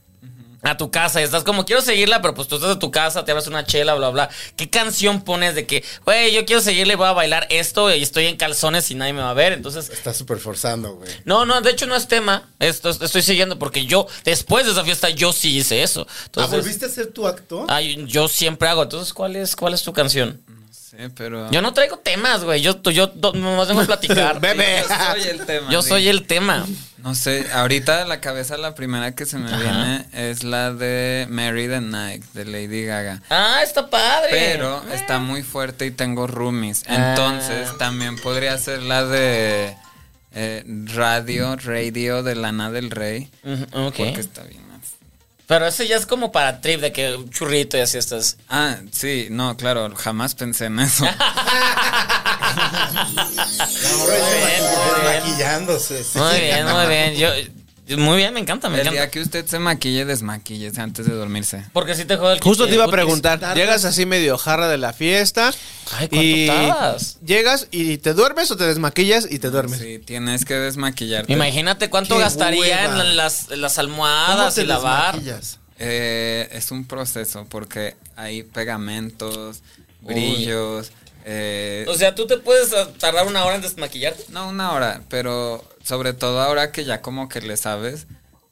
Speaker 1: A tu casa y estás como, quiero seguirla, pero pues tú estás en tu casa, te abres una chela, bla, bla. ¿Qué canción pones de que, güey, yo quiero seguirle, voy a bailar esto y estoy en calzones y nadie me va a ver? Entonces,
Speaker 2: Está súper forzando, güey.
Speaker 1: no, no, de hecho no es tema. Esto estoy siguiendo porque yo, después de esa fiesta, yo sí hice eso.
Speaker 2: Ah,
Speaker 1: Entonces, Ah,
Speaker 2: ¿Volviste a hacer tu acto?
Speaker 1: ay, yo siempre hago. Entonces, ¿cuál es, cuál es tu canción?
Speaker 4: Sí, pero.
Speaker 1: Yo no traigo temas, güey. Yo, yo, yo nomás vengo a platicar.
Speaker 4: Bebe. Yo soy el tema,
Speaker 1: Yo
Speaker 4: sí.
Speaker 1: soy el tema.
Speaker 4: No sé, ahorita de la cabeza la primera que se me viene es la de Mary the Night de Lady Gaga.
Speaker 1: Ah, está padre.
Speaker 4: Pero está muy fuerte y tengo roomies. Entonces
Speaker 1: Ah.
Speaker 4: también podría ser la de eh, Radio, Radio de Lana del Rey.
Speaker 1: Ujú, ok.
Speaker 4: Porque está bien más.
Speaker 1: Pero eso ya es como para trip de que un churrito y así estás.
Speaker 4: Ah, sí, no, claro, jamás pensé en eso.
Speaker 1: Ah,
Speaker 2: Ahora
Speaker 1: bien, muy bien.
Speaker 2: maquillándose. sí.
Speaker 1: Muy bien, muy bien. Yo, muy bien, me encanta, me
Speaker 4: El
Speaker 1: encanta.
Speaker 4: día que usted se maquille, desmaquille antes de dormirse.
Speaker 1: Porque si te jode el
Speaker 3: Justo
Speaker 1: el
Speaker 3: te iba a
Speaker 1: cutis.
Speaker 3: preguntar, llegas así medio jarra de la fiesta.
Speaker 1: Ay, ¿cuánto
Speaker 3: y
Speaker 1: tardas?
Speaker 3: llegas y te duermes o te desmaquillas y te duermes.
Speaker 4: Sí, tienes que desmaquillarte.
Speaker 1: Imagínate cuánto
Speaker 2: Qué
Speaker 1: gastaría
Speaker 2: hueva.
Speaker 1: en las, en las
Speaker 2: ¿Cómo
Speaker 1: almohadas
Speaker 2: te
Speaker 1: y lavar.
Speaker 2: desmaquillas?
Speaker 4: Eh, es un proceso porque hay pegamentos, brillos. eh,
Speaker 1: O sea, tú te puedes ah, tardar una hora en desmaquillarte.
Speaker 4: no una hora, pero sobre todo ahora que ya como que le sabes.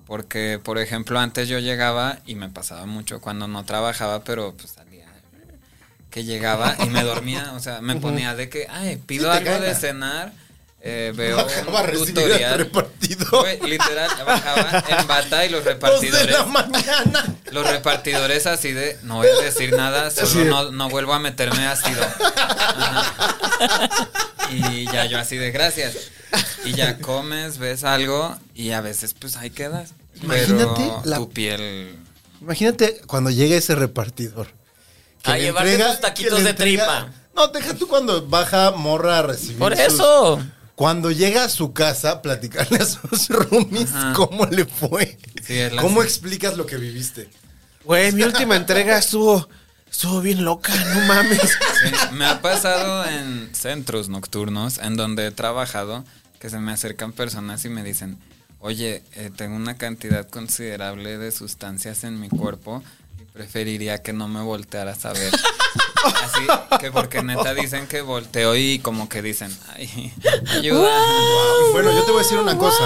Speaker 4: Porque, por ejemplo, antes yo llegaba y me pasaba mucho cuando no trabajaba, pero pues salía. Que llegaba y me dormía, o sea, me ponía de que, ay, pido
Speaker 2: te
Speaker 4: algo de
Speaker 2: gana.
Speaker 4: cenar, eh, veo
Speaker 2: Bajaba a
Speaker 4: un
Speaker 2: recibir al
Speaker 4: tutorial.
Speaker 2: repartido.
Speaker 4: Güey, literal, bajaba en bata y los
Speaker 2: Dos de
Speaker 4: repartidores.
Speaker 2: la mañana.
Speaker 4: Los repartidores así de, no voy a decir nada,
Speaker 2: Así
Speaker 4: solo
Speaker 2: de-
Speaker 4: no, no vuelvo a meterme ácido. Ajá. Y ya yo así de, gracias. Y ya comes, ves algo y a veces pues ahí quedas.
Speaker 2: Imagínate
Speaker 4: Pero
Speaker 2: la-
Speaker 4: tu piel...
Speaker 2: Imagínate cuando llegue ese repartidor.
Speaker 1: A
Speaker 2: le
Speaker 1: llevarte
Speaker 2: entrega-
Speaker 1: tus taquitos
Speaker 2: que le
Speaker 1: de
Speaker 2: entrega-
Speaker 1: tripa.
Speaker 2: No, deja tú cuando baja morra a recibir.
Speaker 1: Por
Speaker 2: sus-
Speaker 1: eso.
Speaker 2: Cuando llega a su casa, platicarle a sus roomies
Speaker 4: Ajá.
Speaker 2: cómo le fue.
Speaker 4: Sí, es la-
Speaker 2: ¿Cómo explicas lo que viviste?
Speaker 3: Güey, mi última entrega estuvo, estuvo bien loca, no mames.
Speaker 4: Sí, me ha pasado en centros nocturnos en donde he trabajado que se me acercan personas y me dicen, oye, eh, tengo una cantidad considerable de sustancias en mi cuerpo y preferiría que no me voltearas a ver. Así que porque neta dicen que volteo y como que dicen, ay, ayuda.
Speaker 2: Bueno, yo te voy a decir una cosa.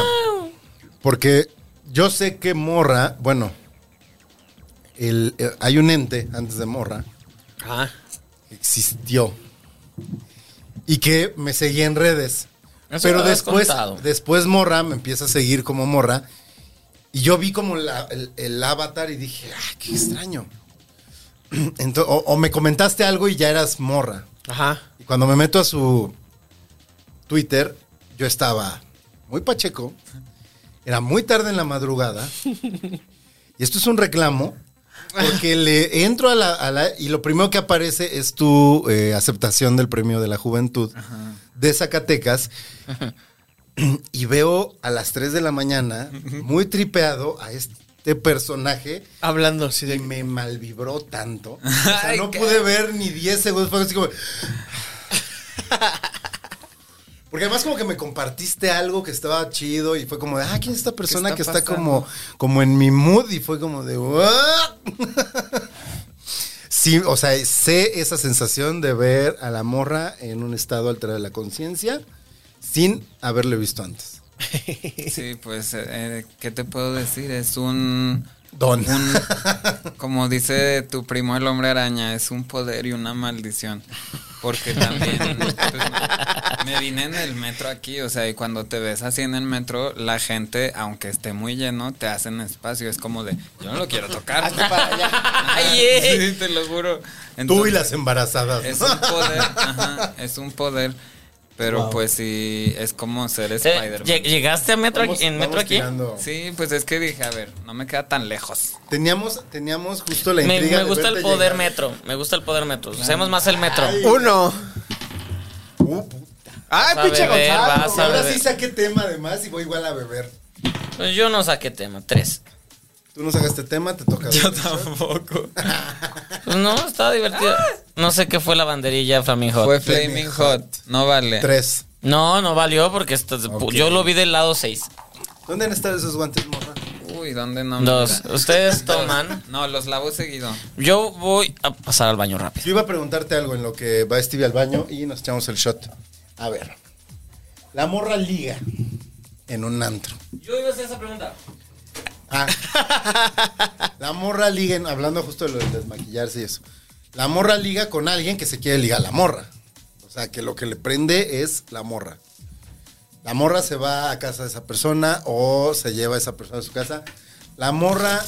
Speaker 2: Porque yo sé que morra, bueno, el- eh, hay un ente antes de morra
Speaker 3: Ah,
Speaker 2: que existió y que me seguía en redes.
Speaker 1: Eso
Speaker 2: Pero
Speaker 1: lo habías
Speaker 2: después,
Speaker 1: contado.
Speaker 2: después morra me empieza a seguir como morra y yo vi como la- el, el avatar y dije, ah, qué extraño. Ento- o- o me comentaste algo y ya eras morra.
Speaker 3: Ajá.
Speaker 2: Y cuando me meto a su Twitter, yo estaba muy pacheco. Era muy tarde en la madrugada. Y esto es un reclamo. Porque le entro a la, a la- Y lo primero que aparece es tu eh, aceptación del premio de la juventud de Zacatecas. Y veo a las 3 de la mañana, muy tripeado, a este personaje
Speaker 3: Hablando así
Speaker 2: y
Speaker 3: de...
Speaker 2: me malvibró tanto. O sea,
Speaker 4: Ay,
Speaker 2: no
Speaker 4: qué-
Speaker 2: pude ver ni 10 segundos. Fue así como. Porque además como que me compartiste algo que estaba chido y fue como de, ah, ¿quién es esta persona
Speaker 4: está
Speaker 2: que está
Speaker 4: pasando?
Speaker 2: como, como en mi mood? Y fue como de, "What?" Sí, o sea, sé esa sensación de ver a la morra en un estado alterado de la conciencia sin haberle visto antes.
Speaker 4: Sí, pues, eh, eh, ¿qué te puedo decir? Es un...
Speaker 2: Don.
Speaker 4: un- como dice tu primo el hombre araña, es un poder y una maldición. Porque también pues, me- me vine en el metro aquí, o sea, y cuando te ves así en el metro, la gente, aunque esté muy lleno, te hacen espacio. Es como de, yo no lo quiero tocar. Ajá,
Speaker 1: Ay, eh.
Speaker 4: Sí, te lo juro.
Speaker 2: Tú y
Speaker 4: Entonces-
Speaker 2: las embarazadas.
Speaker 4: es
Speaker 2: ¿no?
Speaker 4: un poder, ajá, es un poder. Pero pues sí, es como ser
Speaker 1: Eh,
Speaker 4: Spider-Man.
Speaker 1: lleg- ¿Llegaste a metro
Speaker 2: Vamos-
Speaker 1: aquí- en metro
Speaker 2: vamos
Speaker 1: aquí?
Speaker 2: tirando.
Speaker 4: Sí, pues es que dije, a ver, no me queda tan lejos.
Speaker 2: Teníamos, teníamos justo la
Speaker 1: Me,
Speaker 2: intriga.
Speaker 1: me
Speaker 2: de
Speaker 1: gusta el
Speaker 2: verte
Speaker 1: poder
Speaker 2: llegar.
Speaker 1: metro. Me gusta el poder metro. Usemos más el metro.
Speaker 3: Uno.
Speaker 2: Uh, pu-
Speaker 1: Vas
Speaker 3: Ay,
Speaker 1: a
Speaker 3: pinche
Speaker 1: beber,
Speaker 3: Gonzalo.
Speaker 1: vas
Speaker 2: y
Speaker 1: a
Speaker 2: ahora
Speaker 1: beber.
Speaker 2: sí saqué tema además y voy igual a beber.
Speaker 1: Pues yo no saqué tema. Tres.
Speaker 2: Tú no sacaste tema, te toca. beber.
Speaker 4: tampoco.
Speaker 1: Pues no, estaba divertido. No sé qué fue la banderilla Ah. Flaming Hot.
Speaker 4: Fue Flaming Hot, no vale.
Speaker 2: Tres.
Speaker 1: No, no valió porque esto- pu- yo lo vi del lado 6.
Speaker 2: ¿Dónde han estado esos guantes, morra?
Speaker 4: Uy, ¿dónde no?
Speaker 1: Dos.
Speaker 4: Mira.
Speaker 1: Ustedes toman.
Speaker 4: No, los lavo seguido.
Speaker 1: Yo voy a pasar al baño rápido.
Speaker 2: Yo iba a preguntarte algo en lo que va Stevie al baño y nos echamos el shot. A ver. La morra liga en un antro.
Speaker 1: Yo iba a hacer esa pregunta.
Speaker 2: Ah. La morra liga, en- hablando justo de lo del desmaquillarse y eso. La morra liga con alguien que se quiere ligar a la morra. O sea, que lo que le prende es la morra. La morra se va a casa de esa persona o se lleva a esa persona a su casa. La morra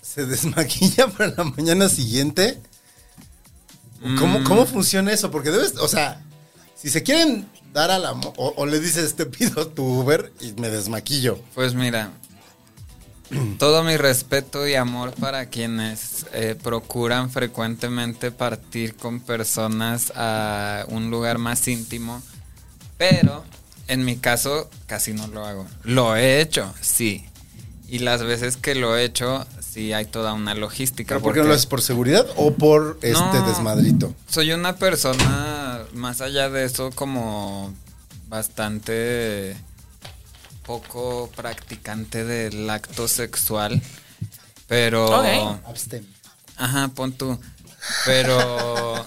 Speaker 2: se desmaquilla para la mañana siguiente. ¿Cómo, cómo funciona eso? Porque debes, o sea, si se quieren dar a la mo- o, o le dices, te pido tu Uber y me desmaquillo.
Speaker 4: Pues mira, todo mi respeto y amor para quienes eh, procuran frecuentemente partir con personas a un lugar más íntimo, pero en mi caso casi no lo hago. Lo he hecho, sí. Y las veces que lo he hecho, sí hay toda una logística.
Speaker 2: ¿Pero por qué no lo haces? ¿Por seguridad o por este
Speaker 4: No.
Speaker 2: desmadrito?
Speaker 4: Soy una persona, más allá de eso, como bastante poco practicante del acto sexual. Pero.
Speaker 1: Ok.
Speaker 2: Abstén.
Speaker 4: Ajá, pon tú. Pero,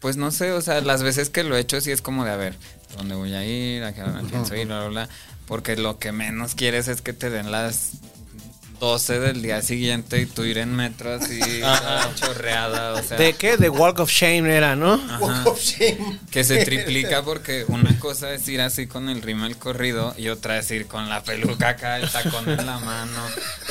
Speaker 4: pues no sé, o sea, las veces que lo he hecho sí es como de, a ver, ¿dónde voy a ir? ¿A qué hora me pienso ir? Bla, bla, bla. Porque lo que menos quieres es que te den las 12 del día siguiente y tú ir en metro así, chorreada, o sea.
Speaker 3: ¿De qué? De Walk of Shame era, ¿no?
Speaker 2: Walk of shame.
Speaker 4: Que se triplica porque una cosa es ir así con el rimel corrido y otra es ir con la peluca acá, el tacón en la mano.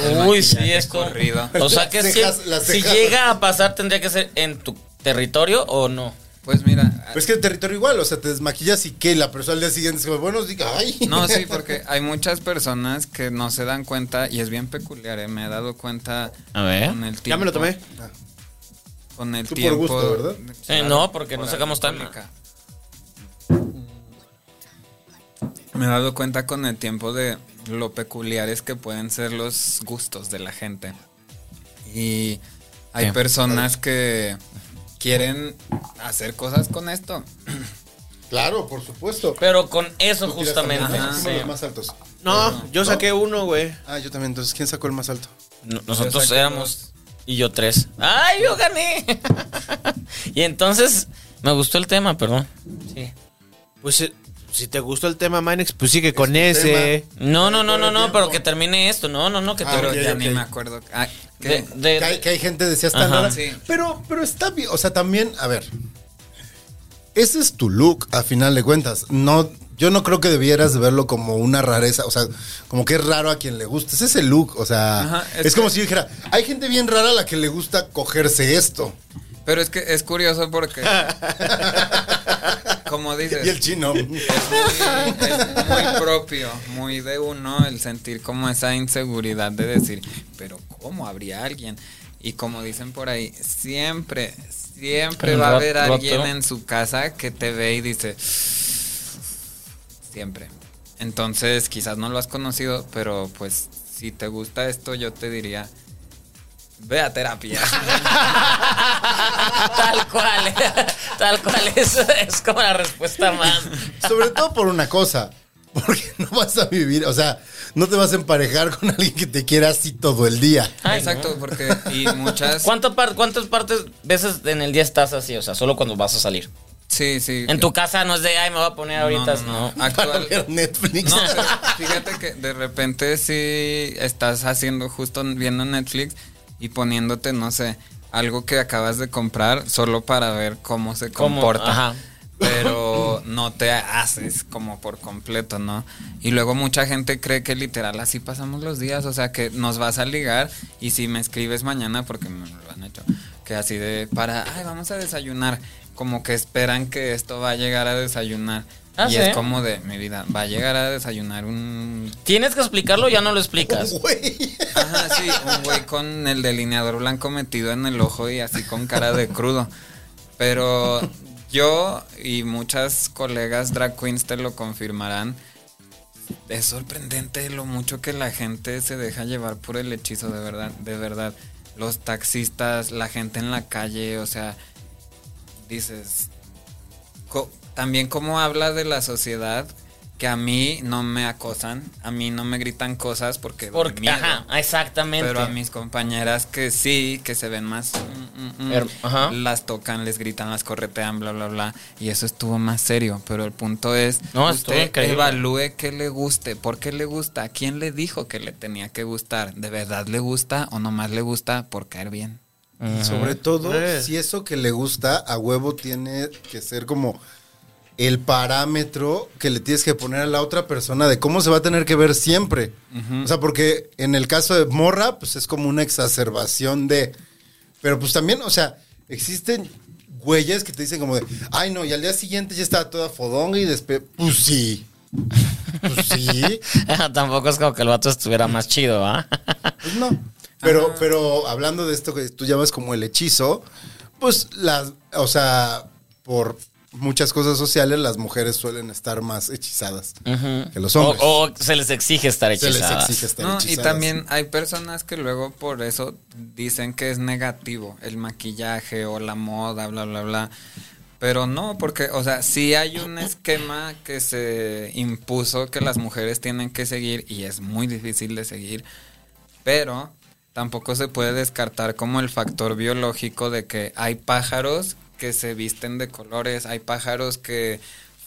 Speaker 4: el
Speaker 1: Uy, sí,
Speaker 4: maquillaje
Speaker 1: es
Speaker 4: corrido.
Speaker 1: O sea
Speaker 2: Las
Speaker 1: que si-
Speaker 2: cejas, las
Speaker 1: si,
Speaker 2: cejas.
Speaker 1: llega a pasar, tendría que ser en tu territorio o no.
Speaker 4: Pues mira,
Speaker 2: Pues que el territorio igual, o sea, te desmaquillas y que la persona al día siguiente es como, buenos días, ay.
Speaker 4: No, sí, porque hay muchas personas que no se dan cuenta y es bien peculiar, ¿eh? me he dado cuenta
Speaker 1: A ver.
Speaker 4: con el tiempo.
Speaker 3: Ya me lo tomé.
Speaker 2: Ah,
Speaker 4: Con el
Speaker 2: Tú por
Speaker 4: tiempo.
Speaker 2: gusto, ¿verdad?
Speaker 1: Eh, no, porque
Speaker 4: por
Speaker 1: no sacamos tan-
Speaker 4: alcohólica. Me he dado cuenta con el tiempo de lo peculiares que pueden ser los gustos de la gente. Y hay
Speaker 1: Sí.
Speaker 4: personas que quieren hacer cosas con esto.
Speaker 2: Claro, por supuesto.
Speaker 1: Pero con eso
Speaker 2: Tú tiras también,
Speaker 1: justamente.
Speaker 2: ¿no?
Speaker 4: Ajá.
Speaker 1: sí.
Speaker 2: Uno de los más altos.
Speaker 3: No, yo saqué uno, güey.
Speaker 2: Ah, yo también, entonces, ¿quién sacó el más alto?
Speaker 1: No, Nosotros
Speaker 4: saqué
Speaker 1: éramos
Speaker 4: dos.
Speaker 1: y yo tres. ¡Ay, yo gané! y entonces me gustó el tema, perdón.
Speaker 3: Pues eh, si te gustó el tema, Manex, pues sigue con
Speaker 1: Este
Speaker 3: ese.
Speaker 1: No, no, no, no, no,
Speaker 2: tiempo.
Speaker 1: pero que termine esto. No, no, no, que
Speaker 2: Ah,
Speaker 1: termine.
Speaker 4: Pero
Speaker 2: ok,
Speaker 4: ya
Speaker 2: ok.
Speaker 4: ni me acuerdo. Ah, ¿qué?
Speaker 1: De- de-
Speaker 2: Que hay, que hay gente decía hasta
Speaker 1: Ajá.
Speaker 2: ahora.
Speaker 4: Sí.
Speaker 2: Pero, pero está bien. O sea, también, a ver. Ese es tu look, a final de cuentas. No, yo no creo que debieras de verlo como una rareza. O sea, como que es raro a quien le gusta. Ese es el look. O sea,
Speaker 4: Ajá,
Speaker 2: es,
Speaker 4: es
Speaker 2: como
Speaker 4: que-
Speaker 2: si yo dijera, hay gente bien rara a la que le gusta cogerse esto.
Speaker 4: Pero es que es curioso porque. como dices.
Speaker 2: Y el chino.
Speaker 4: muy- es muy propio, muy de uno el sentir como esa inseguridad de decir, pero ¿cómo habría alguien? Y como dicen por ahí, siempre, siempre
Speaker 1: El
Speaker 4: va a
Speaker 1: rat-
Speaker 4: haber alguien
Speaker 1: rato.
Speaker 4: en su casa que te ve y dice, siempre. Entonces quizás no lo has conocido, pero pues si te gusta esto yo te diría, ve a terapia.
Speaker 1: Tal cual, tal cual, es, es como la respuesta más.
Speaker 2: Sobre todo por una cosa. Porque no vas a vivir, o sea, no te vas a emparejar con alguien que te quiera así todo el día.
Speaker 1: Ay,
Speaker 4: Exacto,
Speaker 1: no.
Speaker 4: porque y muchas...
Speaker 1: ¿Cuánto par- ¿Cuántas partes veces en el día estás así? O sea, solo cuando vas a salir.
Speaker 4: Sí, sí.
Speaker 1: En tu casa no es de, ay, me voy a poner ahorita. No,
Speaker 2: Para
Speaker 4: Actual,
Speaker 2: ver Netflix.
Speaker 4: No, pero fíjate que de repente sí estás haciendo justo viendo Netflix y poniéndote, no sé, algo que acabas de comprar solo para ver cómo se
Speaker 1: ¿Cómo?
Speaker 4: comporta.
Speaker 1: Ajá.
Speaker 4: Pero no te haces como por completo, ¿no? Y luego mucha gente cree que literal así pasamos los días, o sea que nos vas a ligar y si me escribes mañana, porque me lo han hecho, que así de para, ay, vamos a desayunar, como que esperan que esto va a llegar a desayunar.
Speaker 1: Ah,
Speaker 4: y
Speaker 1: ¿sí?
Speaker 4: es como como de mi vida. Va a llegar a desayunar un.
Speaker 1: Tienes que explicarlo, ya no lo
Speaker 2: Uh,
Speaker 1: explicas.
Speaker 2: Güey.
Speaker 4: Ajá, sí, un güey con el delineador blanco metido en el ojo y así con cara de crudo. Pero yo y muchas colegas drag queens te lo confirmarán. Es sorprendente lo mucho que la gente se deja llevar por el hechizo, de verdad, de verdad. Los taxistas, la gente en la calle, o sea, dices, co- también cómo habla de la sociedad que a mí no me acosan, a mí no me gritan cosas porque, doy
Speaker 1: Porque,
Speaker 4: miedo,
Speaker 1: ajá, exactamente.
Speaker 4: pero a mis compañeras que sí, que se ven más, mm, mm, mm,
Speaker 1: Her- ajá.
Speaker 4: las tocan, les gritan, las corretean, bla, bla, bla, y eso estuvo más serio, pero el punto es,
Speaker 1: No, estuvo
Speaker 4: usted
Speaker 1: increíble.
Speaker 4: evalúe qué le guste, por qué le gusta, quién le dijo que le tenía que gustar, de verdad le gusta o nomás le gusta por caer bien.
Speaker 2: Y sobre todo,
Speaker 3: Eh.
Speaker 2: si eso que le gusta a huevo tiene que ser como el parámetro que le tienes que poner a la otra persona de cómo se va a tener que ver siempre. O sea, porque en el caso de Morra, pues es como una exacerbación de... Pero pues también, o sea, existen güeyes que te dicen como de, ay no, y al día siguiente ya estaba toda fodonga y después, pues sí. Pues sí.
Speaker 1: Tampoco es como que el vato estuviera más chido, ¿ah?
Speaker 2: Pues no. Pero, pero hablando de esto que tú llamas como el hechizo, pues las, o sea, por muchas cosas sociales, las mujeres suelen estar más hechizadas que los hombres.
Speaker 1: O, o se les exige estar
Speaker 2: Se les
Speaker 1: hechizadas.
Speaker 2: exige estar
Speaker 4: No, y
Speaker 2: hechizadas.
Speaker 4: también hay personas que luego por eso dicen que es negativo el maquillaje o la moda, bla, bla, bla. Pero no, porque, o sea, sí hay un esquema que se impuso que las mujeres tienen que seguir y es muy difícil de seguir, pero tampoco se puede descartar como el factor biológico de que hay pájaros que se visten de colores, hay pájaros que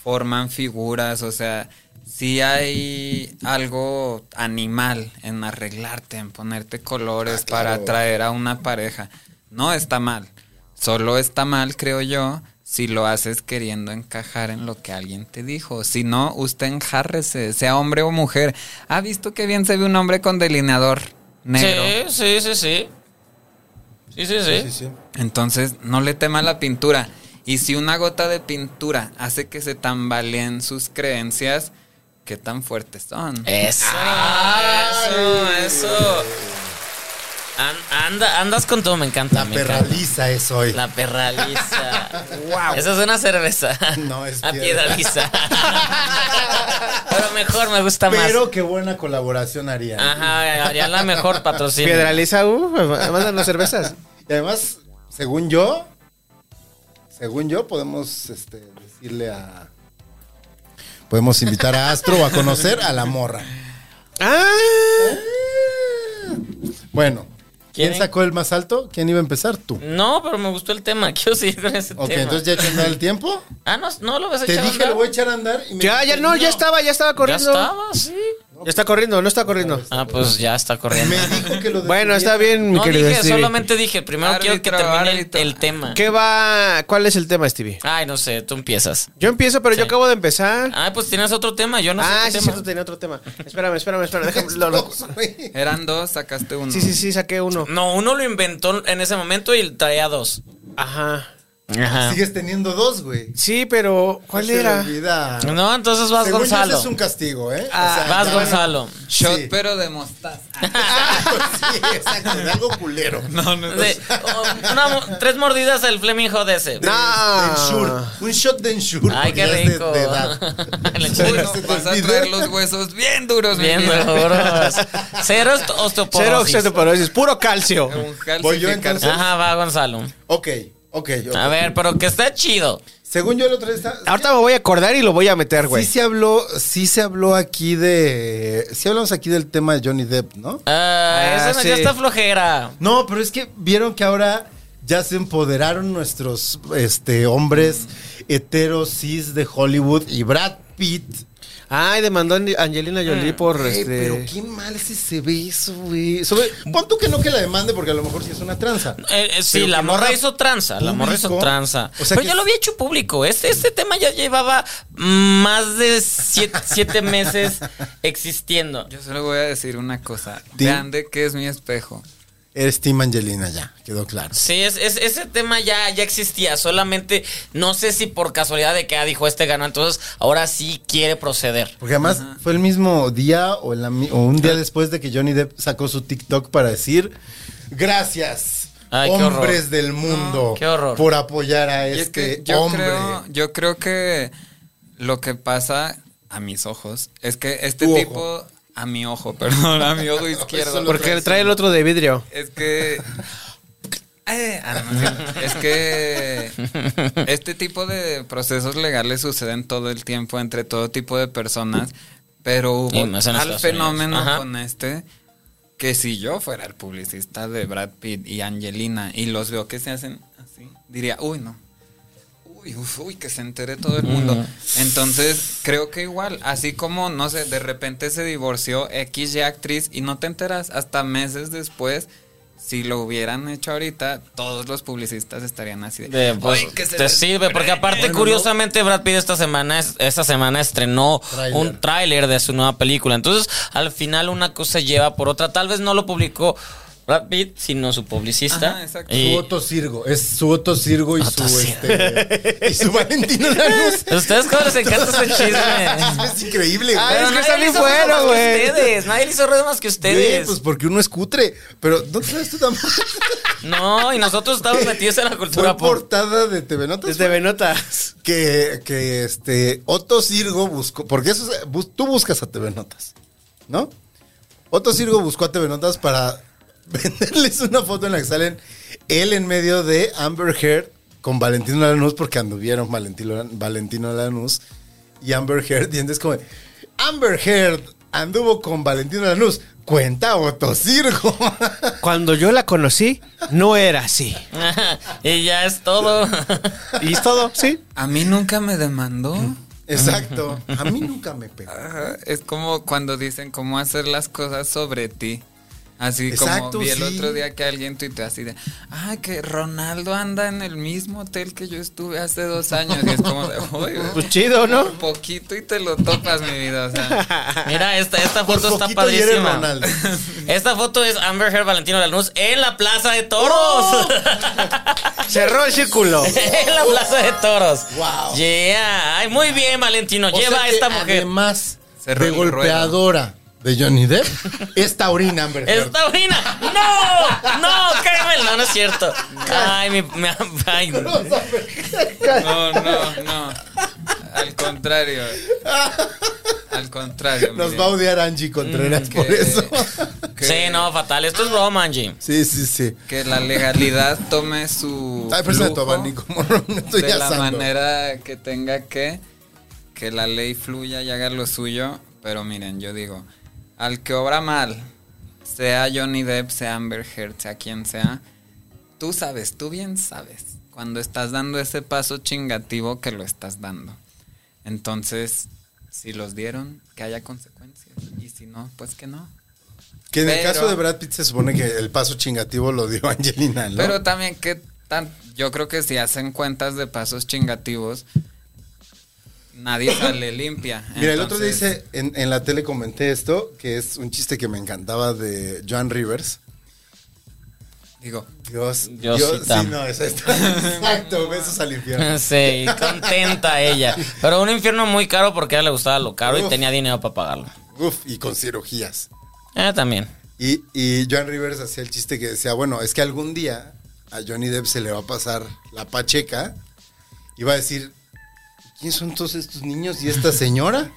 Speaker 4: forman figuras, o sea, sí hay algo animal en arreglarte, en ponerte colores
Speaker 2: Ah, claro.
Speaker 4: para atraer a una pareja. No está mal, solo está mal, creo yo, si lo haces queriendo encajar en lo que alguien te dijo. Si no, usted enjárrese, sea hombre o mujer. ¿Ha visto que bien se ve un hombre con delineador negro?
Speaker 1: Sí, sí, sí, sí. Sí, sí, sí. ¿eh?
Speaker 2: Sí, sí.
Speaker 4: Entonces, no le tema la pintura. Y si una gota de pintura hace que se tambaleen sus creencias, ¿qué tan fuertes son?
Speaker 1: Eso, eso, eso. An- anda, andas con todo, me encanta.
Speaker 2: La
Speaker 1: me encanta.
Speaker 2: perraliza es hoy.
Speaker 1: La perra lisa. Esa es una cerveza.
Speaker 2: No, es
Speaker 1: A
Speaker 2: piedra.
Speaker 1: piedra lisa. Pero mejor, me gusta más.
Speaker 2: Pero qué buena colaboración haría. ¿eh?
Speaker 1: Ajá, haría la mejor patrocinio.
Speaker 3: Piedraliza, uh, mándanos cervezas.
Speaker 2: Y además, según yo, según yo, podemos este, decirle a. Podemos invitar a Astro a conocer a la morra.
Speaker 3: ¡Ah!
Speaker 2: Ah. Bueno, ¿quién
Speaker 1: ¿Quieren?
Speaker 2: sacó el más alto? ¿Quién iba a empezar? Tú.
Speaker 1: No, pero me gustó el tema. Quiero seguir con ese
Speaker 2: Ok,
Speaker 1: Mm, tema.
Speaker 2: entonces ya echó a andar el tiempo.
Speaker 1: Ah, no, no lo vas a
Speaker 2: Te
Speaker 1: echar.
Speaker 2: dije,
Speaker 1: a
Speaker 2: lo
Speaker 1: andar?
Speaker 2: voy a echar a andar. y me
Speaker 3: Ya,
Speaker 2: dijiste,
Speaker 3: ya no, ya
Speaker 2: "No".
Speaker 3: estaba, ya estaba
Speaker 1: Ya
Speaker 3: corriendo.
Speaker 1: estaba, sí.
Speaker 3: Ya está corriendo, no está corriendo.
Speaker 1: Ah, pues ya está corriendo.
Speaker 2: Me dijo que lo
Speaker 3: Bueno,
Speaker 2: definiera.
Speaker 3: está bien, mi
Speaker 1: No
Speaker 3: querido
Speaker 1: dije,
Speaker 3: Stevie.
Speaker 1: solamente dije, primero quiero que
Speaker 4: Árbitro,
Speaker 1: termine el,
Speaker 4: árbitro.
Speaker 1: el tema.
Speaker 3: ¿Qué va? ¿Cuál es el tema, Stevie?
Speaker 1: Ay, no sé, tú empiezas.
Speaker 3: Yo empiezo, pero yo
Speaker 1: Sí.
Speaker 3: acabo de empezar.
Speaker 1: Ay, pues tienes otro tema, yo no
Speaker 3: ah,
Speaker 1: sé
Speaker 3: sí,
Speaker 1: qué
Speaker 3: es
Speaker 1: tema.
Speaker 3: cierto, tenía otro tema. Espérame, espérame, espérame. Déjame, lo- lo-
Speaker 4: Eran dos, sacaste uno.
Speaker 3: Sí, sí, sí, saqué uno.
Speaker 1: No, uno lo inventó en ese momento y traía dos.
Speaker 3: Ajá.
Speaker 1: Ajá.
Speaker 2: Sigues teniendo dos, güey.
Speaker 3: Sí, pero Ah. ¿cuál
Speaker 2: Se le
Speaker 3: era?
Speaker 2: olvida.
Speaker 1: Ah. No, entonces vas
Speaker 2: Según yo, ese
Speaker 1: Gonzalo.
Speaker 2: es un castigo, ¿eh? O
Speaker 3: Ah,
Speaker 2: sea,
Speaker 1: Vas
Speaker 2: ya-
Speaker 1: Gonzalo.
Speaker 4: Shot,
Speaker 2: Sí.
Speaker 4: pero Ah, de mostaza.
Speaker 2: Sí, exacto, de algo culero.
Speaker 4: No, no, no.
Speaker 1: De- o- una mo- tres mordidas del Fleming Jodese.
Speaker 2: De- de Ensure. Un shot de Ensure.
Speaker 1: Ay, qué
Speaker 2: porque ya es de-
Speaker 1: rico.
Speaker 2: de edad.
Speaker 1: El
Speaker 2: Se
Speaker 1: Ensure.
Speaker 4: Uy,
Speaker 2: te
Speaker 4: no,
Speaker 2: olvida.
Speaker 4: vas a traer los huesos bien duros, mi
Speaker 1: Bien
Speaker 4: vida.
Speaker 1: duros. Cero ost-
Speaker 3: Cero
Speaker 1: osteoporosis.
Speaker 3: osteoporosis, puro calcio.
Speaker 4: Un
Speaker 2: Voy yo,
Speaker 4: calcificar-
Speaker 2: entonces.
Speaker 1: Ajá, va Gonzalo.
Speaker 2: Ok, ok. ok.
Speaker 1: A ver, pero que está chido.
Speaker 2: Según yo el otro día está-
Speaker 3: Ahorita me voy a acordar y lo voy a meter,
Speaker 2: Sí
Speaker 3: güey.
Speaker 2: se habló, sí se habló aquí de. Sí hablamos aquí del tema de Johnny Depp, ¿no?
Speaker 1: Ah,
Speaker 3: Ah,
Speaker 1: esa no,
Speaker 3: sí.
Speaker 1: ya está flojera.
Speaker 2: No, pero es que vieron que ahora ya se empoderaron nuestros este, hombres heteros cis de Hollywood y Brad Pitt.
Speaker 3: Ay, demandó a Angelina Jolie por
Speaker 2: Güey,
Speaker 3: este.
Speaker 2: Ah, eh, Pero qué mal se se ve eso, güey. Sobre- Pon tú que no que la demande, porque a lo mejor sí es una tranza.
Speaker 1: Eh, eh, sí,
Speaker 2: Pero
Speaker 1: la
Speaker 2: que no
Speaker 1: morra
Speaker 2: haga
Speaker 1: hizo tranza, la morra hizo
Speaker 2: público.
Speaker 1: tranza.
Speaker 2: O sea
Speaker 1: Pero
Speaker 2: que
Speaker 1: ya lo
Speaker 2: es-
Speaker 1: había hecho público. Este, este tema ya llevaba más de siete, siete meses existiendo.
Speaker 4: Yo solo voy a decir una cosa.
Speaker 2: Di.
Speaker 4: Grande que es mi espejo.
Speaker 2: Eres Team Este, Angelina ya, quedó claro.
Speaker 1: Sí, es, es- ese tema ya, ya existía. Solamente no sé si por casualidad de que ah, dijo este ganó, entonces ahora sí quiere proceder.
Speaker 2: Porque además fue el mismo día o, la mi- o un día
Speaker 1: Ah.
Speaker 2: después de que Johnny Depp sacó su TikTok para decir gracias.
Speaker 1: Ay, qué
Speaker 2: hombres
Speaker 1: horror.
Speaker 2: del mundo
Speaker 1: qué horror.
Speaker 2: por apoyar a
Speaker 4: Y es
Speaker 2: este
Speaker 4: que yo
Speaker 2: hombre.
Speaker 4: creo, yo creo que lo que pasa a mis ojos es que este
Speaker 2: Tu ojo.
Speaker 4: tipo, a mi ojo, perdón, a mi ojo izquierdo.
Speaker 3: Porque trae el otro de vidrio.
Speaker 4: Es que. Eh, ah, no, no es cierto. es que este tipo de procesos legales suceden todo el tiempo entre todo tipo de personas, pero
Speaker 1: Y
Speaker 4: hubo
Speaker 1: más en
Speaker 4: tal
Speaker 1: Estados
Speaker 4: fenómeno
Speaker 1: Unidos. Ajá.
Speaker 4: con este que si yo fuera el publicista de Brad Pitt y Angelina y los veo que se hacen así, diría, uy, no. Uy, uf, uy, que se entere todo el mundo. Entonces, creo que igual, así como, no sé, de repente se divorció X y actriz y no te enteras hasta meses después. Si lo hubieran hecho ahorita, todos los publicistas estarían así. de,
Speaker 1: De, pues,
Speaker 4: "Uy, que se
Speaker 1: te
Speaker 4: les-
Speaker 1: sirve, porque aparte, curiosamente, Brad Pitt esta semana, es- esta semana estrenó
Speaker 2: Tráiler.
Speaker 1: un tráiler de su nueva película. Entonces, al final una cosa lleva por otra. Tal vez no lo publicó Brad Pitt, sino su publicista.
Speaker 4: Ajá, exacto.
Speaker 1: Y-
Speaker 2: Su Otto Sirgo, es su Otto Sirgo y
Speaker 1: Otto
Speaker 2: su
Speaker 1: Sirgo.
Speaker 2: este, y su Valentino Lanús.
Speaker 1: Ustedes cómo les encanta ese chisme.
Speaker 2: es increíble, güey.
Speaker 3: Ay, es que
Speaker 1: nadie
Speaker 3: está
Speaker 1: le
Speaker 3: bien
Speaker 1: hizo ruido
Speaker 3: bueno,
Speaker 1: más que
Speaker 3: güey.
Speaker 1: ustedes. Nadie le hizo ruido más que
Speaker 2: Güey,
Speaker 1: ustedes.
Speaker 2: pues porque uno es cutre, pero no sabes tú tampoco.
Speaker 1: No, y nosotros estamos metidos en la
Speaker 2: Fue
Speaker 1: cultura pop.
Speaker 2: portada de TV Notas.
Speaker 3: Desde Venotas.
Speaker 2: que, que este Otto Sirgo buscó, porque eso es- bus- tú buscas a TV Notas, ¿no? Otto Sirgo buscó a TV Notas para venderles una foto en la que salen él en medio de Amber Heard con Valentino Lanús, porque anduvieron Valentino, Valentino Lanús y Amber Heard, y entonces como, Amber Heard anduvo con Valentino Lanús, cuenta Otto Sirgo.
Speaker 3: Cuando yo la conocí, no era así.
Speaker 1: y ya es todo.
Speaker 3: Y es todo, sí.
Speaker 4: A mí nunca me demandó.
Speaker 2: Exacto, a mí nunca me pegó.
Speaker 4: Ajá, Es como cuando dicen cómo hacer las cosas sobre ti. Así
Speaker 2: Exacto,
Speaker 4: como vi el
Speaker 2: sí.
Speaker 4: otro día que alguien tuiteó así de, ah, que Ronaldo anda en el mismo hotel que yo estuve hace dos años. Y es como de, "Uy, güey,
Speaker 3: Pues chido, ¿no?
Speaker 4: poquito y te lo topas, mi vida. O sea,
Speaker 1: Mira, esta, esta
Speaker 2: Por
Speaker 1: foto está
Speaker 2: poquito y eres
Speaker 1: padrísima.
Speaker 2: Ronaldo.
Speaker 1: Esta foto es Amber Heard Valentino Lanús en la Plaza de
Speaker 2: ¡Oh!
Speaker 1: Toros.
Speaker 3: Cerró el círculo.
Speaker 1: en la Plaza de Toros.
Speaker 2: Wow.
Speaker 1: Yeah. Ay, muy bien, Valentino.
Speaker 2: O
Speaker 1: Lleva
Speaker 2: sea
Speaker 1: a
Speaker 2: que
Speaker 1: esta mujer.
Speaker 2: Además
Speaker 4: Cerró
Speaker 2: de
Speaker 4: el ruedo.
Speaker 2: golpeadora de Johnny Depp, es taurina, Amber Heard.
Speaker 1: ¡Está orina! ¡No! ¡No! ¡Cállame! No, no es cierto. Ay, mi. mi- ay,
Speaker 4: no, no, no. Al contrario. Al contrario. mi
Speaker 2: Nos
Speaker 4: vida.
Speaker 2: va a odiar Angie Contreras por
Speaker 4: que-
Speaker 2: eso.
Speaker 4: que-
Speaker 1: sí, no, fatal. Esto es broma, Angie.
Speaker 2: Sí, sí, sí.
Speaker 4: Que la legalidad tome su.
Speaker 2: Ay, préstame tu
Speaker 4: flujo
Speaker 2: abanico, morro, me estoy
Speaker 4: de la
Speaker 2: asando.
Speaker 4: manera que tenga que. Que la ley fluya y haga lo suyo. Pero miren, yo digo: al que obra mal, sea Johnny Depp, sea Amber Heard, sea quien sea, tú sabes, tú bien sabes. Cuando estás dando ese paso chingativo que lo estás dando. Entonces, si los dieron, que haya consecuencias. Y si no, pues que no.
Speaker 2: Que en el
Speaker 4: Pero-
Speaker 2: caso de Brad Pitt se supone que el paso chingativo lo dio Angelina, ¿no?
Speaker 4: Pero también que tan, yo creo que si hacen cuentas de pasos chingativos, nadie sale limpia.
Speaker 2: Mira, el otro día
Speaker 4: Entonces,
Speaker 2: dice, en, en la tele comenté esto, que es un chiste que me encantaba de Joan Rivers.
Speaker 4: digo,
Speaker 2: Dios, Dios,
Speaker 1: Diosita.
Speaker 2: sí, no, es esta. Exacto, besos al infierno.
Speaker 1: Sí, contenta ella. Pero un infierno muy caro porque a ella le gustaba lo caro y
Speaker 2: Uf.
Speaker 1: tenía dinero para pagarlo.
Speaker 2: Uf, y con cirugías.
Speaker 1: Ah, también.
Speaker 2: Y, y Joan Rivers hacía el chiste que decía, bueno, es que algún día a Johnny Depp se le va a pasar la pacheca y va a decir, ¿quién son todos estos niños y esta señora?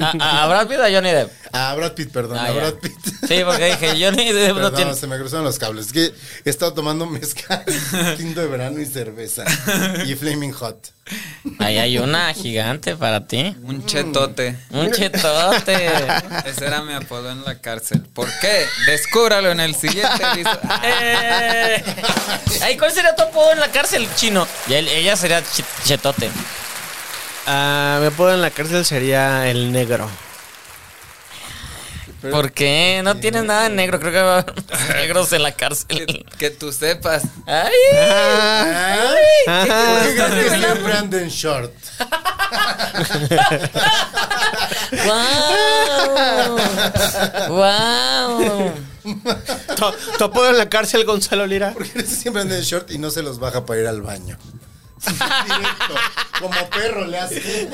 Speaker 1: A, a, a Brad Pitt o a Johnny Depp.
Speaker 2: A Brad Pitt, perdón,
Speaker 1: Ah,
Speaker 2: a
Speaker 1: ya.
Speaker 2: Brad Pitt.
Speaker 1: Sí, porque dije, Johnny Depp no
Speaker 2: Perdón,
Speaker 1: tiene.
Speaker 2: se me cruzaron los cables. Es que he estado tomando mezcal, quinto de verano y cerveza. Y Flaming Hot.
Speaker 1: Ahí hay una gigante para ti.
Speaker 4: un chetote.
Speaker 1: Un Mm. chetote.
Speaker 4: Ese era mi apodo en la cárcel. ¿Por qué? Descúbralo en el siguiente episodio.
Speaker 1: Eh. Ay, ¿cuál sería tu apodo en la cárcel, chino? Y él- ella sería chi- chetote.
Speaker 3: Ah, mi apodo en la cárcel sería el negro.
Speaker 1: ¿Por qué? No tienes nada de negro. Creo que va a haber negros en la cárcel.
Speaker 4: Que, que tú sepas.
Speaker 1: ¡Ay!
Speaker 2: ¿Ah? ¿Por qué crees que siempre ando en short?
Speaker 1: ¡Wow! ¡Wow!
Speaker 3: To- Tu apodo en la cárcel, Gonzalo Lira.
Speaker 2: ¿Por qué crees que siempre ando en short y no se los baja para ir al baño? Sí, directo, como perro le hace.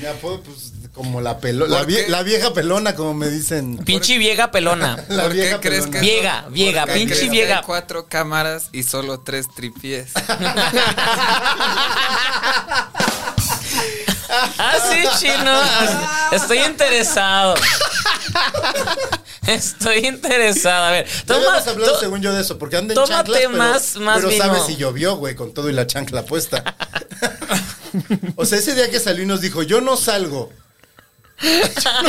Speaker 2: Me apodo, pues, como la pelona. La,
Speaker 4: ¿Por
Speaker 2: vie-
Speaker 4: qué?
Speaker 2: la vieja pelona, como me dicen.
Speaker 1: Pinche vieja pelona.
Speaker 2: La
Speaker 4: ¿Por
Speaker 2: vieja
Speaker 4: qué crees
Speaker 2: pelona.
Speaker 4: que
Speaker 1: Viega,
Speaker 4: ¿por
Speaker 1: viega,
Speaker 4: qué
Speaker 1: pinche
Speaker 4: crees que
Speaker 1: viega.
Speaker 4: hay cuatro cámaras y solo tres tripies.
Speaker 1: Ah, sí, chino. Ah, Estoy interesado. Estoy interesado. A ver,
Speaker 2: Ya
Speaker 1: toma.
Speaker 2: habíamos hablado,
Speaker 1: to-
Speaker 2: según yo, de eso, porque anda en
Speaker 1: tómate
Speaker 2: chanclas, pero,
Speaker 1: más- más
Speaker 2: pero
Speaker 1: vino.
Speaker 2: sabes si llovió, güey, con todo y la chancla puesta. o sea, ese día que salió y nos dijo, yo no salgo. No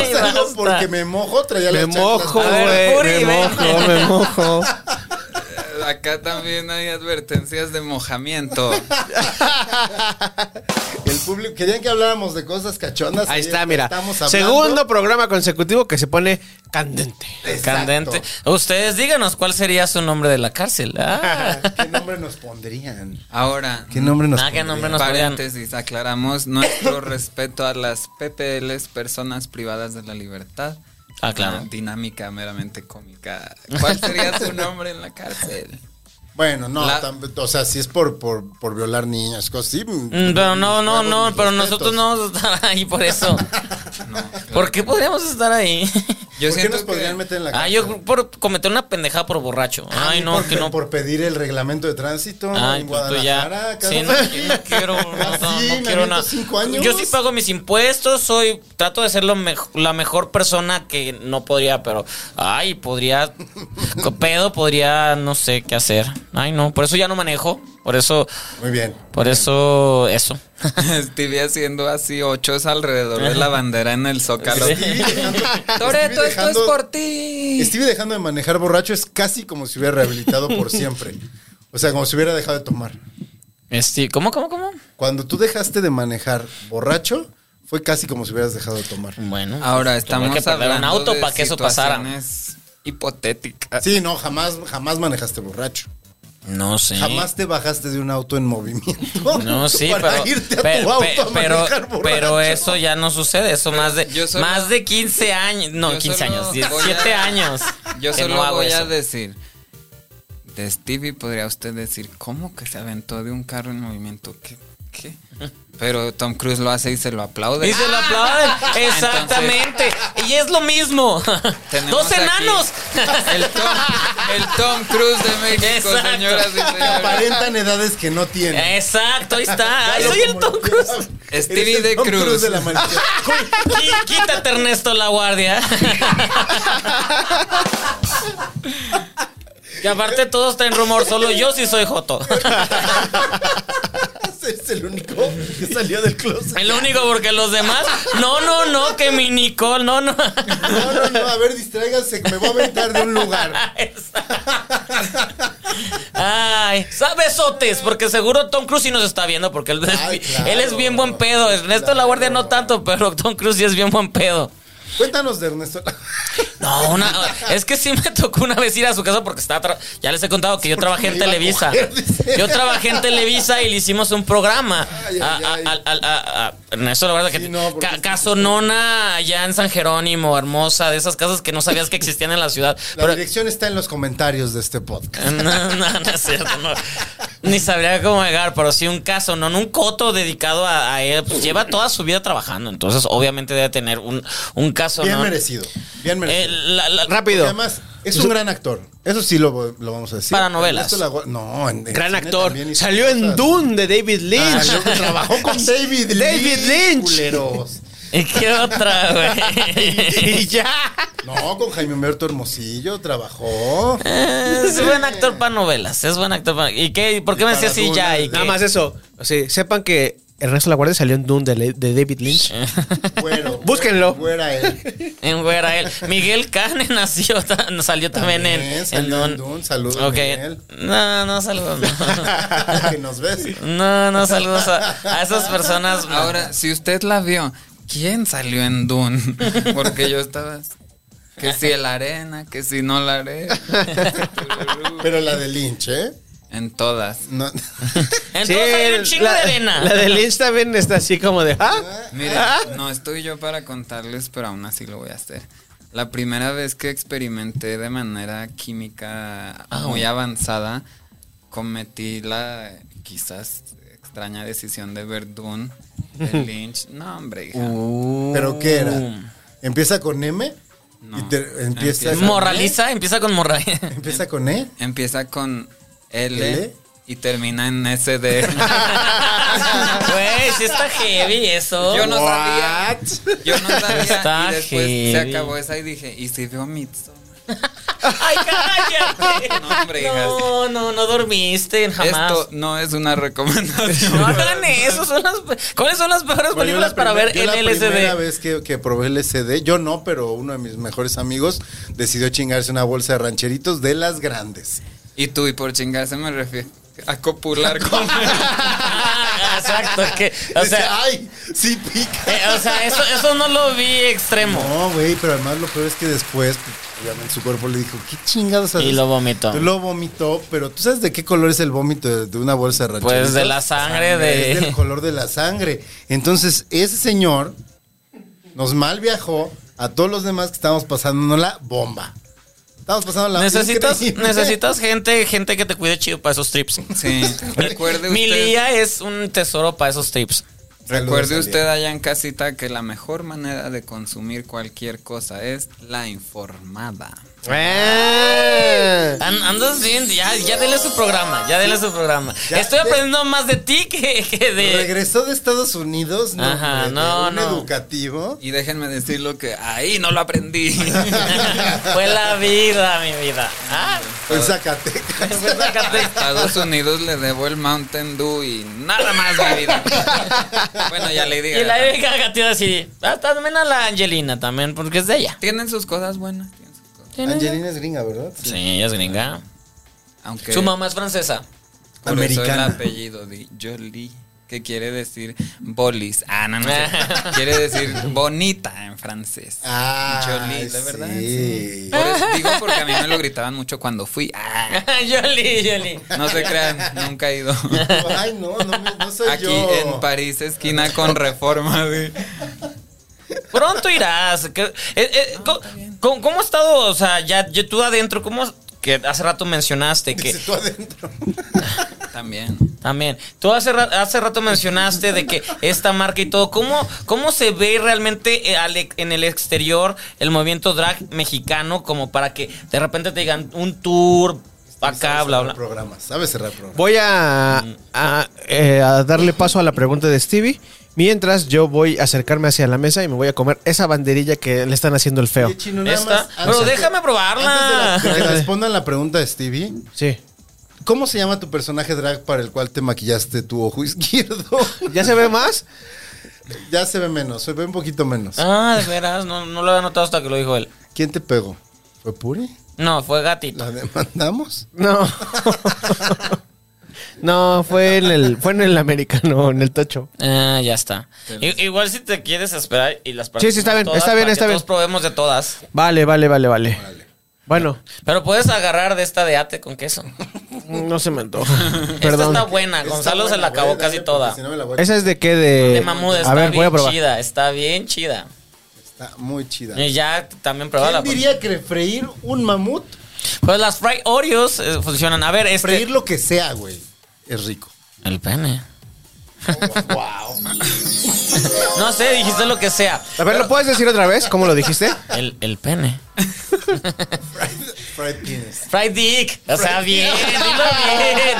Speaker 1: Ay,
Speaker 2: salgo
Speaker 1: basta.
Speaker 2: porque me mojo, traía
Speaker 3: Me
Speaker 2: las chanclas
Speaker 3: mojo,
Speaker 1: A ver, Puri,
Speaker 3: güey. Me
Speaker 1: ven.
Speaker 3: mojo, me mojo.
Speaker 4: Eh, Acá también hay advertencias de mojamiento.
Speaker 2: El público, querían que habláramos de cosas cachondas.
Speaker 3: Ahí
Speaker 2: y
Speaker 3: está,
Speaker 2: ya
Speaker 3: mira.
Speaker 2: estamos hablando.
Speaker 3: Segundo programa consecutivo que se pone candente.
Speaker 2: Exacto.
Speaker 1: Candente. Ustedes díganos cuál sería su nombre de la cárcel. Ah,
Speaker 2: ¿Qué nombre nos pondrían?
Speaker 4: Ahora,
Speaker 2: ¿Qué nombre nos
Speaker 1: Ah, qué
Speaker 2: pondrían?
Speaker 1: nombre nos podrían.
Speaker 4: Paréntesis, aclaramos nuestro respeto a las PPLs, personas privadas de la libertad.
Speaker 1: Ah, claro.
Speaker 4: Una dinámica meramente cómica. ¿Cuál sería su nombre en la cárcel?
Speaker 2: Bueno, no,
Speaker 4: La-
Speaker 2: tam- o sea, si es por, por, por violar niñas, cosas así.
Speaker 1: Mm, Pero no, no,
Speaker 2: huevos,
Speaker 1: no,
Speaker 2: mis
Speaker 1: pero
Speaker 2: respetos.
Speaker 1: nosotros no vamos a estar ahí por eso. ¿Por qué podríamos estar ahí?
Speaker 2: ¿Por
Speaker 4: Yo
Speaker 2: qué
Speaker 4: siento
Speaker 2: nos
Speaker 4: que-
Speaker 2: podrían meter en la
Speaker 1: Ah,
Speaker 2: cárcel? Ah,
Speaker 1: yo por cometer una pendejada por borracho. Ay, no,
Speaker 2: por,
Speaker 1: que no.
Speaker 2: por pedir el reglamento de tránsito
Speaker 1: Ay,
Speaker 2: en
Speaker 1: pues tú
Speaker 2: Guadalajara.
Speaker 1: ya.
Speaker 2: cada-
Speaker 1: Sí, no, no quiero, no,
Speaker 2: Ah,
Speaker 1: no,
Speaker 2: sí,
Speaker 1: no
Speaker 2: me
Speaker 1: quiero
Speaker 2: aviento
Speaker 1: nada.
Speaker 2: cinco años.
Speaker 1: Yo sí pago mis impuestos, soy, trato de ser lo mej- la mejor persona que no podría, pero, ay, podría, co- pedo, podría, no sé qué hacer. Ay, no, por eso ya no manejo, por eso,
Speaker 2: Muy bien.
Speaker 1: por eso, eso.
Speaker 4: Estuve haciendo así ochos alrededor de la bandera en el zócalo.
Speaker 1: Sí.
Speaker 2: Stevie dejando-
Speaker 4: Toreto,
Speaker 2: Stevie
Speaker 4: esto es
Speaker 2: dejando-
Speaker 4: por ti.
Speaker 2: Stevie dejando de manejar borracho es casi como si hubiera rehabilitado por siempre. O sea, como si hubiera dejado de tomar.
Speaker 1: Este, ¿cómo, cómo, cómo?
Speaker 2: Cuando tú dejaste de manejar borracho, Fue casi como si hubieras dejado de tomar.
Speaker 1: Bueno,
Speaker 4: Ahora
Speaker 1: pues, tuve
Speaker 4: estamos
Speaker 1: que perder
Speaker 4: hablando
Speaker 1: un auto
Speaker 4: de
Speaker 1: para que eso pasara.
Speaker 4: situaciones hipotéticas.
Speaker 2: Sí, no, jamás, jamás manejaste borracho.
Speaker 1: No sé.
Speaker 2: Jamás te bajaste de un auto en movimiento.
Speaker 1: No, sí,
Speaker 2: para
Speaker 1: pero,
Speaker 2: irte a
Speaker 1: pero-
Speaker 2: tu auto
Speaker 1: pe-
Speaker 2: a
Speaker 1: pero,
Speaker 2: manejar borracho.
Speaker 1: pero eso ya no sucede. Eso más de
Speaker 4: yo solo-
Speaker 1: más de 15 años. No,
Speaker 4: yo
Speaker 1: 15
Speaker 4: solo
Speaker 1: años.
Speaker 4: voy a-
Speaker 1: 17 años.
Speaker 4: Yo
Speaker 1: que
Speaker 4: solo
Speaker 1: no hago
Speaker 4: voy a
Speaker 1: eso.
Speaker 4: decir. De Stevie podría usted decir, ¿cómo que se aventó de un carro en movimiento? ¿Qué? ¿Qué? Pero Tom Cruise lo hace y se lo aplaude.
Speaker 1: Y se lo aplauden. Exactamente. y es lo mismo.
Speaker 4: Tenemos
Speaker 1: Dos
Speaker 4: aquí
Speaker 1: enanos.
Speaker 4: El Tom, el Tom Cruise de México,
Speaker 1: Exacto.
Speaker 4: señoras y
Speaker 2: Que
Speaker 4: señores.
Speaker 2: aparentan edades que no tienen.
Speaker 1: Exacto, ahí está.
Speaker 2: Ya
Speaker 1: Eh, Ay,
Speaker 2: lo
Speaker 1: soy el Tom
Speaker 2: comunicaba.
Speaker 1: Cruise.
Speaker 2: Eres
Speaker 4: Stevie
Speaker 2: el
Speaker 4: de
Speaker 2: Tom
Speaker 4: Cruz.
Speaker 2: de la mansión.
Speaker 1: Qui- Quítate, Ernesto, la guardia. Y aparte todos traen rumor, solo yo sí soy Joto.
Speaker 2: es el único que salió del closet.
Speaker 1: El único porque los demás. No, no, no, que mi Nicole, no, no.
Speaker 2: No, no, no, a ver, distráiganse, que me voy a aventar de un lugar.
Speaker 1: Ay, sabesotes, porque seguro Tom Cruise sí nos está viendo, porque él,
Speaker 2: Ay,
Speaker 1: es,
Speaker 2: claro.
Speaker 1: él es bien buen pedo. Ernesto La Guardia no tanto, pero Tom Cruise sí es bien buen pedo.
Speaker 2: Cuéntanos de Ernesto.
Speaker 1: No, una, es que sí me tocó una vez ir a su casa porque estaba. tra- Ya les he contado que yo trabajé en
Speaker 2: me iba a
Speaker 1: Televisa.
Speaker 2: coger, dice.
Speaker 1: Yo trabajé en Televisa y le hicimos un programa.
Speaker 2: Ay, ay,
Speaker 1: a, a-
Speaker 2: ay.
Speaker 1: al- al- a- a- Ernesto, la verdad que.
Speaker 2: Sí, no, porque
Speaker 1: Ca-
Speaker 2: es-
Speaker 1: Casonona allá en San Jerónimo, hermosa, de esas casas que no sabías que existían en la ciudad.
Speaker 2: La
Speaker 1: Pero-
Speaker 2: dirección está en los comentarios de este podcast.
Speaker 1: no, no, no es cierto, no. Ni sabría cómo llegar, pero sí un caso, ¿no? Un coto dedicado a, a él, pues lleva toda su vida trabajando, entonces obviamente debe tener un, un caso,
Speaker 2: Bien
Speaker 1: ¿no?
Speaker 2: merecido. Bien
Speaker 1: Eh,
Speaker 2: merecido.
Speaker 1: la- la-
Speaker 2: Y
Speaker 3: Rápido.
Speaker 2: además, es un gran actor. Eso sí lo, lo vamos a decir.
Speaker 1: Para novelas.
Speaker 2: Ernesto Lago- no, en- en
Speaker 3: Gran
Speaker 2: cine
Speaker 3: actor.
Speaker 2: también hizo
Speaker 3: Salió en
Speaker 2: cosas.
Speaker 3: Dune de David
Speaker 2: Ah,
Speaker 3: Lynch.
Speaker 2: salió- trabajó con David Lynch.
Speaker 3: David Lynch.
Speaker 2: culeros.
Speaker 1: ¿Y qué otra, güey?
Speaker 3: y ya.
Speaker 2: No, con Jaime Humberto Hermosillo trabajó.
Speaker 1: es buen actor para novelas, es buen actor para... ¿Y qué? ¿Por qué me decía
Speaker 2: Para
Speaker 1: así
Speaker 2: Duna,
Speaker 1: ya? ¿Y
Speaker 2: de-
Speaker 1: qué?
Speaker 3: Nada más eso. Sí, sepan que Ernesto La Guardia salió en Dune de, Le- de David Lynch.
Speaker 2: Bueno,
Speaker 3: Búsquenlo.
Speaker 2: Fuera él.
Speaker 1: En güera él. Miguel Cane nació, ta- salió también, en,
Speaker 2: salió en Dune, saludos,
Speaker 1: Ok.
Speaker 2: Miguel.
Speaker 1: No, no saludos. no.
Speaker 2: que nos ves.
Speaker 1: No, no saludos a, a esas personas. no.
Speaker 4: Ahora, si usted la vio, ¿quién salió en Dune? Porque yo estaba. Que si el arena, que si no la arena.
Speaker 2: Pero la de Lynch, ¿eh?
Speaker 4: En todas.
Speaker 2: No.
Speaker 1: entonces
Speaker 3: Sí,
Speaker 1: hay un chingo
Speaker 3: la-
Speaker 1: de arena.
Speaker 3: La de Lynch también está así como de. ¿ah?
Speaker 4: Mira, no estoy yo para contarles, pero aún así lo voy a hacer. La primera vez que experimenté de manera química
Speaker 1: Ah,
Speaker 4: muy avanzada, cometí la eh, quizás extraña decisión de ver Dune, de Lynch. No, hombre, hija.
Speaker 1: Uh.
Speaker 2: ¿Pero qué
Speaker 1: Mm.
Speaker 2: era? ¿Empieza con M?
Speaker 4: No.
Speaker 2: Y te- empieza
Speaker 4: Empieza-
Speaker 2: con
Speaker 1: Moraliza, empieza con morraliza.
Speaker 2: E, ¿Empieza con E?
Speaker 4: Empieza con L,
Speaker 2: ¿L?
Speaker 4: y termina en SD.
Speaker 1: Güey, sí está heavy eso.
Speaker 4: yo no
Speaker 2: What?
Speaker 4: sabía. Yo no sabía.
Speaker 1: Está
Speaker 4: y después
Speaker 1: heavy.
Speaker 4: se acabó esa y dije, ¿y si veo Midsommar?
Speaker 1: ¡Ay, cállate!
Speaker 4: No, hombre, hijas.
Speaker 1: No, no, no dormiste jamás.
Speaker 4: Esto no es una recomendación.
Speaker 1: No hagan eso. son las pe- ¿Cuáles son las peores
Speaker 2: Bueno, yo
Speaker 1: películas
Speaker 2: la
Speaker 1: para
Speaker 2: primer-
Speaker 1: ver
Speaker 2: yo
Speaker 1: en
Speaker 2: la primera
Speaker 1: LSD?
Speaker 2: vez que, que probé LSD, yo no, pero uno de mis mejores amigos decidió chingarse una bolsa de rancheritos de las grandes.
Speaker 4: Y tú, y por chingarse me refiero a copular con...
Speaker 1: Ah, Exacto, que, o
Speaker 2: Dice, "Ah".
Speaker 1: sea,
Speaker 2: ¡ay! ¡Sí pica!
Speaker 1: eh, o sea, eso, eso no lo vi extremo.
Speaker 2: No, güey, pero además lo peor es que después, pues, obviamente su cuerpo le dijo, ¿qué chingados haces?
Speaker 1: Y lo vomitó.
Speaker 2: Tú Lo vomitó, pero ¿tú sabes de qué color es el vómito de, de una bolsa de rancheritos?
Speaker 1: Pues de la sangre
Speaker 2: Es del
Speaker 1: de.
Speaker 2: color de la sangre. Entonces, ese señor nos mal viajó a todos los demás que estábamos pasando la bomba. Estábamos pasando la
Speaker 1: Necesitas,
Speaker 2: Increíble.
Speaker 1: necesitas gente, gente que te cuide chido para esos trips.
Speaker 4: Sí, recuerde
Speaker 1: Mi
Speaker 4: usted,
Speaker 1: Lía es un tesoro para esos trips.
Speaker 2: Saludos,
Speaker 4: recuerde
Speaker 2: Alía.
Speaker 4: usted allá en casita que la mejor manera de consumir cualquier cosa es la informada.
Speaker 3: Ah.
Speaker 1: An- andas bien, ya, ya dele su programa, ya dele su programa. Estoy
Speaker 2: ya.
Speaker 1: aprendiendo más de ti que, que de...
Speaker 2: Regresó de Estados Unidos, no,
Speaker 1: Ajá,
Speaker 2: hombre,
Speaker 1: no,
Speaker 2: de un
Speaker 1: no.
Speaker 2: educativo.
Speaker 4: Y déjenme decir lo que ahí no lo aprendí.
Speaker 1: Fue la vida, mi vida. Ah, pues
Speaker 2: En Zacatecas.
Speaker 1: fue Zacatecas.
Speaker 4: Estados Unidos le debo el Mountain Dew y nada más mi vida. Bueno, ya le
Speaker 1: Y la
Speaker 4: diga.
Speaker 1: Erika Gatito así. Ah, también a la Angelina también, porque es de ella.
Speaker 4: Tienen sus cosas buenas. tienen sus cosas.
Speaker 2: Angelina es gringa, ¿verdad?
Speaker 1: Sí, ella es gringa.
Speaker 4: Aunque
Speaker 1: Su mamá es francesa.
Speaker 4: por eso el
Speaker 2: Americana.
Speaker 4: apellido de Jolie. que quiere decir bolis. Ah, no, no sé. Quiere decir bonita en francés.
Speaker 2: Ah,
Speaker 4: Jolie, la verdad.
Speaker 2: sí.
Speaker 4: Por eso digo porque a mí me lo gritaban mucho cuando fui. Ah,
Speaker 1: Yoli, Yoli.
Speaker 4: no se crean, nunca he ido.
Speaker 2: Ay, no, no, me- no soy
Speaker 4: Aquí
Speaker 2: yo.
Speaker 4: en París, esquina con reforma, güey.
Speaker 1: Pronto irás. Que- eh, eh, co- ¿cómo, cómo ha estado? O sea, ya, ya tú adentro, ¿cómo? Que hace rato mencionaste que.
Speaker 2: Dice tú adentro.
Speaker 4: También.
Speaker 1: También. Tú hace, ra- hace rato mencionaste de que esta marca y todo, ¿cómo, cómo se ve realmente eh, al ex- en el exterior el movimiento drag mexicano como para que de repente te digan un tour acá,
Speaker 2: Sabes
Speaker 1: bla,
Speaker 2: cerrar
Speaker 1: bla?
Speaker 2: Programas, sabes cerrar programas.
Speaker 3: Voy a, a, eh, a darle paso a la pregunta de Stevie. Mientras yo voy a acercarme hacia la mesa y me voy a comer esa banderilla que le están haciendo el feo.
Speaker 2: Oye, Chino, nada
Speaker 1: Esta-
Speaker 2: más,
Speaker 1: Pero
Speaker 2: antes de-
Speaker 1: déjame probarla.
Speaker 2: Antes de la- de que respondan la pregunta de Stevie,
Speaker 3: Sí.
Speaker 2: ¿cómo se llama tu personaje drag para el cual te maquillaste tu ojo izquierdo?
Speaker 3: ¿Ya se ve más?
Speaker 2: ya se ve menos, se ve un poquito menos.
Speaker 1: Ah, de veras, no, no lo había notado hasta que lo dijo él.
Speaker 2: ¿Quién te pegó? ¿Fue Puri?
Speaker 1: No, fue gatito.
Speaker 2: ¿La demandamos?
Speaker 3: No. no, fue en el, fue en el americano, en el tocho.
Speaker 1: Ah, ya está. I- igual si te quieres esperar y las
Speaker 3: Sí, sí, está bien,
Speaker 1: todas
Speaker 3: está bien,
Speaker 1: para que
Speaker 3: está bien.
Speaker 1: Todos probemos de todas.
Speaker 3: Vale, vale, vale, vale. Bueno,
Speaker 1: Pero puedes agarrar de esta de ate con queso.
Speaker 3: no se me antoja.
Speaker 1: Esta
Speaker 3: Perdón.
Speaker 1: está buena. Gonzalo se la acabó casi toda.
Speaker 3: ¿Esa es de qué? De,
Speaker 1: De mamuda, está
Speaker 3: Eh, a ver, voy a
Speaker 1: bien
Speaker 3: probar.
Speaker 1: chida, está bien chida.
Speaker 2: Está muy chida.
Speaker 1: Y ya también probala.
Speaker 2: ¿Quién
Speaker 1: Pues.
Speaker 2: diría que freír un mamut,
Speaker 1: Pues las Fry Oreos eh, funcionan. A ver, este.
Speaker 2: freír lo que sea, güey, es rico?
Speaker 1: El pene.
Speaker 2: wow.
Speaker 1: No sé, dijiste lo que sea.
Speaker 3: A ver, ¿lo puedes decir otra vez? ¿Cómo lo dijiste?
Speaker 1: El, el pene.
Speaker 2: Fried penis.
Speaker 1: Fry Dick. O sea, bien, dilo bien.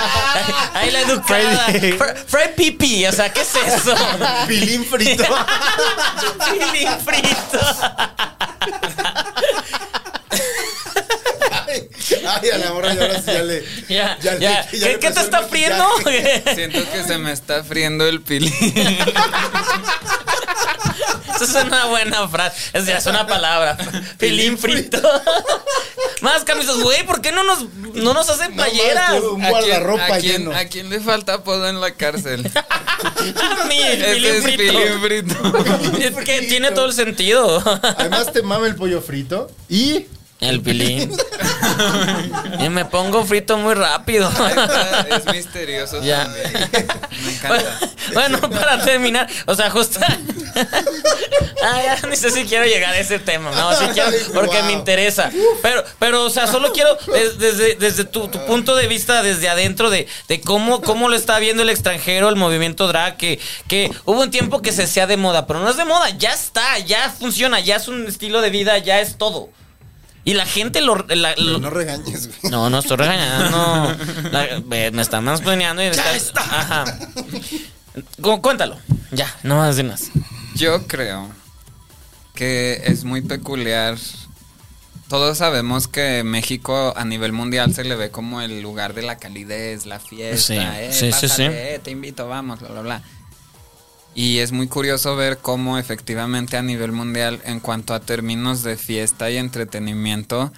Speaker 1: Ahí la educada.
Speaker 3: Fry dick.
Speaker 1: Fr- Fry Pipi. O sea, ¿qué es eso?
Speaker 2: Pilín frito.
Speaker 1: Pili frito.
Speaker 2: Ay, a la morra ya ahora sí ya le.
Speaker 1: Ya, ya.
Speaker 2: le-
Speaker 1: ¿Qué,
Speaker 2: le
Speaker 1: qué
Speaker 2: empezó
Speaker 1: te
Speaker 2: el
Speaker 1: está friendo?
Speaker 2: maquillaje.
Speaker 4: Siento que se me está friendo el pilín.
Speaker 1: Esa es una buena frase. Es, es una palabra. Pilín frito. Más camisas, güey, ¿por qué no nos, no nos hacen
Speaker 2: No mames,
Speaker 1: playeras?
Speaker 2: tú, Un guardarropa
Speaker 4: ¿a quién,
Speaker 2: lleno.
Speaker 4: a quién le falta apodo en la cárcel?
Speaker 1: A mí,
Speaker 4: Este
Speaker 1: pilín
Speaker 4: es
Speaker 1: Ah, frito.
Speaker 4: pilín frito.
Speaker 1: Es que tiene todo el sentido.
Speaker 2: Además te mama el pollo frito y
Speaker 1: El pilín. Y me pongo frito muy rápido.
Speaker 4: es misterioso
Speaker 1: Ya.
Speaker 4: también. Me encanta.
Speaker 1: Bueno, para terminar, o sea, justo. Ah, ya ni sé si quiero llegar a ese tema, no, si quiero, porque
Speaker 2: Wow.
Speaker 1: me interesa. Pero, pero, o sea, solo quiero, des- desde, desde tu, tu punto de vista, desde adentro, de, de cómo, cómo lo está viendo el extranjero, el movimiento drag, que, que hubo un tiempo que se sea de moda, pero no es de moda, ya está, ya funciona, ya es un estilo de vida, ya es todo. Y la gente lo. la- lo-
Speaker 2: no regañes, güey.
Speaker 1: no, no estoy regañando. La- eh, me, me están mansplaneando y me están- Ajá. Cu- Cuéntalo. Ya, no más de más.
Speaker 4: Yo creo que es muy peculiar. Todos sabemos que México a nivel mundial se le ve como el lugar de la calidez, la fiesta.
Speaker 1: Sí,
Speaker 4: eh,
Speaker 1: sí, sí,
Speaker 4: pásale,
Speaker 1: sí.
Speaker 4: eh, te invito, vamos, bla, bla, bla. Y es muy curioso ver cómo efectivamente a nivel mundial, en cuanto a términos de fiesta y entretenimiento,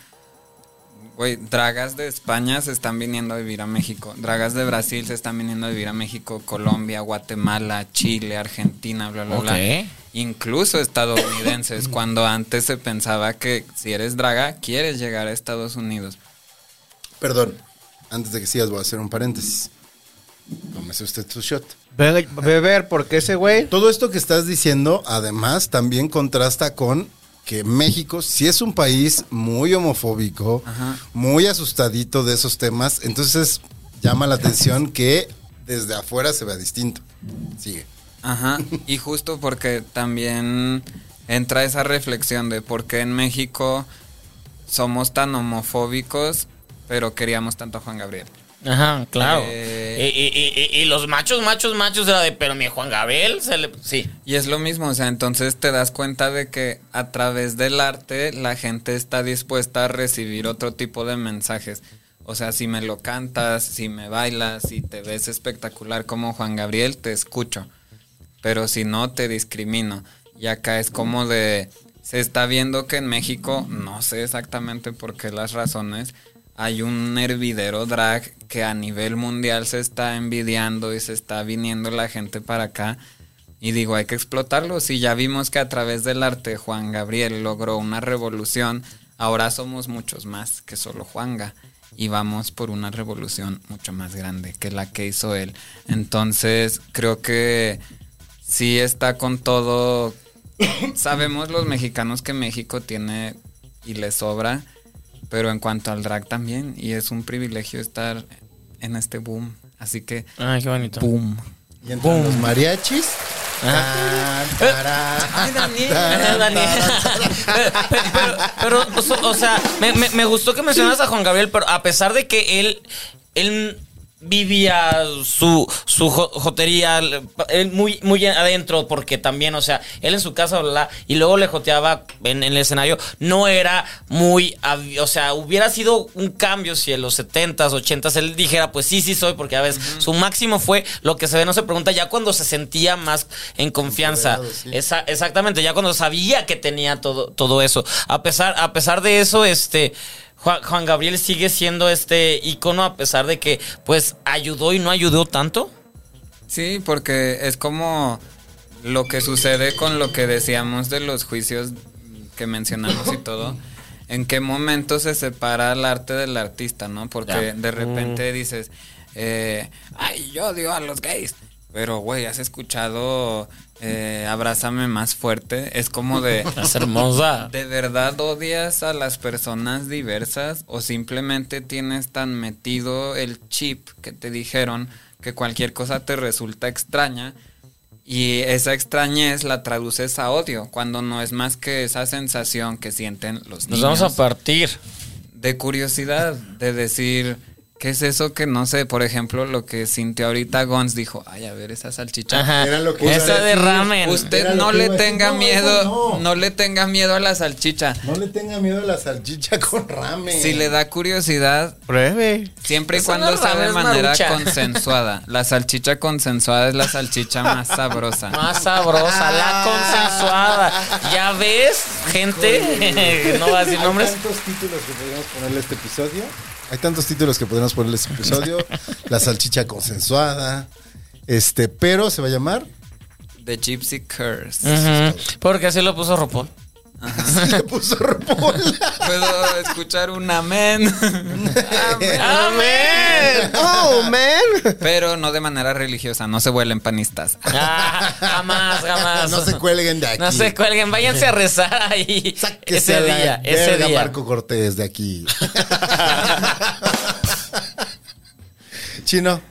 Speaker 4: Güey, dragas de España se están viniendo a vivir a México. Dragas de Brasil se están viniendo a vivir a México. Colombia, Guatemala, Chile, Argentina, bla, bla,
Speaker 1: Ok.
Speaker 4: bla. Incluso estadounidenses, cuando antes se pensaba que si eres draga, quieres llegar a Estados Unidos.
Speaker 2: Perdón. Antes de que sigas voy a hacer un paréntesis. Tómese usted su shot.
Speaker 3: Be- Beber, porque ese güey.
Speaker 2: Todo esto que estás diciendo, además, también contrasta con que México sí es un país muy homofóbico,
Speaker 4: Ajá.
Speaker 2: muy asustadito de esos temas. Entonces llama la atención que desde afuera se vea distinto. Sigue.
Speaker 4: Ajá, y justo porque también entra esa reflexión de por qué en México somos tan homofóbicos, pero queríamos tanto a Juan Gabriel.
Speaker 1: Ajá, claro.
Speaker 4: Eh.
Speaker 1: Y, y- y- y- y los machos, machos, machos era de, pero mi Juan Gabriel se le. Sí.
Speaker 4: Y es lo mismo, o sea, entonces te das cuenta de que a través del arte la gente está dispuesta a recibir otro tipo de mensajes. O sea, si me lo cantas, si me bailas, si te ves espectacular como Juan Gabriel, te escucho. Pero si no, te discrimino. Y acá es como de... Se está viendo que en México, no sé exactamente por qué las razones, hay un hervidero drag que a nivel mundial se está envidiando y se está viniendo la gente para acá. Y digo, hay que explotarlo. Si ya vimos que a través del arte Juan Gabriel logró una revolución, ahora somos muchos más que solo Juanga. Y vamos por una revolución mucho más grande que la que hizo él. Entonces, creo que sí está con todo. Sabemos los mexicanos que México tiene y le sobra, pero en cuanto al drag también, y es un privilegio estar en este boom. Así que,
Speaker 1: Ay, qué bonito.
Speaker 4: boom.
Speaker 2: Y entre los mariachis. tará,
Speaker 1: Ay, Dani.
Speaker 2: tará,
Speaker 1: Ay, Dani. pero, pero, o so- o sea, me, me- me gustó que mencionas a Juan Gabriel, pero a pesar de que él, él vivía su, su jo- jotería él muy, muy adentro, porque también, o sea, él en su casa, bla, bla, y luego le joteaba en, en el escenario, no era muy, ab- o sea, hubiera sido un cambio si en los 70s, 80s él dijera, pues sí, sí soy, porque a veces su máximo fue lo que se ve, no se pregunta, ya cuando se sentía más en confianza.
Speaker 2: Empoderado, sí.
Speaker 1: Esa- exactamente, ya cuando sabía que tenía todo, todo eso. A pesar, a pesar de eso, este. Juan, Juan Gabriel sigue siendo este icono a pesar de que, pues, ayudó y no ayudó tanto.
Speaker 4: Sí, porque es como lo que sucede con lo que decíamos de los juicios que mencionamos y todo. ¿En qué momento se separa el arte del artista, no? Porque
Speaker 1: Ya. Mm.
Speaker 4: de repente dices, eh, ay, yo odio a los gays. Pero, güey, has escuchado eh, Abrázame más fuerte. Es como de,
Speaker 1: Es hermosa.
Speaker 4: ¿De verdad odias a las personas diversas o simplemente tienes tan metido el chip que te dijeron que cualquier cosa te resulta extraña y esa extrañez la traduces a odio cuando no es más que esa sensación que sienten los
Speaker 1: Nos
Speaker 4: niños
Speaker 1: vamos a partir.
Speaker 4: de curiosidad, de decir, ¿qué es eso que no sé? Por ejemplo, lo que sintió ahorita Gons dijo, ay, a ver, esa salchicha.
Speaker 1: Ajá.
Speaker 2: Era lo que iba a
Speaker 1: Esa de
Speaker 2: decir.
Speaker 1: ramen.
Speaker 4: Usted
Speaker 2: Era lo
Speaker 4: no
Speaker 2: que
Speaker 4: le
Speaker 2: iba a decir.
Speaker 4: tenga
Speaker 2: No,
Speaker 4: miedo,
Speaker 2: no.
Speaker 4: no. le tenga miedo a la salchicha.
Speaker 2: No le tenga miedo a la salchicha con ramen.
Speaker 4: Si le da curiosidad,
Speaker 3: Pruebe.
Speaker 4: siempre y
Speaker 1: Eso no
Speaker 4: cuando
Speaker 1: es
Speaker 4: sea
Speaker 1: raro,
Speaker 4: de
Speaker 1: es
Speaker 4: manera
Speaker 1: marucha.
Speaker 4: consensuada. La salchicha consensuada es la salchicha más sabrosa.
Speaker 1: Más sabrosa, la consensuada. Ya ves, gente. no va a decir
Speaker 2: Hay
Speaker 1: nombres.
Speaker 2: tantos títulos que podríamos ponerle a este episodio. Hay tantos títulos que podríamos ponerle a este episodio. la salchicha consensuada. Este, pero se va a llamar.
Speaker 4: The Gypsy Curse.
Speaker 1: Mm. Ujú, Porque así lo puso Ropón.
Speaker 2: Así le puso Repol.
Speaker 4: ¿Puedo escuchar un amén?
Speaker 1: ¡Amén!
Speaker 3: ¡Oh, man!
Speaker 4: Pero no de manera religiosa, no se vuelen panistas.
Speaker 1: Ah, jamás, jamás.
Speaker 2: No se cuelguen de aquí.
Speaker 1: No se cuelguen, váyanse a rezar ahí.
Speaker 2: Sáquese a
Speaker 1: Ese
Speaker 2: la
Speaker 1: día, ese
Speaker 2: verga,
Speaker 1: día.
Speaker 2: Marco Cortés de aquí. Chino.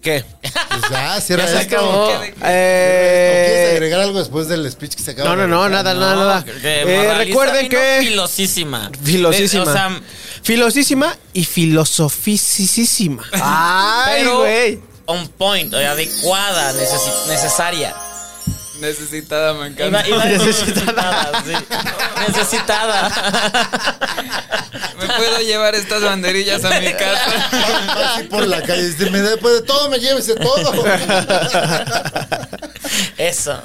Speaker 3: ¿Qué?
Speaker 2: Pues ya, cierra
Speaker 1: Ya se
Speaker 2: esto.
Speaker 1: acabó.
Speaker 2: Cierra esto. ¿Quieres
Speaker 3: Eh,
Speaker 2: agregar algo después del speech que se acaba?
Speaker 3: no, no,
Speaker 2: de-
Speaker 3: no, nada, nada, nada.
Speaker 1: que
Speaker 3: Eh,
Speaker 1: moraliza vino
Speaker 3: recuerden que...
Speaker 1: Filosísima.
Speaker 3: Filosísima.
Speaker 1: O sea,
Speaker 3: filosísima y filosofisísima. ¡Ay,
Speaker 1: pero
Speaker 3: güey!
Speaker 1: on point, adecuada, necesi- necesaria.
Speaker 4: Necesitada, me
Speaker 1: Iba-
Speaker 4: encanta.
Speaker 1: iba-
Speaker 3: Necesitada.
Speaker 1: sí. Necesitada.
Speaker 4: Me puedo llevar estas banderillas a mi casa.
Speaker 2: Así por la calle. dice, Me da pues, de todo, me llévese todo.
Speaker 1: Eso.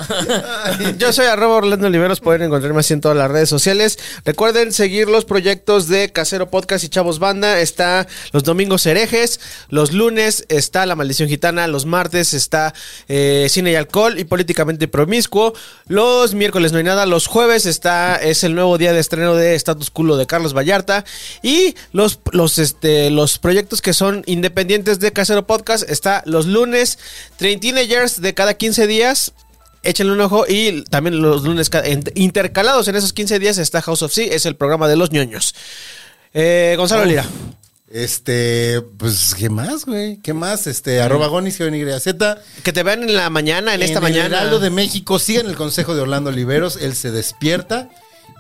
Speaker 3: Yo soy arroba Orlando Oliveros, pueden encontrarme así en todas las redes sociales. Recuerden seguir los proyectos de Casero Podcast y Chavos Banda. Está los domingos herejes, los lunes está La Maldición Gitana, los martes está eh, Cine y Alcohol y Políticamente Promiscuo. Los miércoles no hay nada, los jueves está, es el nuevo día de estreno de Status Culo de Carlos Vallarta. Y los, los, este, los proyectos que son independientes de Casero Podcast está los lunes, 30 Teenagers de cada 15 días. Échenle un ojo y también los lunes ca- en- intercalados en esos 15 días está House of Sea, es el programa de los ñoños. Eh, Gonzalo Lira.
Speaker 2: Este, pues, ¿qué más, güey? ¿Qué más? Este, arroba gonis, Z.
Speaker 3: Que te vean en la mañana, en, esta
Speaker 2: el
Speaker 3: mañana.
Speaker 2: Heraldo de México, sigan el consejo de Orlando Oliveros, él se despierta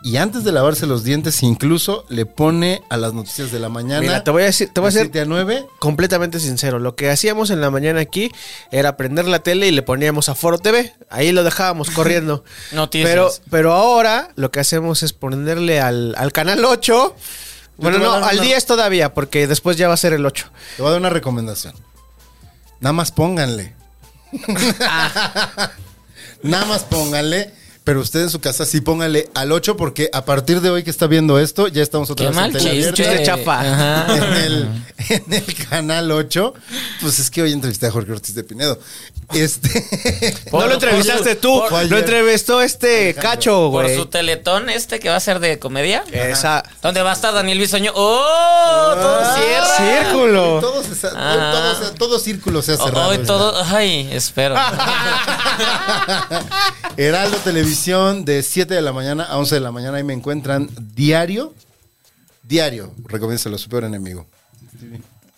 Speaker 2: y antes de lavarse los dientes incluso le pone a las noticias de la mañana.
Speaker 3: Mira, te voy a decir, te voy a
Speaker 2: de
Speaker 3: ser
Speaker 2: siete a 9.
Speaker 3: completamente sincero. Lo que hacíamos en la mañana aquí era prender la tele y le poníamos a Foro TV. Ahí lo dejábamos corriendo.
Speaker 1: Noticias.
Speaker 3: Pero, pero ahora lo que hacemos es ponerle al, al canal 8. Bueno,
Speaker 2: te voy
Speaker 3: no,
Speaker 2: a dar
Speaker 3: al
Speaker 2: una-
Speaker 3: 10 todavía, porque después ya va a ser el 8.
Speaker 2: Te voy a dar una recomendación.
Speaker 1: Ah.
Speaker 2: Nada más pónganle. Nada más pónganle. Pero usted en su casa sí póngale al 8 porque a partir de hoy que está viendo esto, ya estamos otra
Speaker 1: Qué
Speaker 2: vez en
Speaker 1: mal
Speaker 2: tele
Speaker 1: chiste. Ah.
Speaker 2: abierta.
Speaker 3: Chiste chafa.
Speaker 1: Ajá.
Speaker 2: en el, en el canal 8. Pues es que hoy entrevisté a Jorge Ortiz de Pinedo. Este.
Speaker 3: no lo entrevistaste tú,
Speaker 2: por-
Speaker 3: lo entrevistó este
Speaker 2: Alejandro.
Speaker 3: cacho,
Speaker 1: Por
Speaker 3: güey.
Speaker 1: su teletón este que va a ser de comedia.
Speaker 3: Esa.
Speaker 1: ¿Dónde va a estar Daniel Bisoño? ¡Oh!
Speaker 2: Ah,
Speaker 1: Todo cierra.
Speaker 3: Círculo.
Speaker 2: Todo, se sa-
Speaker 1: Ah.
Speaker 2: todo se- todo círculo se ha cerrado.
Speaker 1: Hoy
Speaker 2: ¿verdad?
Speaker 1: todo. Ay, espero.
Speaker 2: Heraldo Televisión de 7 de la mañana a 11 de la mañana. Ahí me encuentran diario. Diario. Recomiéndenselo, su peor enemigo.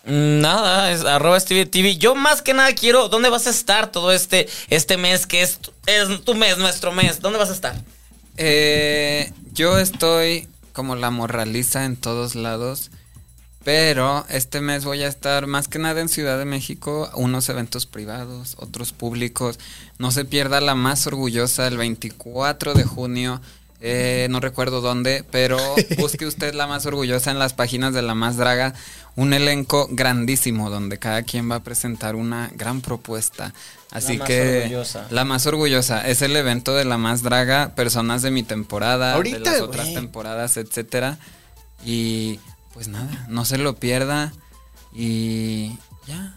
Speaker 1: Nada, es arroba Stevie TV. Yo más que nada quiero, ¿dónde vas a estar todo este, este mes que es, tu- es tu mes, nuestro mes? ¿Dónde vas a estar?
Speaker 4: Eh, yo estoy como la morraliza en todos lados, pero este mes voy a estar más que nada en Ciudad de México, unos eventos privados, otros públicos. No se pierda la más orgullosa el 24 de junio. eh, no recuerdo dónde, pero busque usted la más orgullosa en las páginas de La Más Draga. Un elenco grandísimo donde cada quien va a presentar una gran propuesta. Así
Speaker 1: más
Speaker 4: que
Speaker 1: orgullosa.
Speaker 4: la más orgullosa es el evento de la más draga, personas de mi temporada,
Speaker 3: Ahorita,
Speaker 4: de las otras
Speaker 3: güey.
Speaker 4: temporadas, etcétera. Y pues nada, no se lo pierda y ya.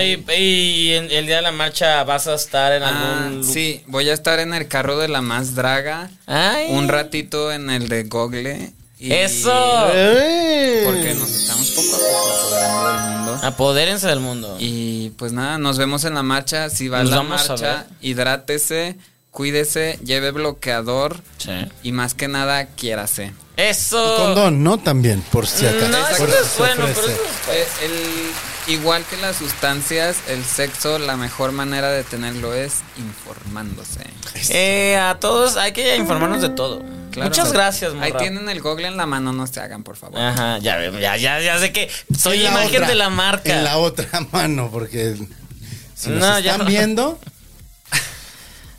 Speaker 1: Y, y en- el día de la marcha vas a estar en
Speaker 4: Ah,
Speaker 1: algún. lu-
Speaker 4: sí, voy a estar en el carro de la más draga,
Speaker 1: Ay.
Speaker 4: un ratito en el de Google. y-
Speaker 1: Eso.
Speaker 2: ¿Eh?
Speaker 4: Porque nos estamos poco a poco apoderando del mundo.
Speaker 1: Apodérense del mundo.
Speaker 4: Y pues nada, nos vemos en la marcha. Si va a
Speaker 1: Nos
Speaker 4: la
Speaker 1: vamos a
Speaker 4: marcha, hidrátese, cuídese, lleve bloqueador
Speaker 1: Sí.
Speaker 4: y más que nada, quiérase.
Speaker 1: Eso.
Speaker 2: Condón, ¿no? También, por si acaso.
Speaker 1: Oh. No, eso
Speaker 2: Por
Speaker 1: no
Speaker 2: si
Speaker 1: es
Speaker 2: se
Speaker 1: bueno,
Speaker 2: ofrece.
Speaker 1: pero eso
Speaker 4: Eh, el- igual que las sustancias, el sexo, la mejor manera de tenerlo es informándose.
Speaker 1: Eh, a todos hay que informarnos de todo.
Speaker 4: Claro.
Speaker 1: Muchas gracias, morra. Ah.
Speaker 4: Ahí tienen el google en la mano, no se hagan, por favor.
Speaker 1: Ajá, ya, ya, ya, ya sé que soy
Speaker 2: En la
Speaker 1: imagen
Speaker 2: otra,
Speaker 1: de la marca.
Speaker 2: En la otra mano, porque si nos
Speaker 1: No, ya
Speaker 2: están
Speaker 1: no.
Speaker 2: viendo,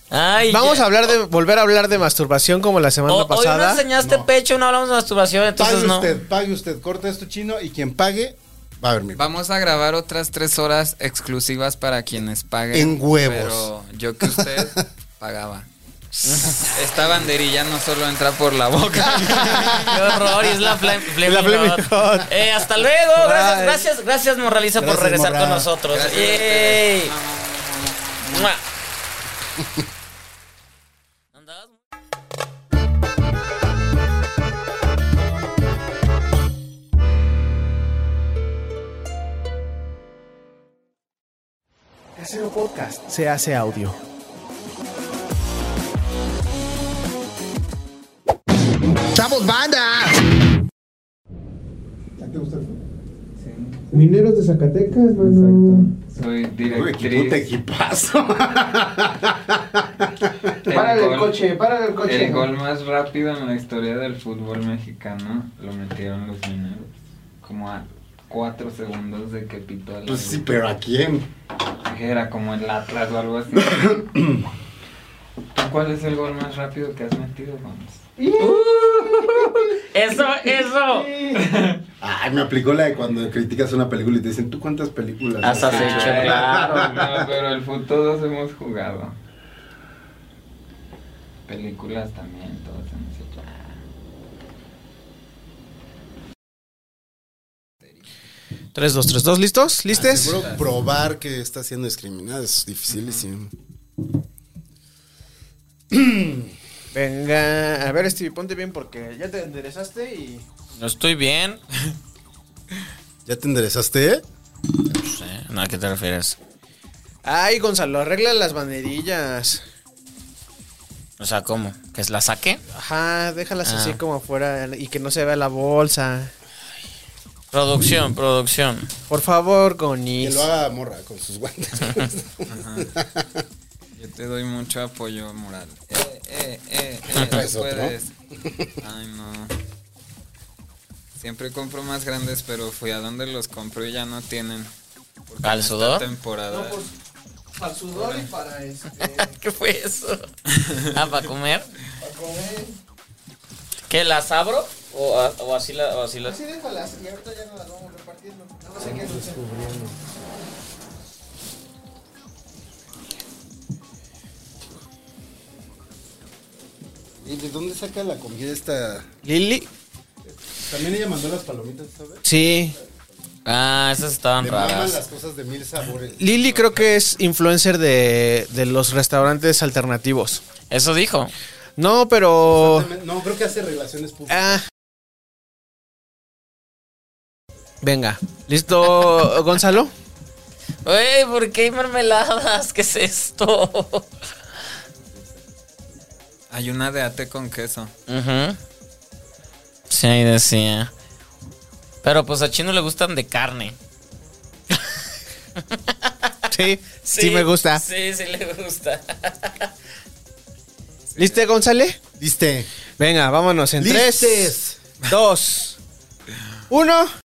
Speaker 1: Ay,
Speaker 3: Vamos
Speaker 1: ya.
Speaker 3: a hablar de volver a hablar de masturbación como la semana
Speaker 1: O- Hoy no
Speaker 3: pasada.
Speaker 1: enseñaste
Speaker 2: No.
Speaker 1: pecho, no hablamos de masturbación, entonces
Speaker 2: pague
Speaker 1: no.
Speaker 2: usted, pague usted, corta esto chino y quien pague va a ver mi.
Speaker 4: Vamos a grabar otras tres horas exclusivas para quienes paguen.
Speaker 2: En huevos.
Speaker 4: Pero yo que usted pagaba. Esta banderilla no solo entra por la boca.
Speaker 1: Qué horror, y es la Fle- Fleming
Speaker 3: La Fleming
Speaker 1: Hot.
Speaker 3: Hot.
Speaker 1: Eh, hasta luego, gracias,
Speaker 3: Bye.
Speaker 1: gracias, gracias Morraliza por
Speaker 2: Gracias,
Speaker 1: regresar
Speaker 2: Morra.
Speaker 1: con nosotros.
Speaker 4: Gracias a
Speaker 1: Yay.
Speaker 4: ustedes.
Speaker 1: Mua.
Speaker 6: Casero Podcast se hace audio.
Speaker 7: ¡Chavos, banda!
Speaker 8: Mineros de Zacatecas, mano.
Speaker 4: Soy
Speaker 2: equipazo.
Speaker 8: Párale el coche, párale el coche.
Speaker 4: El gol más rápido en la historia del fútbol mexicano lo metieron los mineros. Como a cuatro segundos de que pitó el.
Speaker 2: pero ¿a quién?
Speaker 4: Que era como el Atlas o algo así. ¿Tú ¿Cuál es el gol más rápido que has metido, vamos?
Speaker 1: Eso, eso.
Speaker 2: Ay, me aplicó la de cuando criticas una película y te dicen, ¿tú cuántas películas?
Speaker 1: Hasta se
Speaker 4: Ay,
Speaker 1: chorraron.
Speaker 4: No, pero el fútbol todos hemos jugado. Películas también, todos hemos hecho.
Speaker 3: Tres, dos, tres, dos, ¿listos? ¿Listes?
Speaker 2: Seguro probar que está siendo discriminada es dificilísimo.
Speaker 3: Venga, a ver, Stevie, ponte bien porque ya te enderezaste y.
Speaker 1: No estoy bien.
Speaker 2: ¿Ya te enderezaste? eh?
Speaker 1: No sé, no, ¿a qué te refieres?
Speaker 3: Ay, Gonzalo, arregla las banderillas.
Speaker 1: O sea, ¿cómo? ¿Que la saque?
Speaker 3: Ajá, déjalas
Speaker 1: Ah.
Speaker 3: así como afuera y que no se vea la bolsa.
Speaker 1: Producción, producción.
Speaker 3: Por favor,
Speaker 2: Que
Speaker 3: Gonis.
Speaker 2: lo haga morra con sus guantes.
Speaker 4: Yo te doy mucho apoyo moral. Eh, eh, eh, eh,
Speaker 2: Traes
Speaker 4: tú
Speaker 2: otro.
Speaker 4: puedes. Ay, no. Siempre compro más grandes, pero fui a donde los compro y ya no tienen. Porque
Speaker 1: ¿Al
Speaker 4: en esta
Speaker 1: sudor?
Speaker 4: temporada.
Speaker 3: Para el sudor y para este.
Speaker 1: ¿Qué fue eso? Ah, ¿para comer? Para comer. ¿Que las abro? ¿O, a- o así la, o así las...?
Speaker 3: déjalas y ahorita ya no las vamos repartiendo. No sé qué
Speaker 2: ¿Y de dónde saca la comida esta?
Speaker 3: Lili.
Speaker 2: También ella mandó las palomitas, ¿sabes?
Speaker 3: Sí.
Speaker 1: Ah, esas estaban
Speaker 2: Le maman
Speaker 1: raras.
Speaker 2: las cosas de mil sabores.
Speaker 3: Lili creo que es influencer de, de los restaurantes alternativos.
Speaker 1: Eso dijo.
Speaker 3: No, pero...
Speaker 2: No, creo que hace relaciones públicas.
Speaker 3: Ah. Venga. ¿Listo, Gonzalo?
Speaker 1: Güey, ¿por qué hay mermeladas? ¿Qué es esto?
Speaker 4: Hay una de ate con queso.
Speaker 1: Ujú. Sí, ahí decía. Pero pues a Chino le gustan de carne.
Speaker 3: Sí, sí, me gusta.
Speaker 1: Sí, sí le gusta.
Speaker 3: ¿Liste, González?
Speaker 1: Eh,
Speaker 2: Diste.
Speaker 3: Venga, vámonos en
Speaker 2: Listes.
Speaker 3: tres, dos, uno.